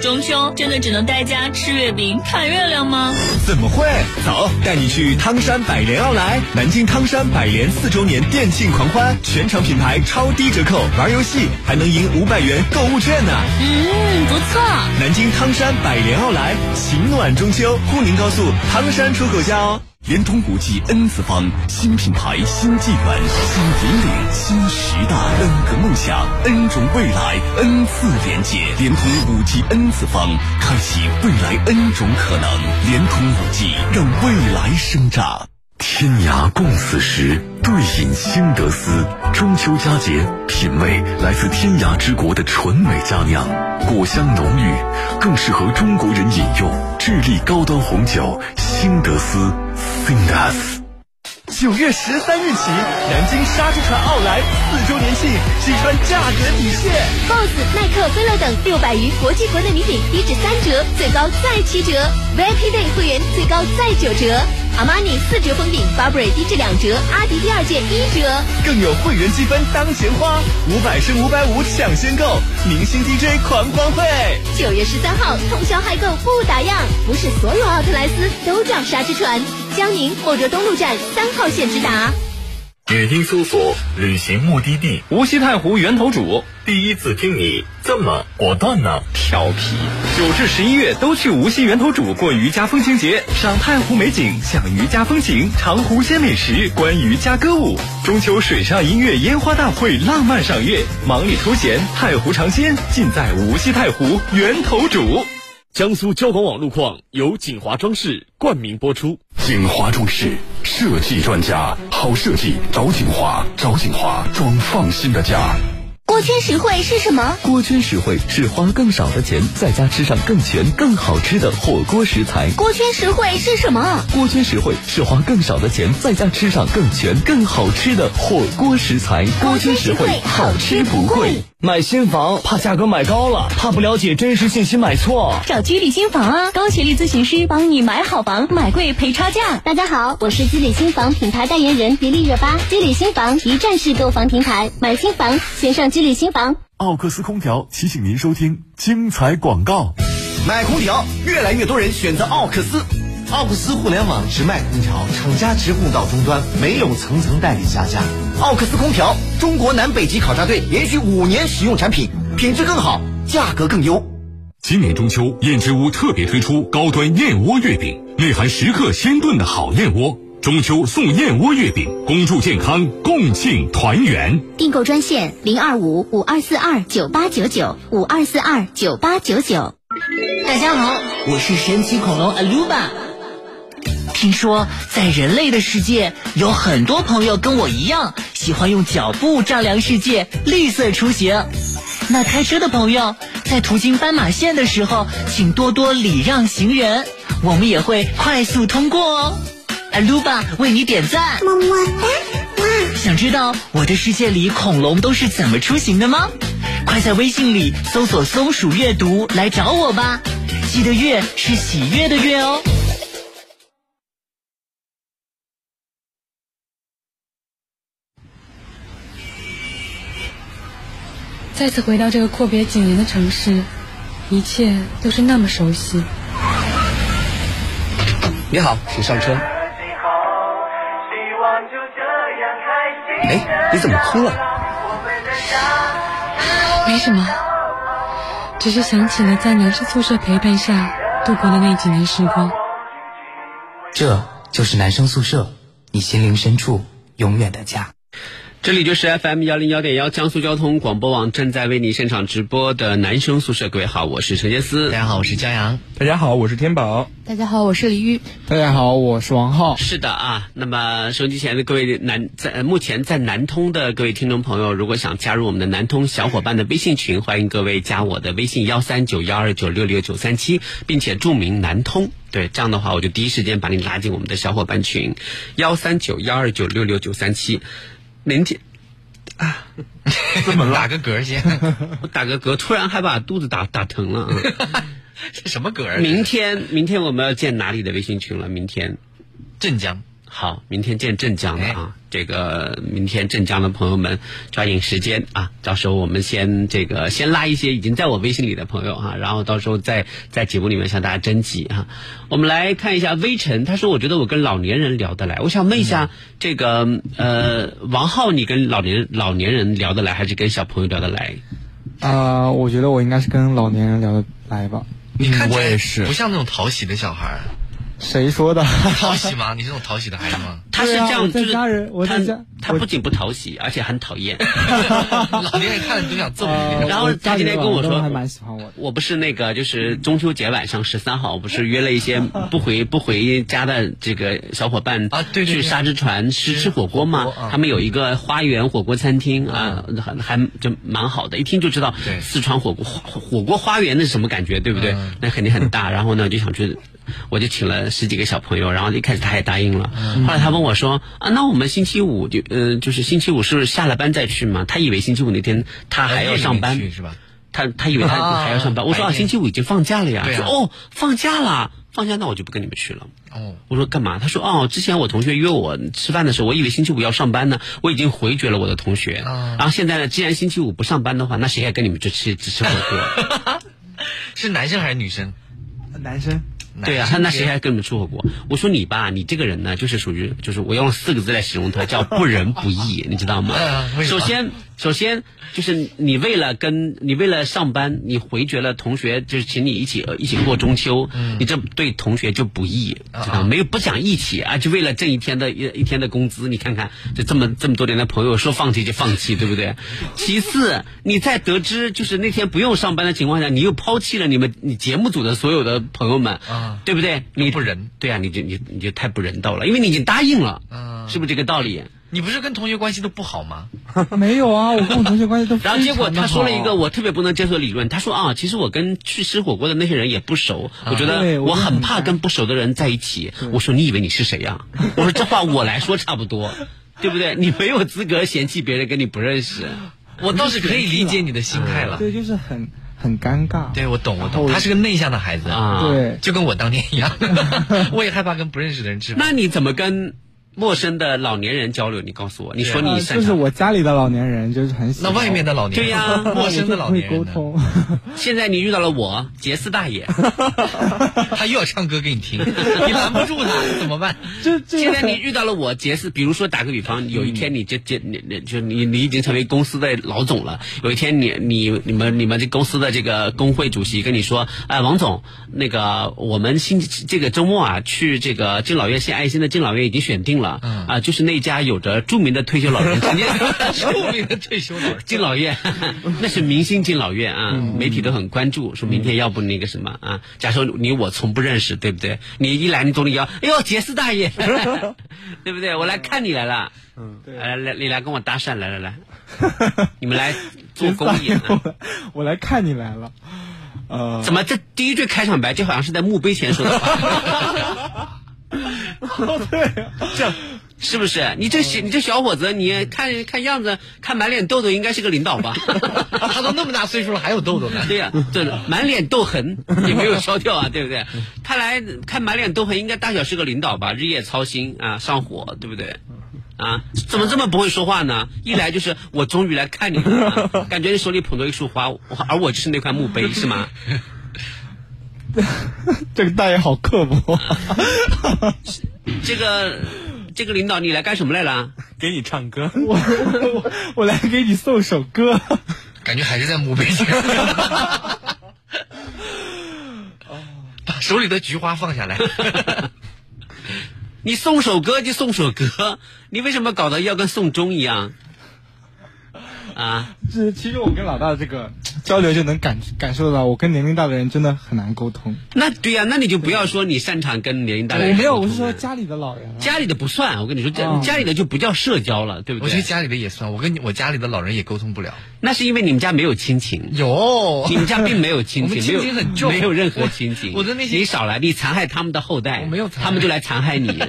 Q: 中秋真的只能待家吃月饼、看月亮吗？
J: 怎么会？走，带你去汤山百联奥莱，南京汤山百联四周年店庆狂欢，全场品牌超低折扣，玩游戏还能赢五百元购物券呢、
Q: 嗯，不错。
J: 南京汤山百联奥莱，情暖中秋，沪宁高速汤山出口下哦。联通国际 N 次方，新品牌、新纪元、新引领、新时代，N 个梦想，N 种未来，N 次连接。联通五 G N 次方，开启未来 N 种可能。联通五 G，让未来生长。天涯共此时，对饮兴德斯。中秋佳节，品味来自天涯之国的纯美佳酿，果香浓郁，更适合中国人饮用。智利高端红酒兴德斯 （Sindas）。
I: 九月十三日起，南京沙之船奥莱四周年庆，击穿价格底线
K: ，BOSS、耐克、飞乐等六百余国际国内礼品低至三折，最高再七折；VIP Day 会员最高再九折，阿玛尼四折封顶，巴布瑞低至两折，阿迪第二件一折，
I: 更有会员积分当钱花，五百升五百五抢先购，明星 DJ 狂欢会。
K: 九月十三号通宵嗨购不打烊，不是所有奥特莱斯都叫沙之船。江宁或者东路站三号线直达。
J: 语音搜索旅行目的地，
N: 无锡太湖源头主。
J: 第一次听你这么果断呢、啊，
N: 调皮。九至十一月都去无锡源头主过渔家风情节，赏太湖美景，享渔家风情，尝湖鲜美食，观渔家歌舞。中秋水上音乐烟花大会，浪漫赏月，忙里偷闲，太湖尝鲜，尽在无锡太湖源头主。江苏交广网路况由锦华装饰冠名播出。
J: 锦华装饰设计专家，好设计找锦华，找锦华装放心的家。
K: 锅圈实惠是什么？
O: 锅圈实惠是花更少的钱，在家吃上更全、更好吃的火锅食材。
K: 锅圈实惠是什么？
O: 锅圈实惠是花更少的钱，在家吃上更全、更好吃的火锅食材。
K: 锅圈实惠，好吃不贵。
P: 买新房怕价格买高了，怕不了解真实信息买错，
Q: 找居里新房啊！高学历咨询师帮你买好房，买贵赔差价。
K: 大家好，我是居里新房品牌代言人迪丽热巴。居里新房一站式购房平台，买新房先上居。立新房，
J: 奥克斯空调提醒您收听精彩广告。
R: 买空调，越来越多人选择奥克斯。奥克斯互联网直卖空调，厂家直供到终端，没有层层代理下架。奥克斯空调，中国南北极考察队连续五年使用产品，品质更好，价格更优。
J: 今年中秋，燕之屋特别推出高端燕窝月饼，内含时刻鲜炖的好燕窝。中秋送燕窝月饼，恭祝健康，共庆团圆。
K: 订购专线零二五五二四二九八九九五二四二九八九九。
S: 大家好，我是神奇恐龙阿鲁巴。听说在人类的世界，有很多朋友跟我一样，喜欢用脚步丈量世界，绿色出行。那开车的朋友，在途经斑马线的时候，请多多礼让行人，我们也会快速通过哦。阿鲁巴为你点赞，
K: 么么哒！哇，
S: 想知道我的世界里恐龙都是怎么出行的吗？快在微信里搜索“松鼠阅读”来找我吧，记得“月”是喜悦的“月”哦。
U: 再次回到这个阔别几年的城市，一切都是那么熟 悉。
V: 你好，请上车。哎，你怎么哭了？
U: 没什么，只是想起了在男生宿舍陪伴下度过的那几年时光。
V: 这就是男生宿舍，你心灵深处永远的家。
C: 这里就是 FM 幺零幺点幺江苏交通广播网正在为您现场直播的男生宿舍，各位好，我是陈杰思，
A: 大家好，我是江阳，
D: 大家好，我是天宝，
E: 大家好，我是李玉，
F: 大家好，我是王浩。
C: 是的啊，那么收音机前的各位南在目前在南通的各位听众朋友，如果想加入我们的南通小伙伴的微信群，欢迎各位加我的微信幺三九幺二九六六九三七，并且注明南通。对，这样的话我就第一时间把你拉进我们的小伙伴群，幺三九幺二九六六九三七。林 姐，啊，
A: 怎么了？打个嗝先，
C: 我打个嗝，突然还把肚子打打疼了。
A: 这什么嗝？
C: 明天，明天我们要建哪里的微信群了？明天，
A: 镇江。哎
C: 好，明天见镇江的啊！这个明天镇江的朋友们抓紧时间啊！到时候我们先这个先拉一些已经在我微信里的朋友啊，然后到时候再在节目里面向大家征集啊。我们来看一下微尘，他说：“我觉得我跟老年人聊得来。”我想问一下，
A: 嗯
C: 这个呃，王浩，你跟老年老年人聊得来，还是跟小朋友聊得来？
F: 啊、呃，我觉得我应该是跟老年人聊得来吧。
A: 你看，
D: 我也是，
A: 不像那种讨喜的小孩。
F: 谁说的？啊
A: 讨喜吗？你是那种讨喜的孩子吗？
C: 他是这样，
F: 我在
C: 就是
F: 家人，我在家
C: 他他不仅不讨喜，而且很讨 厌。
A: 老年人看了就想揍你。
C: 然后他今天跟我说，
F: 还蛮喜欢我的。
C: 我不是那个，就是中秋节晚上十三号，我不是约了一些不回不回家的这个小伙伴
A: 啊，对
C: 去沙之船吃吃火锅嘛
A: 火锅啊。嗯
C: 他们有一个花园火锅餐厅啊，还还就蛮好的，一听就知道
A: 对嗯
C: 四川火锅花火锅花园那是什么感觉，对不对？那肯定很大。然后呢，我就想去。我就请了十几个小朋友，然后一开始他也答应了，
A: 嗯
C: 后来他问我说啊，那我们星期五就嗯、就是星期五是下了班再去嘛？他以为星期五那天他还要上班
A: 夜里去是吧？
C: 他他以为他
A: 啊
C: 还要上班，我说啊，
A: 白天
C: 星期五已经放假了呀。
A: 对
C: 说
A: 啊
C: 哦，放假了，放假那我就不跟你们去了。
A: 哦，
C: 我说干嘛？他说哦，之前我同学约我吃饭的时候，我以为星期五要上班呢，我已经回绝了我的同学。
A: 啊
C: 然后现在呢，既然星期五不上班的话，那谁还跟你们去吃只吃火锅？
A: 是男生还是女生？
F: 男生，
C: 对啊，他那谁还跟你们吃火锅？我说你吧，你这个人呢，就是属于，就是我用四个字来形容他，叫不仁不义，你知道吗
A: 嗯为？什
C: 首
A: 么
C: 先，首先就是你为了跟你为了上班，你回绝了同学，就是请你一起呃一起过中秋，
A: 嗯
C: 你这对同学就不义，知
A: 啊
C: 道吗没有不讲义气啊，就为了挣一天的一一天的工资，你看看就这么这么多年的朋友，说放弃就放弃，对不 对？其次，你在得知就是那天不用上班的情况下，你又抛弃了你们你节目组的所有的朋友们，
A: 啊
C: 对不对？你
A: 不仁，
C: 对啊，你就你你就太不人道了，因为你已经答应了，
A: 嗯
C: 是不是这个道理？
A: 你不是跟同学关系都不好吗？
F: 没有啊，我跟我同学关系都非
C: 然
F: 常
C: 后结果
F: 地
C: 他说了一
F: 好
C: 个我特别不能接受的理论，他说啊，其实我跟去吃火锅的那些人也不熟，
A: 啊
C: 我觉
F: 对
C: 得
F: 我
C: 我
F: 也
C: 很
F: 很
C: 怕跟不熟的人在一起。我说你以为你是谁呀、 我说这话我来说差不多， 对不对？你没有资格嫌弃别人跟你不认识。
A: 我倒是可以理解你的心态了。
F: 对，就是很很尴尬。
A: 对，我懂，我
F: 然
A: 懂。
F: 后
A: 他是个内向的孩子
C: 啊
F: 对
A: 就跟我当年一 样，我也害怕跟不认识的人吃饭。
C: 那你怎么跟陌生的老年人交流？你告诉我，你说你
F: 呃就
C: 擅
F: 是
C: 长。
F: 我家里的老年人，就是很喜
A: 啊那
F: 欢
A: 外面的老年人
C: 对呀
A: 陌生的老年
F: 我
A: 人
F: 就
A: 呢
F: 不会沟？ 通。
C: 现在你遇到了我，杰斯大爷。
A: 他又要唱歌给你听，你拦不住他怎么办？
F: 这这
C: 现
F: 个
C: 在
F: 很
C: 你遇到了我杰斯，比如说打个比方，有一天你这这你你就你你已经成为公司的老总了，有一天你你你们你们这公司的这个工会主席跟你说，哎，王总，那个我们星期这个周末啊去这个敬老院献爱心的敬老院已经选定了，
A: 嗯
C: 啊，就是那家有着著名的退休老人， 陈建
A: 著名的退休老人，
C: 敬老院，那是明星敬老院啊，媒体都很关注，说明天要不那个什么啊，假设你我从不认识，对不对？你一来你总得要，哎呦，杰斯大 爷，对不对？我来看你来了，嗯，来来，你来跟我搭讪，来来来，你们来做公益啊。
F: 我 我来看你来了。呃，
C: 怎么这第一句开场白，这好像是在墓碑前说的话，
F: 对啊，
C: 这是不是？你这小你这小伙子，你看看样子，看满脸痘痘，应该是个领导吧？
A: 他都那么大岁数了，还有痘痘呢。
C: 对呀、对了，满脸痘痕也没有消掉啊，对不对？他来看满脸痘痕，应该大小是个领导吧，日夜操心啊，上火，对不对？啊，怎么这么不会说话呢？一来就是我终于来看你了，啊感觉你手里捧着一束花，我而我就是那块墓碑，是吗？
F: 这个大爷好刻 薄。
C: 这个这个领导，你来干什么来了？
D: 给你唱歌。
F: 我我我我来给你送首歌。
A: 感觉还是在墓碑 前。 把手里的菊花放下来，
C: 你送首歌就送首歌，你为什么搞得要跟送终一样？啊，
F: 这其实我跟老大的这个交流就能感感受到，我跟年龄大的人真的很难沟 通。
C: 那对呀、那你就不要说你擅长跟年龄大的人
F: 我没有，
C: 沟
F: 我
C: 通
F: 是说家里的老人啊。
C: 家里的不算，我跟你说，家、
F: 哦
C: 家里的就不叫社交了，对不
A: 我觉得
C: 对？
A: 家里的也算，我跟你我家里的老人也沟通不了。
C: 那是因为你们家没有亲情，
A: 有
C: 你们家并没有亲
A: 我
C: 情，
A: 们
C: 没有
A: 亲情很重
C: 没有任何亲情。
A: 我我的那些
C: 你少来，你残害他们的后代，
A: 我没有残害
C: 他们就来残害你，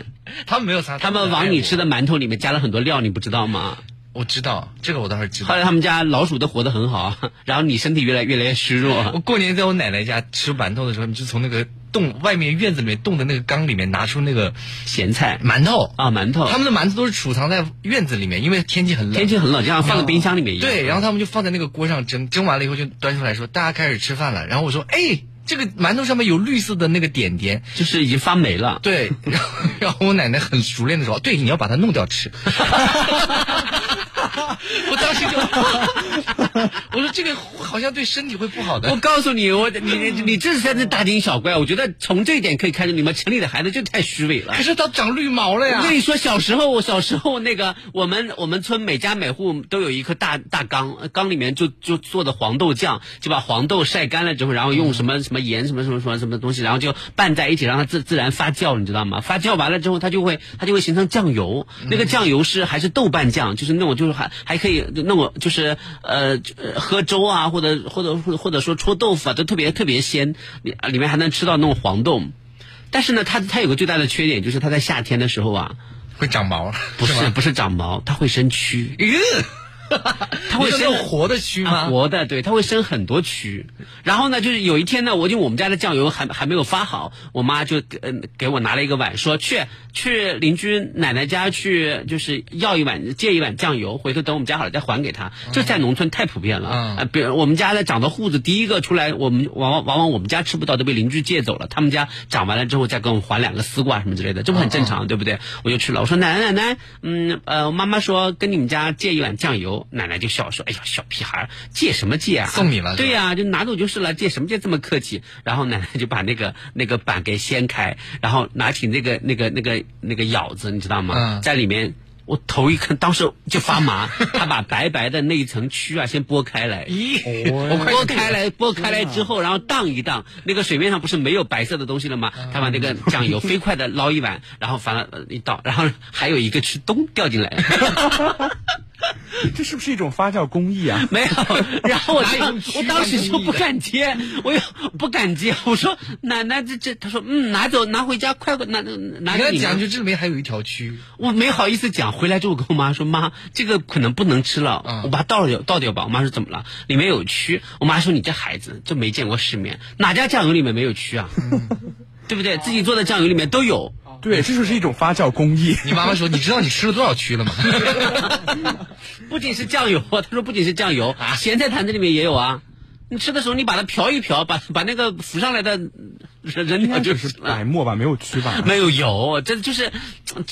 A: 他们没有啥，
C: 他们往你吃的馒头里面加了很多料，你不知道吗？
A: 我知道，这个我倒是知
C: 后
A: 道。
C: 来他们家老鼠都活得很好，啊 然后你身体越来越来越虚
A: 我
C: 弱。啊
A: 过年在我奶奶家吃馒头的时候，你就从那个冻外面院子里面冻的那个缸里面拿出那个
C: 咸菜
A: 馒头
C: 啊，馒头，
A: 他们的馒头都是储藏在院子里面，因为天气很冷。
C: 天气很冷，就像放在冰箱里面一样。
A: 对，然后他们就放在那个锅上蒸，蒸完了以后就端出来说：“大家开始吃饭了。”然后我说：“哎，这个馒头上面有绿色的那个点点。
C: 就是已经发霉了”。
A: 对， 然后然后我奶奶很熟练的说：“对，你要把它弄掉吃。” 我当时就，我说这个好像对身体会不好的。
C: 我告诉你，我你你你这是在那大惊小怪。我觉得从这一点可以看出，你们城里的孩子真太虚伪了。
A: 可是他长绿毛了呀！
C: 我跟你说，小时候我小时候那个，我们我们村每家每户都有一颗大大缸，呃缸里面就就做的黄豆酱，就把黄豆晒干了之后，然后用什么什么盐什么什么什么什么东西，然后就拌在一起，让它自自然发酵，你知道吗？发酵完了之后，它就会它就会形成酱油。
A: 嗯
C: 那个酱油是还是豆瓣酱，就是那种就是还还可以那种就是呃呃喝粥啊，或者或者或者说搓豆腐啊，都特别特别鲜，里里面还能吃到那种黄豆。但是呢，它它有个最大的缺点，就是它在夏天的时候啊，
A: 会长毛，
C: 不是不是长毛，它会生蛆。它 会生
A: 活的蛆吗、
C: 啊？活的，对，它会生很多蛆。然后呢，就是有一天呢，我就我们家的酱油还还没有发好，我妈就嗯、呃、给我拿了一个碗，说去去邻居奶奶家去，就是要一碗借一碗酱油，回头等我们家好了再还给她。这
A: 嗯
C: 在农村太普遍了啊、呃！比如我们家的长到户子第一个出来，我们往往往往我们家吃不到都被邻居借走了，他们家长完了之后再给我们还两个丝瓜什么之类的，这不很正常、嗯、对不对？我就去了，我说奶奶奶奶，嗯呃，我妈妈说跟你们家借一碗酱油。奶奶就笑说：“哎呀，小屁孩借什么借啊？
A: 送你了，
C: 对呀、啊，就拿走就是了，借什么借这么客气？”然后奶奶就把那个 那个板给掀开，然后拿起那个那个那个那个舀子，你知道吗？嗯、在里面，我头一看，当时就发 麻。他把白白的那一层蛆啊，先剥开来，
A: 咦，
C: 我剥开来，剥开来之后，然后荡一荡，那个水面上不是没有白色的东西了吗？他把那个酱油飞快的捞一碗，然后反了一倒，然后还有一个蛆咚掉进来了。
D: 这是不是一种发酵工艺啊？
C: 没有， 然后我我当时就不敢 接，我又不敢接，我说奶奶这这，他说嗯拿走拿回家快拿拿
A: 给你。讲就这里面还有一条蛆，
C: 我没好意思讲，回来之后跟我妈说妈这个可能不能吃了，嗯、我把它倒掉倒掉吧。我妈说怎么了？里面有蛆。我妈说你这孩子就没见过世面，哪家酱油里面没有蛆啊？
A: 嗯
C: 对不对？自己做的酱油里面都有。
D: 对，这就是一种发酵工艺。
A: 你妈妈说，你知道你吃了多少蛆了吗？
C: 不仅是酱油， 她说不仅是酱油，啊、咸菜坛子里面也有啊。你吃的时候，你把它瓢一瓢，把把那个浮上来的人掉
D: 就是白沫吧，没有蛆吧？
C: 啊没有有，这就是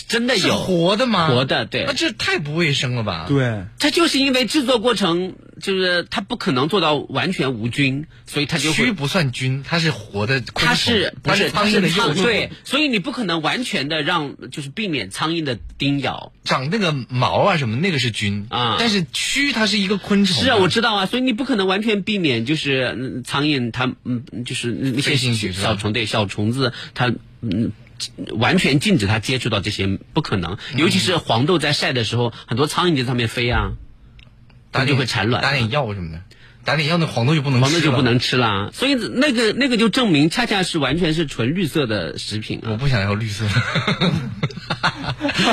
C: 真的有
A: 活的吗？
C: 活的，对。
A: 那这太不卫生了吧？
D: 对，
C: 它就是因为制作过程就是它不可能做到完全无菌，所以它就
A: 蛆不算菌，它是活的，
C: 它是不是
A: 苍蝇的幼
C: 虫？对，所以你不可能完全的让就是避免苍蝇的叮咬，
A: 长那个毛啊什么那个是菌
C: 啊，
A: 但是蛆它是一个昆虫。
C: 是啊，我知道啊，所以你不可能完全避免。就是嗯、苍蝇，它嗯，就是那些小虫，对小虫子，它嗯，完全禁止它接触到这些，不可能。
A: 嗯
C: 尤其是黄豆在晒的时候，很多苍蝇在上面飞啊，它就会产卵、
A: 啊。打点药什么的，打点药那黄豆就不能
C: 黄豆哦就不能吃了。所以那个那个就证明，恰恰是完全是纯绿色的食品、啊。
A: 我不想要绿 色的。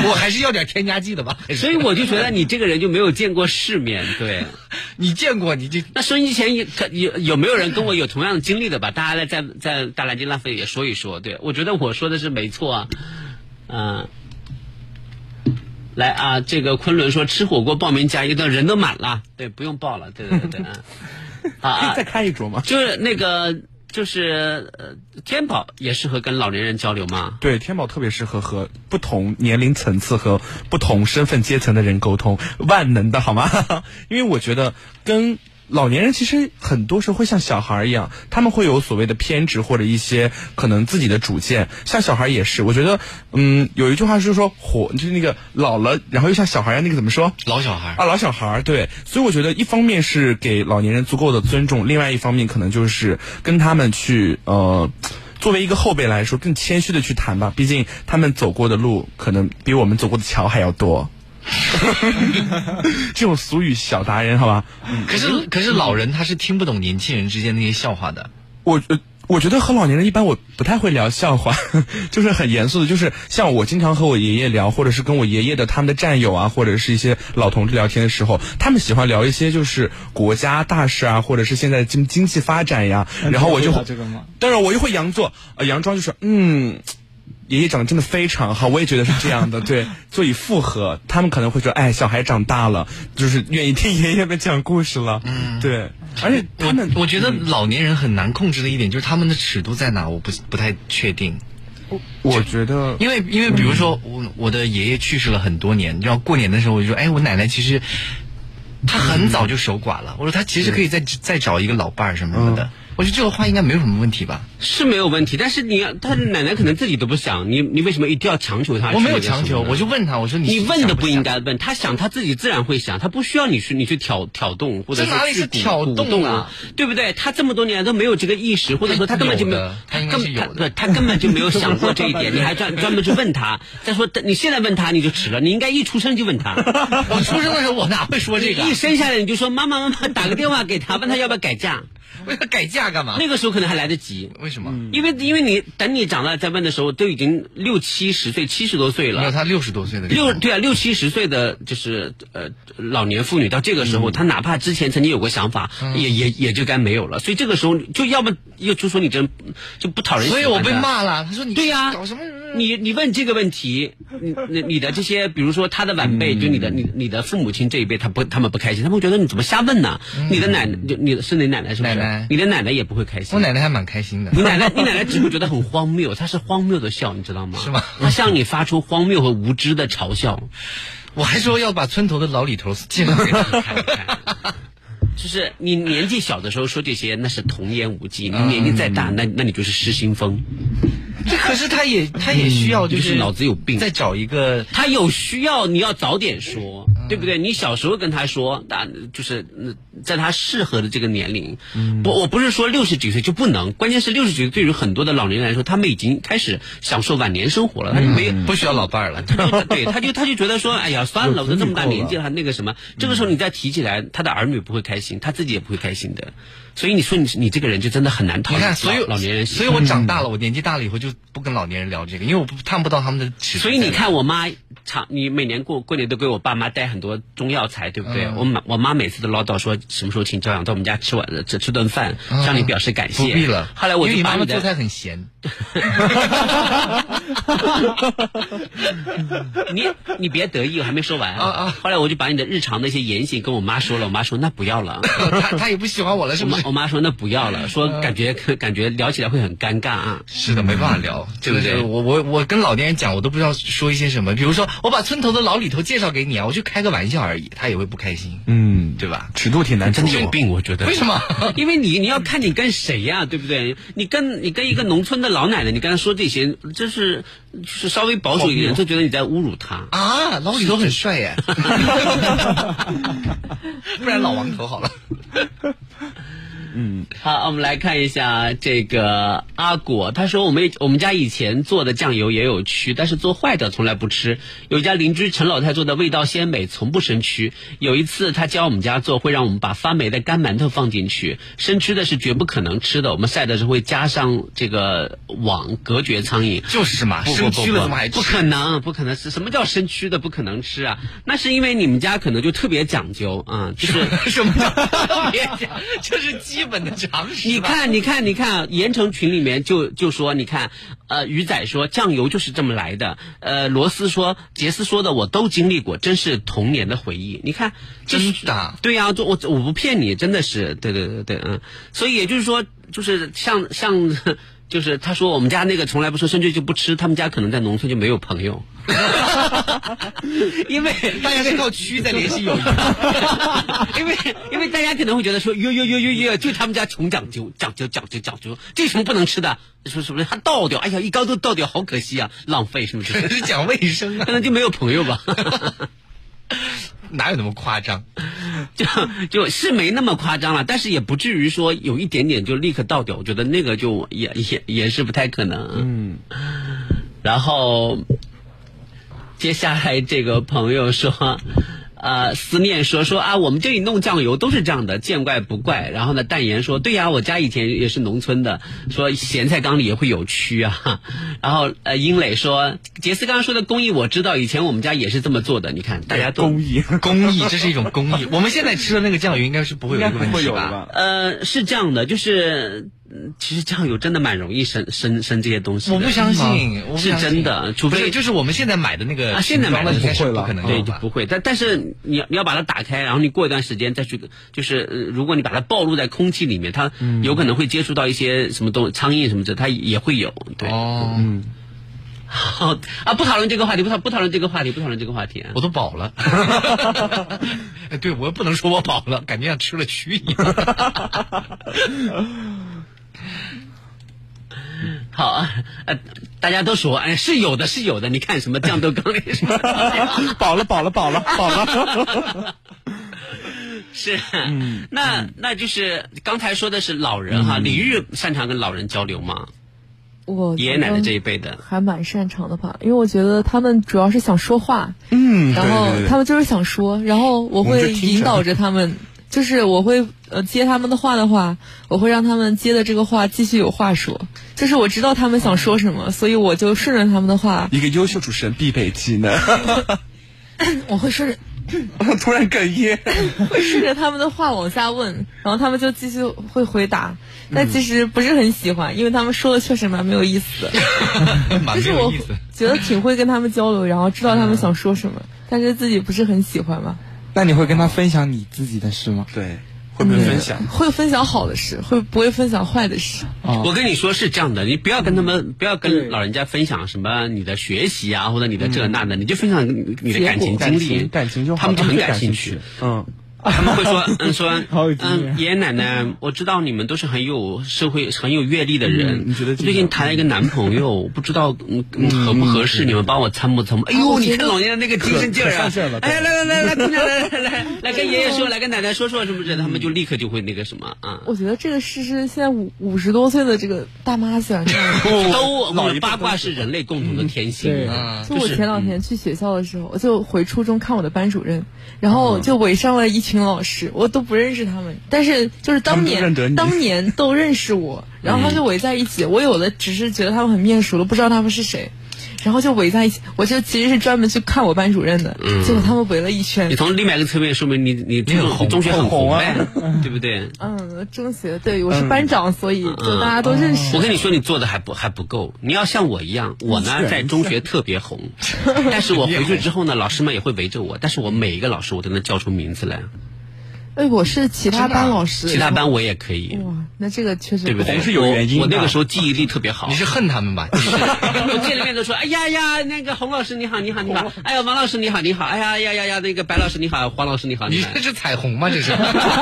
A: 我还是要点添加剂的吧。
C: 所以我就觉得你这个人就没有见过世面，对，
A: 你见过你就
C: 那收音机前有有有没有人跟我有同样的经历的吧？大家来在在大南京浪费也说一说，对我觉得我说的是没错啊，嗯、呃，来啊，这个昆仑说吃火锅报名加一顿，人都满了，对，不用报了，对对对对啊，啊，
D: 再开一桌嘛，
C: 就是那个。就是呃，天宝也适合跟老年人交流吗？
D: 对，天宝特别适合和不同年龄层次和不同身份阶层的人沟通，万能的好吗？ 因为我觉得跟老年人其实很多时候会像小孩一样，他们会有所谓的偏执或者一些可能自己的主见，像小孩也是。我觉得，嗯，有一句话是说火，就是那个老了，然后又像小孩一样，那个怎么说？
A: 老小孩
D: 啊，老小孩对。所以我觉得，一方面是给老年人足够的尊重，另外一方面可能就是跟他们去呃。作为一个后辈来说，更谦虚的去谈吧，毕竟他们走过的路可能比我们走过的桥还要多。 这种俗语小达人，好吧？
A: 嗯可是
C: 嗯
A: 可是老人他是听不懂年轻人之间那些笑话的。
D: 我呃我觉得和老年人一般，我不太会聊笑话， 就是很严肃的。就是像我经常和我爷爷聊，或者是跟我爷爷的他们的战友啊，或者是一些老同志聊天的时候，他们喜欢聊一些就是国家大事啊，或者是现在经经济发展呀、
F: 嗯
D: 啊。然后我就
F: 这个吗？
D: 但是我又会佯作呃佯装就是嗯。爷爷长得真的非常好，我也觉得是这样的。对，所以附和他们可能会说：“哎，小孩长大了，就是愿意听爷爷们讲故事了。”嗯，对。而且他们，
A: 我觉得
C: 嗯
A: 老年人很难控制的一点就是他们的尺度在哪，我不不太确定。
D: 我我觉得，嗯
A: 因为因为比如说，我我的爷爷去世了很多年，然后过年的时候我就说：“哎，我奶奶其实。”他很早就守寡了。我说他其实可以再再找一个老伴儿什么什
D: 嗯
A: 么的。嗯我觉得这个话应该没有什么问题吧？
C: 是没有问题，但是你要他奶奶可能自己都不想，你你为什么一定要强求他？
A: 我没有强求，我就问他，我说你
C: 你问
A: 想
C: 的
A: 不
C: 不应该问，他想他自己自然会想，他不需要你去你去挑挑动或者
A: 这哪里
C: 去
A: 是
C: 鼓
A: 挑
C: 鼓
A: 动
C: 动
A: 啊？
C: 对不对？他这么多年都没有这个意识，或者说他根本就没有，他
A: 他应
C: 根
A: 该是
C: 本
A: 有
C: 他
A: 的
C: 对他根本就没有想过这一 点，你还专专门去问他。再说你现在问他你就迟了，你应该一出生就问他。
A: 我出生的时候我哪会说这个啊
C: 一生下来你就说妈妈妈妈，打个电话给他，问他要不要改嫁。
A: 我要改 嫁干嘛？
C: 那个时候可能还来得及。嗯
A: 为什么？
C: 因为因为你等你长大再问的时候，都已经六七十岁、七十多岁了。
A: 没有，他六十多岁的
C: 六对啊，六七十岁的就是呃老年妇女，到这个时候，她哪怕之前曾经有过想法，
A: 嗯
C: 也也也就该没有了。所以这个时候就要么又就说你真就不讨人喜
A: 所
C: 欢
A: 以
C: 的。
A: 我被骂了。他说你
C: 对呀、
A: 搞什么？
C: 你你问这个问题，你你你的这些，比如说他的晚辈，就你
A: 嗯
C: 的你你的父母亲这一辈，他不他们不开心，他们会觉得你怎么瞎问呢？你的奶奶，就你的是你奶奶是不是？
A: 嗯奶奶
C: 你的奶奶也不会开心。
A: 我奶奶还蛮开心的。
C: 你奶奶，你奶奶只会觉得很荒谬，她是荒谬的笑，你知道吗？
A: 是吗？
C: 她向你发出荒谬和无知的嘲笑，
A: 我还说要把村头的老李头介绍给他。
C: 就是你年纪小的时候说这些，那是童言无忌；你年纪再
A: 嗯
C: 大，那那你就是失心疯。嗯
A: 这可是他也他也需要
C: 就是脑子有病，
A: 再找一个嗯
C: 他有需要，你要早点说，对不对？你小时候跟他说，那就是嗯在他适合的这个年龄。
A: 嗯
C: 不，我不是说六十几岁就不能，关键是六十几岁对于很多的老年人来说，他们已经开始享受晚年生活
A: 嗯
C: 了，他就没
A: 不需要老伴儿了。
C: 他就 对，他就他就觉得说， 哎呀，算了，我都这么大年纪了，还那个什么，这个时候你再提起来，他的儿女不会开心，他自己也不会开心的。所以你说你你这个人就真的很难讨
A: 你
C: 老
A: 看，所以
C: 老年人喜嗯
A: 所
C: 欢，
A: 以我长大了，我年纪大了以后就不跟老年人聊这个，因为我不看不到他们的尺
C: 所以你看，我妈常你每年过过年都给我爸妈带很多中药材，对不对？
A: 嗯
C: 我妈我妈每次都唠叨说什么时候请朝阳到我们家吃晚吃吃顿饭，
A: 嗯
C: 向你表示感谢。
A: 不必了。
C: 后来我
A: 因
C: 就
A: 为你
C: 把
A: 妈妈
C: 的
A: 做菜很咸，
C: 你你别得意，我还没说完啊。
A: 啊
C: 后来我就把你的日常的一些言行跟我妈说了，我妈说那不要了。
A: 她她也不喜欢我了，是
C: 我
A: 不
C: 妈
A: 是？
C: 我妈说那不要了，说感觉感觉聊起来会很尴尬啊。嗯
A: 是的，没办法聊，真的
C: 对不对
A: 是我我我跟老年人讲，我都不知道说一些什么。比如说，我把村头的老李头介绍给你啊，我就开个玩笑而已，他也会不开心，
D: 嗯，
A: 对吧？
D: 尺度挺难
C: 真
D: 掌
C: 的有
D: 握。
C: 病，我觉得。
A: 为什么？
C: 因为你你要看你跟谁呀、对不对？你跟你跟一个农村的老奶奶，你跟她说这些，就是就是稍微保守一点，就觉得你在侮辱她。
A: 啊，老李头很帅 耶，不然老王头好了。
C: 好，我们来看一下这个阿果，他说我们我们家以前做的酱油也有蛆，但是做坏的从来不吃。有一家邻居陈老太做的味道鲜美，从不生蛆。有一次他教我们家做，会让我们把发霉的干馒头放进去，生吃的是绝不可能吃的。我们晒的时候会加上这个网隔绝苍蝇，
A: 就是嘛，
C: 不
A: 生
C: 不不
A: 蛆了怎么还吃
C: 不可能，不可能吃。什么叫生蛆的？不可能吃啊！那是因为你们家可能就特别讲究啊、就是
A: 什么叫特别讲？这是 基本的常识吧。嗯
C: 你看，你看，你看，盐城群里面就就说，你看，呃，鱼仔说酱油就是这么来的，呃，罗斯说，杰斯说的，我都经历过，真是童年的回忆。你看，就是
A: 真的啊
C: 对呀、就我我不骗你，真的是，对对对对，嗯，所以也就是说，就是像像。就是他说我们家那个从来不说，甚至就不吃，他们家可能在农村就没有朋友，因为
A: 大家是靠蛆在联系友谊。
C: 因为因为大家可能会觉得说，哟哟哟哟哟，就他们家穷讲究，讲究讲究讲究，这有什么不能吃的？说什么他倒掉，哎呀，一缸都倒掉，好可惜啊，浪费是不
A: 可
C: 是？
A: 是讲卫生啊
C: 可，能就没有朋友吧，
A: 哪有那么夸张？
C: 就就是没那么夸张了，但是也不至于说有一点点就立刻倒掉，我觉得那个就也也也是不太可能。嗯，然后接下来这个朋友说，呃，思念说说啊，我们这里弄酱油都是这样的，见怪不怪。然后呢，淡言说，对呀、我家以前也是农村的，说咸菜缸里也会有蛆啊。 然后呃，英磊说，杰斯刚刚说的工艺我知道，以前我们家也是这么做的。你看，大家都
D: 工 艺，
A: 工艺，这是一种工艺。我们现在吃的那个酱油应该是不会有这个问
D: 应该不会
A: 题
D: 有
A: 吧？
D: 的吧
C: 呃，是这样的，就是嗯其实酱油真的蛮容易生生生这些东西的。嗯
A: 我不相信，我不
C: 是
A: 相信
C: 真的，除
A: 不
C: 非
A: 是就是我们现在买的那个
C: 啊，现在买
A: 的
C: 的
A: 应该是
C: 不
A: 不可能
C: 对，
A: 有
C: 就
A: 吧？
C: 不会。但但是你要你要把它打开，然后你过一段时间再去，就是、呃如果你把它暴露在空气里面，它
A: 嗯
C: 有可能会接触到一些什么东苍蝇什么的，它也会有。对，
A: 哦，
C: 嗯好啊，不讨论这个话题，不讨不讨论这个话题，不讨论这个话题啊！
A: 我都饱了， 哎对我不能说我饱了，感觉像吃了蛆一样。
C: 好啊，呃，大家都说，哎，是有的，是有的。你看什么酱豆缸里什么，啊
D: 饱了，饱了，饱了，饱了。
C: 是，嗯、那那就是刚才说的是老人哈，嗯、李玉擅长跟老人交流吗？
E: 我
C: 爷爷奶奶这一辈的
E: 还蛮擅长的吧，因为我觉得他们主要是想说话，
D: 嗯，
E: 然后他们就是想说，然后我会引导着他们，就,就是我会呃接他们的话的话，我会让他们接的这个话继续有话说，就是我知道他们想说什么，所以我就顺着他们的话。
D: 一个优秀主持人必备技能，
E: 我会顺着。
D: 突然哽咽，
E: 会顺着他们的话往下问，然后他们就继续会回答，但其实不是很喜欢，因为他们说的确实蛮没有意思的，就是我觉得挺会跟他们交流，然后知道他们想说什 么，但是自己不是很喜欢嘛。
F: 那你会跟他分享你自己的事吗？
D: 对。会不会分享、嗯？
E: 会分享好的事，会不会分享坏的事？
C: 哦、我跟你说是这样的，你不要跟他们，不要跟老人家分享什么你的学习啊，或者你的这那的，嗯、你就分享你的感情经历，
F: 感情就
C: 他们就很感兴趣。
D: 嗯，
C: 他们会说，嗯说，嗯爷爷奶奶，我知道你们都是很有社会、很有阅历的人。
D: 嗯、你觉得
C: 最近谈了一个男朋友，不知道合不合适，你们帮我参谋参谋。哎呦，你看老人家那个精神劲儿啊！哎，来来来来，姑娘来来来。来跟爷爷说，来跟奶奶说说，是不是？他们就立刻就会那个什么啊？
E: 我觉得这个事是现在五五十多岁的这个大妈喜欢看
C: 的。都哦老八卦是人类共同的天性啊。
E: 就我前两天去学校的时候，我就回初中看我的班主任，然
C: 啊
E: 后就围上了一群老师，我都不认识他们，但是就是当年当年都认识 我，然后他就围在一起。我有的只是觉得他们很面熟了，不知道他们是谁。然后就围在一起，我这其实是专门去看我班主任的，嗯、结果他们围了一圈。
C: 你从另外一个侧面说明你你
A: 你
C: 中学很
A: 红
C: 呗，对不对？
E: 嗯，中学对我是班长，嗯、所以就大家都认识、
C: 嗯。我跟你说，你做的还不还不够，你要像我一样，我呢在中学特别 红，但是我回去之后呢，老师们也会围着我，但是我每一个老师我都能叫出名字来。
E: 哎，我是其他班老师，
C: 其他班我也可以。
E: 哇，那这个确实哦
C: 对不对？
D: 是有原因
C: 我那个时候记忆力特别好。
A: 你是恨他们 吧？
C: 我见了面都说：“哎呀呀，那个洪老师你好，你好，你好！哎呀，王老师你好，你好！哎呀呀呀呀，那个白老师你 好，黄老师你好！
A: 你这是彩虹吗？这 是？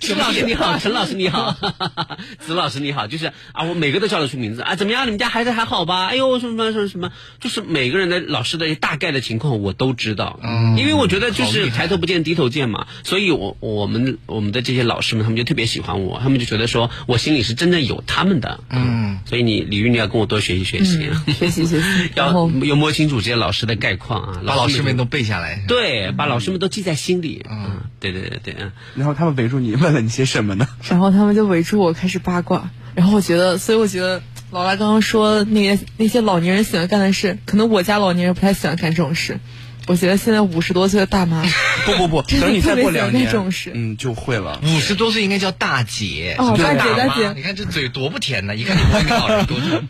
C: 熊 老师你好，陈老师你好， 子老师你好，就是啊，我每个都叫得出名字啊。怎么样？你们家孩子还好吧？哎呦，什么什么什么，就是每个人的老师的大概的情况我都知道，
A: 嗯
C: 因为我觉得就是抬头不见低头见嘛，所以我。我们我们的这些老师们，他们就特别喜欢我，他们就觉得说我心里是真正有他们的，
A: 嗯，
C: 所以你李玉你要跟我多学习学习，
E: 嗯、学习学习，
C: 要要摸清楚这些老师的概况啊，
A: 把老师们都背下来，
C: 对，把老师们都记在心里，嗯，对对对对，
D: 然后他们围住你问了你些什么呢？
E: 然后他们就围住我开始八卦，然后我觉得，所以我觉得。老拉刚刚说那些那些老年人喜欢干的事，可能我家老年人不太喜欢干这种事。我觉得现在五十多岁的大妈，
D: 不不不，等你再过两年，嗯，就会了。
A: 五十多岁应该叫大姐，
E: 哦，大姐
A: 大
E: 姐，
A: 你看这嘴多不甜呢，一看 就不会跟老人沟通。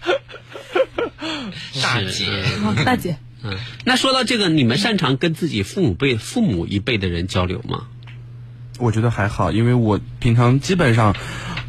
A: 大姐，
E: 哦大姐，
C: 嗯，那说到这个，你们擅长跟自己父母辈、父母一辈的人交流吗？
D: 我觉得还好，因为我平常基本上。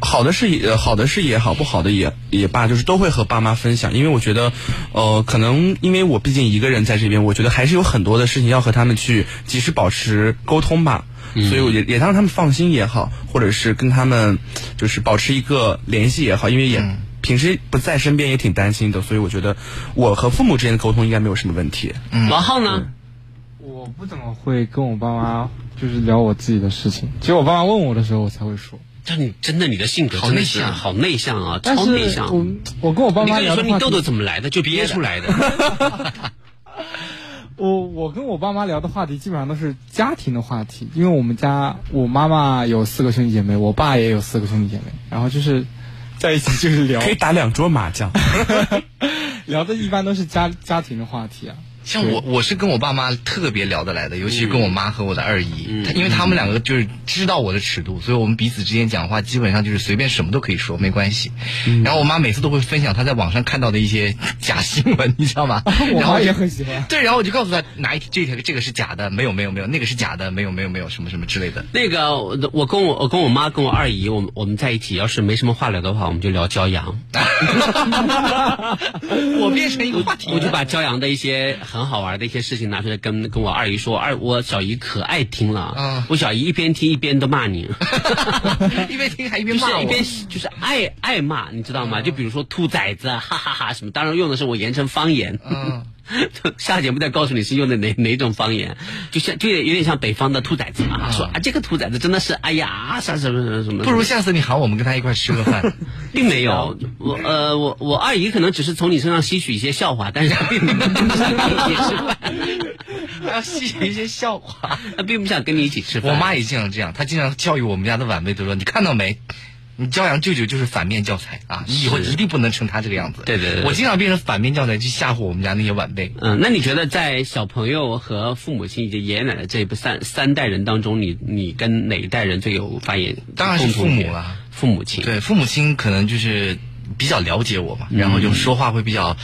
D: 好的事也好的事也好，不好的也也罢，就是都会和爸妈分享。因为我觉得，呃，可能因为我毕竟一个人在这边，我觉得还是有很多的事情要和他们去及时保持沟通吧。嗯、所以我也也让他们放心也好，或者是跟他们就是保持一个联系也好，因为也、嗯、平时不在身边也挺担心的。所以我觉得我和父母之间的沟通应该没有什么问题。
C: 嗯、王浩呢？
F: 我不怎么会跟我爸妈就是聊我自己的事情，只有我爸妈问我的时候我才会说。
C: 但你真的，你的性格
A: 好内向，
C: 好内向啊，超内向。
F: 我我跟我爸妈聊
C: 你说你豆豆怎么来的，就憋出来的。
F: 我我跟我爸妈聊的话题基本上都是家庭的话题，因为我们家我妈妈有四个兄弟姐妹，我爸也有四个兄弟姐妹，然后就是在一起就是聊，
D: 可以打两桌麻将。
F: 聊的一般都是家家庭的话题啊，
A: 像我，我是跟我爸妈特别聊得来的，尤其是跟我妈和我的二姨，她因为他们两个就是知道我的尺度，所以我们彼此之间讲话基本上就是随便什么都可以说，没关系。然后我妈每次都会分享她在网上看到的一些 假新闻，你知道吗？
F: 我
A: 然后
F: 妈
A: 我就
F: 也很喜欢。
A: 对，然后我就告诉她哪一这条这个是假的，没有没有没有，那个是假的，没有没有没有什么什么之类 的。
C: 那个，我我跟我我跟我妈跟我二姨，我们我们在一起，要是没什么话聊的话，我们就聊骄阳。
A: 我变成一个话题
C: 我就把骄阳的一些很好玩的一些事情拿出来跟跟我二姨说，二我小姨可爱听了，
A: 啊
C: 我小姨一边听一边都骂你，
A: 一边听还一边
C: 就
A: 骂
C: 是
A: 我，啊
C: 一边就是爱爱骂，你知道吗？就比如说兔崽子，哈哈哈什么，当然用的是我盐城方言。
A: 嗯
C: 下节目再告诉你是用的哪哪种方言，就像就有点像北方的兔崽子嘛，说啊这个兔崽子真的是哎呀啥什么什么什么，
A: 不如下次你喊我们跟他一块吃个饭。
C: 并没有，我呃我我二姨可能只是从你身上吸取一些笑话，但是她并不想跟你一起吃饭，
A: 要吸取一些笑话，
C: 她并不想跟你一起吃饭。
A: 我妈也经常这样，她经常教育我们家的晚辈，都说你看到没，你教养舅舅就是反面教材啊，你以后
C: 是
A: 一定不能成他这个样子。
C: 对对对
A: 我经常变成反面教材去吓唬我们家那些晚辈。
C: 嗯，那你觉得在小朋友和父母亲以及爷爷奶奶这一辈三三代人当中，你你跟哪一代人最有发言？
A: 当然是父母了、
C: 父母亲。
A: 对，父母亲可能就是比较了解我嘛，
C: 嗯
A: 然后就说话会比较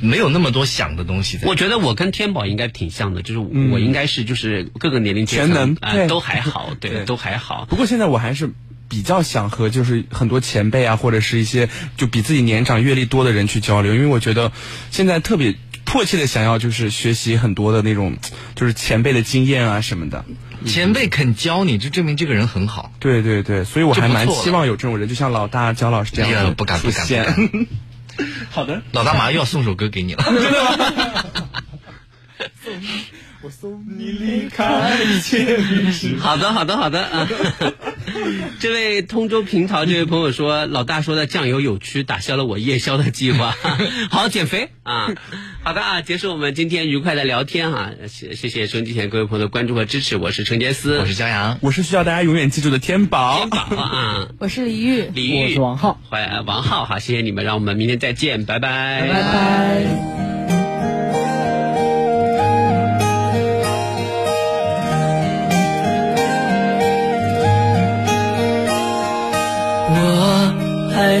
A: 没有那么多想的东西在。
C: 我觉得我跟天宝应该挺像的，就是我
A: 嗯
C: 我应该是就是各个年龄阶层
D: 全能
C: 啊、
D: 对
C: 都还好，对，
D: 对
C: 都还好。
D: 不过现在我还是比较想和就是很多前辈啊，或者是一些就比自己年长阅历多的人去交流，因为我觉得现在特别迫切的想要就是学习很多的那种就是前辈的经验啊什么的。
A: 前辈肯教你，就证明这个人很好。
D: 对对对，所以我还蛮希望有这种人，就像老大焦老师这样
A: 哎
D: 的
A: 呀不敢不敢
D: 出现
A: 不
D: 好的，
A: 老大马上又要送首歌给你了。
F: 我送你离开一切历史。
C: 好的，好的，好的啊！ 这位通州平桃这位朋友说，老大说的酱油有蛆打消了我夜宵的计划， 好减肥啊！ 好的啊，结束我们今天愉快的聊天哈、谢谢谢收音机前各位朋友的关注和支持，我是陈杰斯，我
A: 是江阳，
D: 我是需要大家永远记住的天宝。天
C: 宝啊，
E: 我是李玉，
C: 李 玉，我是王浩，欢王浩哈，谢谢你们，让我们明天再见，拜拜，拜
E: 拜。
G: 我还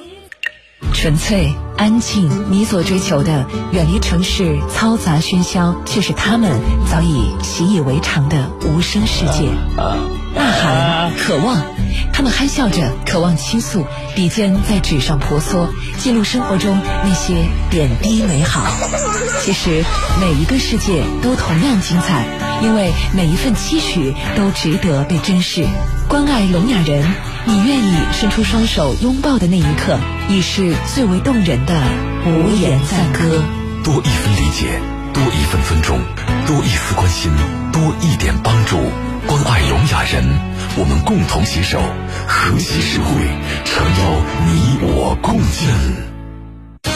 M: 纯粹、安静，你所追求的，远离城市嘈杂喧嚣，却是他们早已习以为常的无声世界。呐喊、渴望，他们憨笑着，渴望倾诉，笔尖在纸上婆娑，记录生活中那些点滴美好。其实每一个世界都同样精彩，因为每一份期许都值得被珍视。关爱聋哑人，你愿意伸出双手拥抱的那一刻，已是最为动人的无言赞歌。
J: 多一份理解，多一份尊重，多一丝关心，多一点帮助。关爱聋哑人，我们共同携手，和谐社会，诚邀你我共建。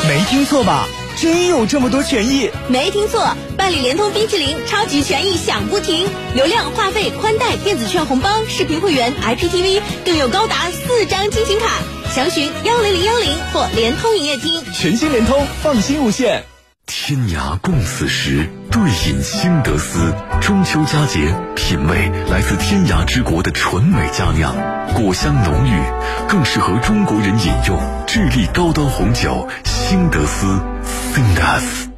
I: 没听错吧？真有这么多权益？
K: 没听错，办理联通冰淇淋超级权益享不停，流量、话费、宽带、电子券红包、视频会员、IPTV，更有高达四张亲情卡。详询幺零零幺零或联通营业厅。
I: 全新联通，放心无限。
J: 天涯共此时，对饮新德斯。中秋佳节，品味来自天涯之国的纯美佳酿，果香浓郁，更适合中国人饮用。智利高端红酒新德斯 s i n d a s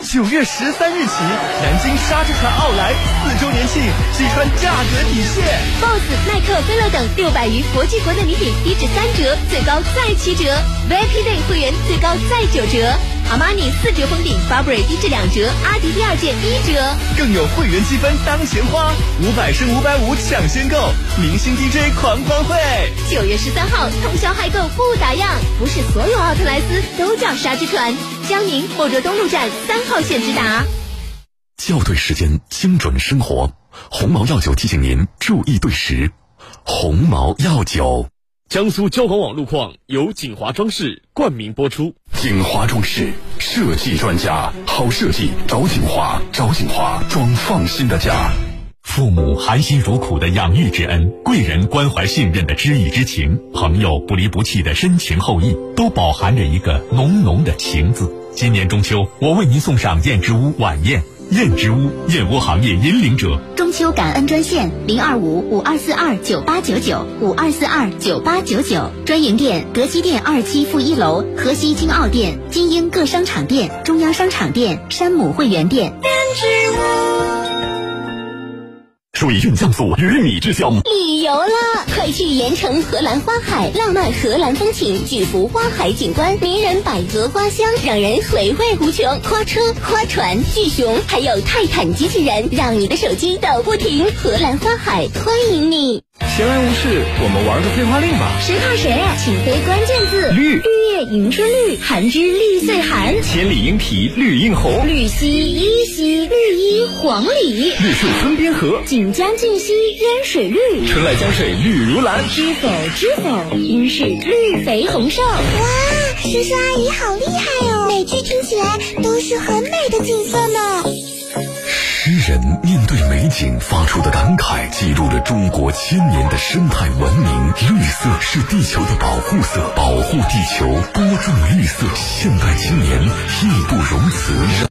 I: 九月十三日起，南京沙之船奥莱四周年庆击穿价格底线
K: ，BOSS、耐克、菲乐等六百余国际国内礼品低至三折，最高再七折；VIP Day 会员最高再九折；阿玛尼四折封顶，Burberry 低至两折，阿迪第二件一折。
I: 更有会员积分当钱花，五百升五百五抢先购，明星 DJ 狂欢会。
K: 九月十三号通宵嗨购不打烊，不是所有奥特莱斯都叫沙之船。江宁莫州东路站三号线直达。
J: 校对时间，精准生活。鸿茅药酒提醒您注意对时。鸿茅药酒。
W: 江苏交管网路况由锦华装饰冠名播出。
J: 锦华装饰设计专家，好设计找锦华，找锦华装放心的家。
B: 父母含辛茹苦的养育之恩，贵人关怀信任的知遇之情，朋友不离不弃的深情厚谊，都饱含着一个浓浓的情字。今年中秋，我为您送上燕之屋晚宴。燕之屋，燕窝行业引领者。
T: 中秋感恩专线零二五五二四二九八九九五二四二九八九九，专营店德基店二期负一楼、河西金奥店、金鹰各商场店、中央商场店、山姆会员店。燕之
J: 屋，属于韵酵素与米制酵母。
T: 旅游啦！快去盐城荷兰花海，浪漫荷兰风情，巨幅花海景观，迷人百合花香，让人回味无穷。花车、花船、巨熊，还有泰坦机器人，让你的手机抖不停。荷兰花海欢迎你！
X: 闲来无事，我们玩个废话令吧。
T: 谁怕谁？请非关键字：
X: 绿，
T: 绿叶迎春绿，寒枝绿穗寒，
X: 千里莺啼绿映红，
T: 绿兮依兮绿衣黄鹂，
X: 绿树村边合，
T: 锦江郡西烟水绿。
X: 春来江水绿如蓝，
T: 知否知否，应是绿肥红瘦。
Y: 哇，叔叔阿姨好厉害哦！每句听起来都是很美的景色呢。
J: 诗人面对美景发出的感慨，记录了中国千年的生态文明。绿色是地球的保护色，保护地球，播种绿色。现代青年义不容辞。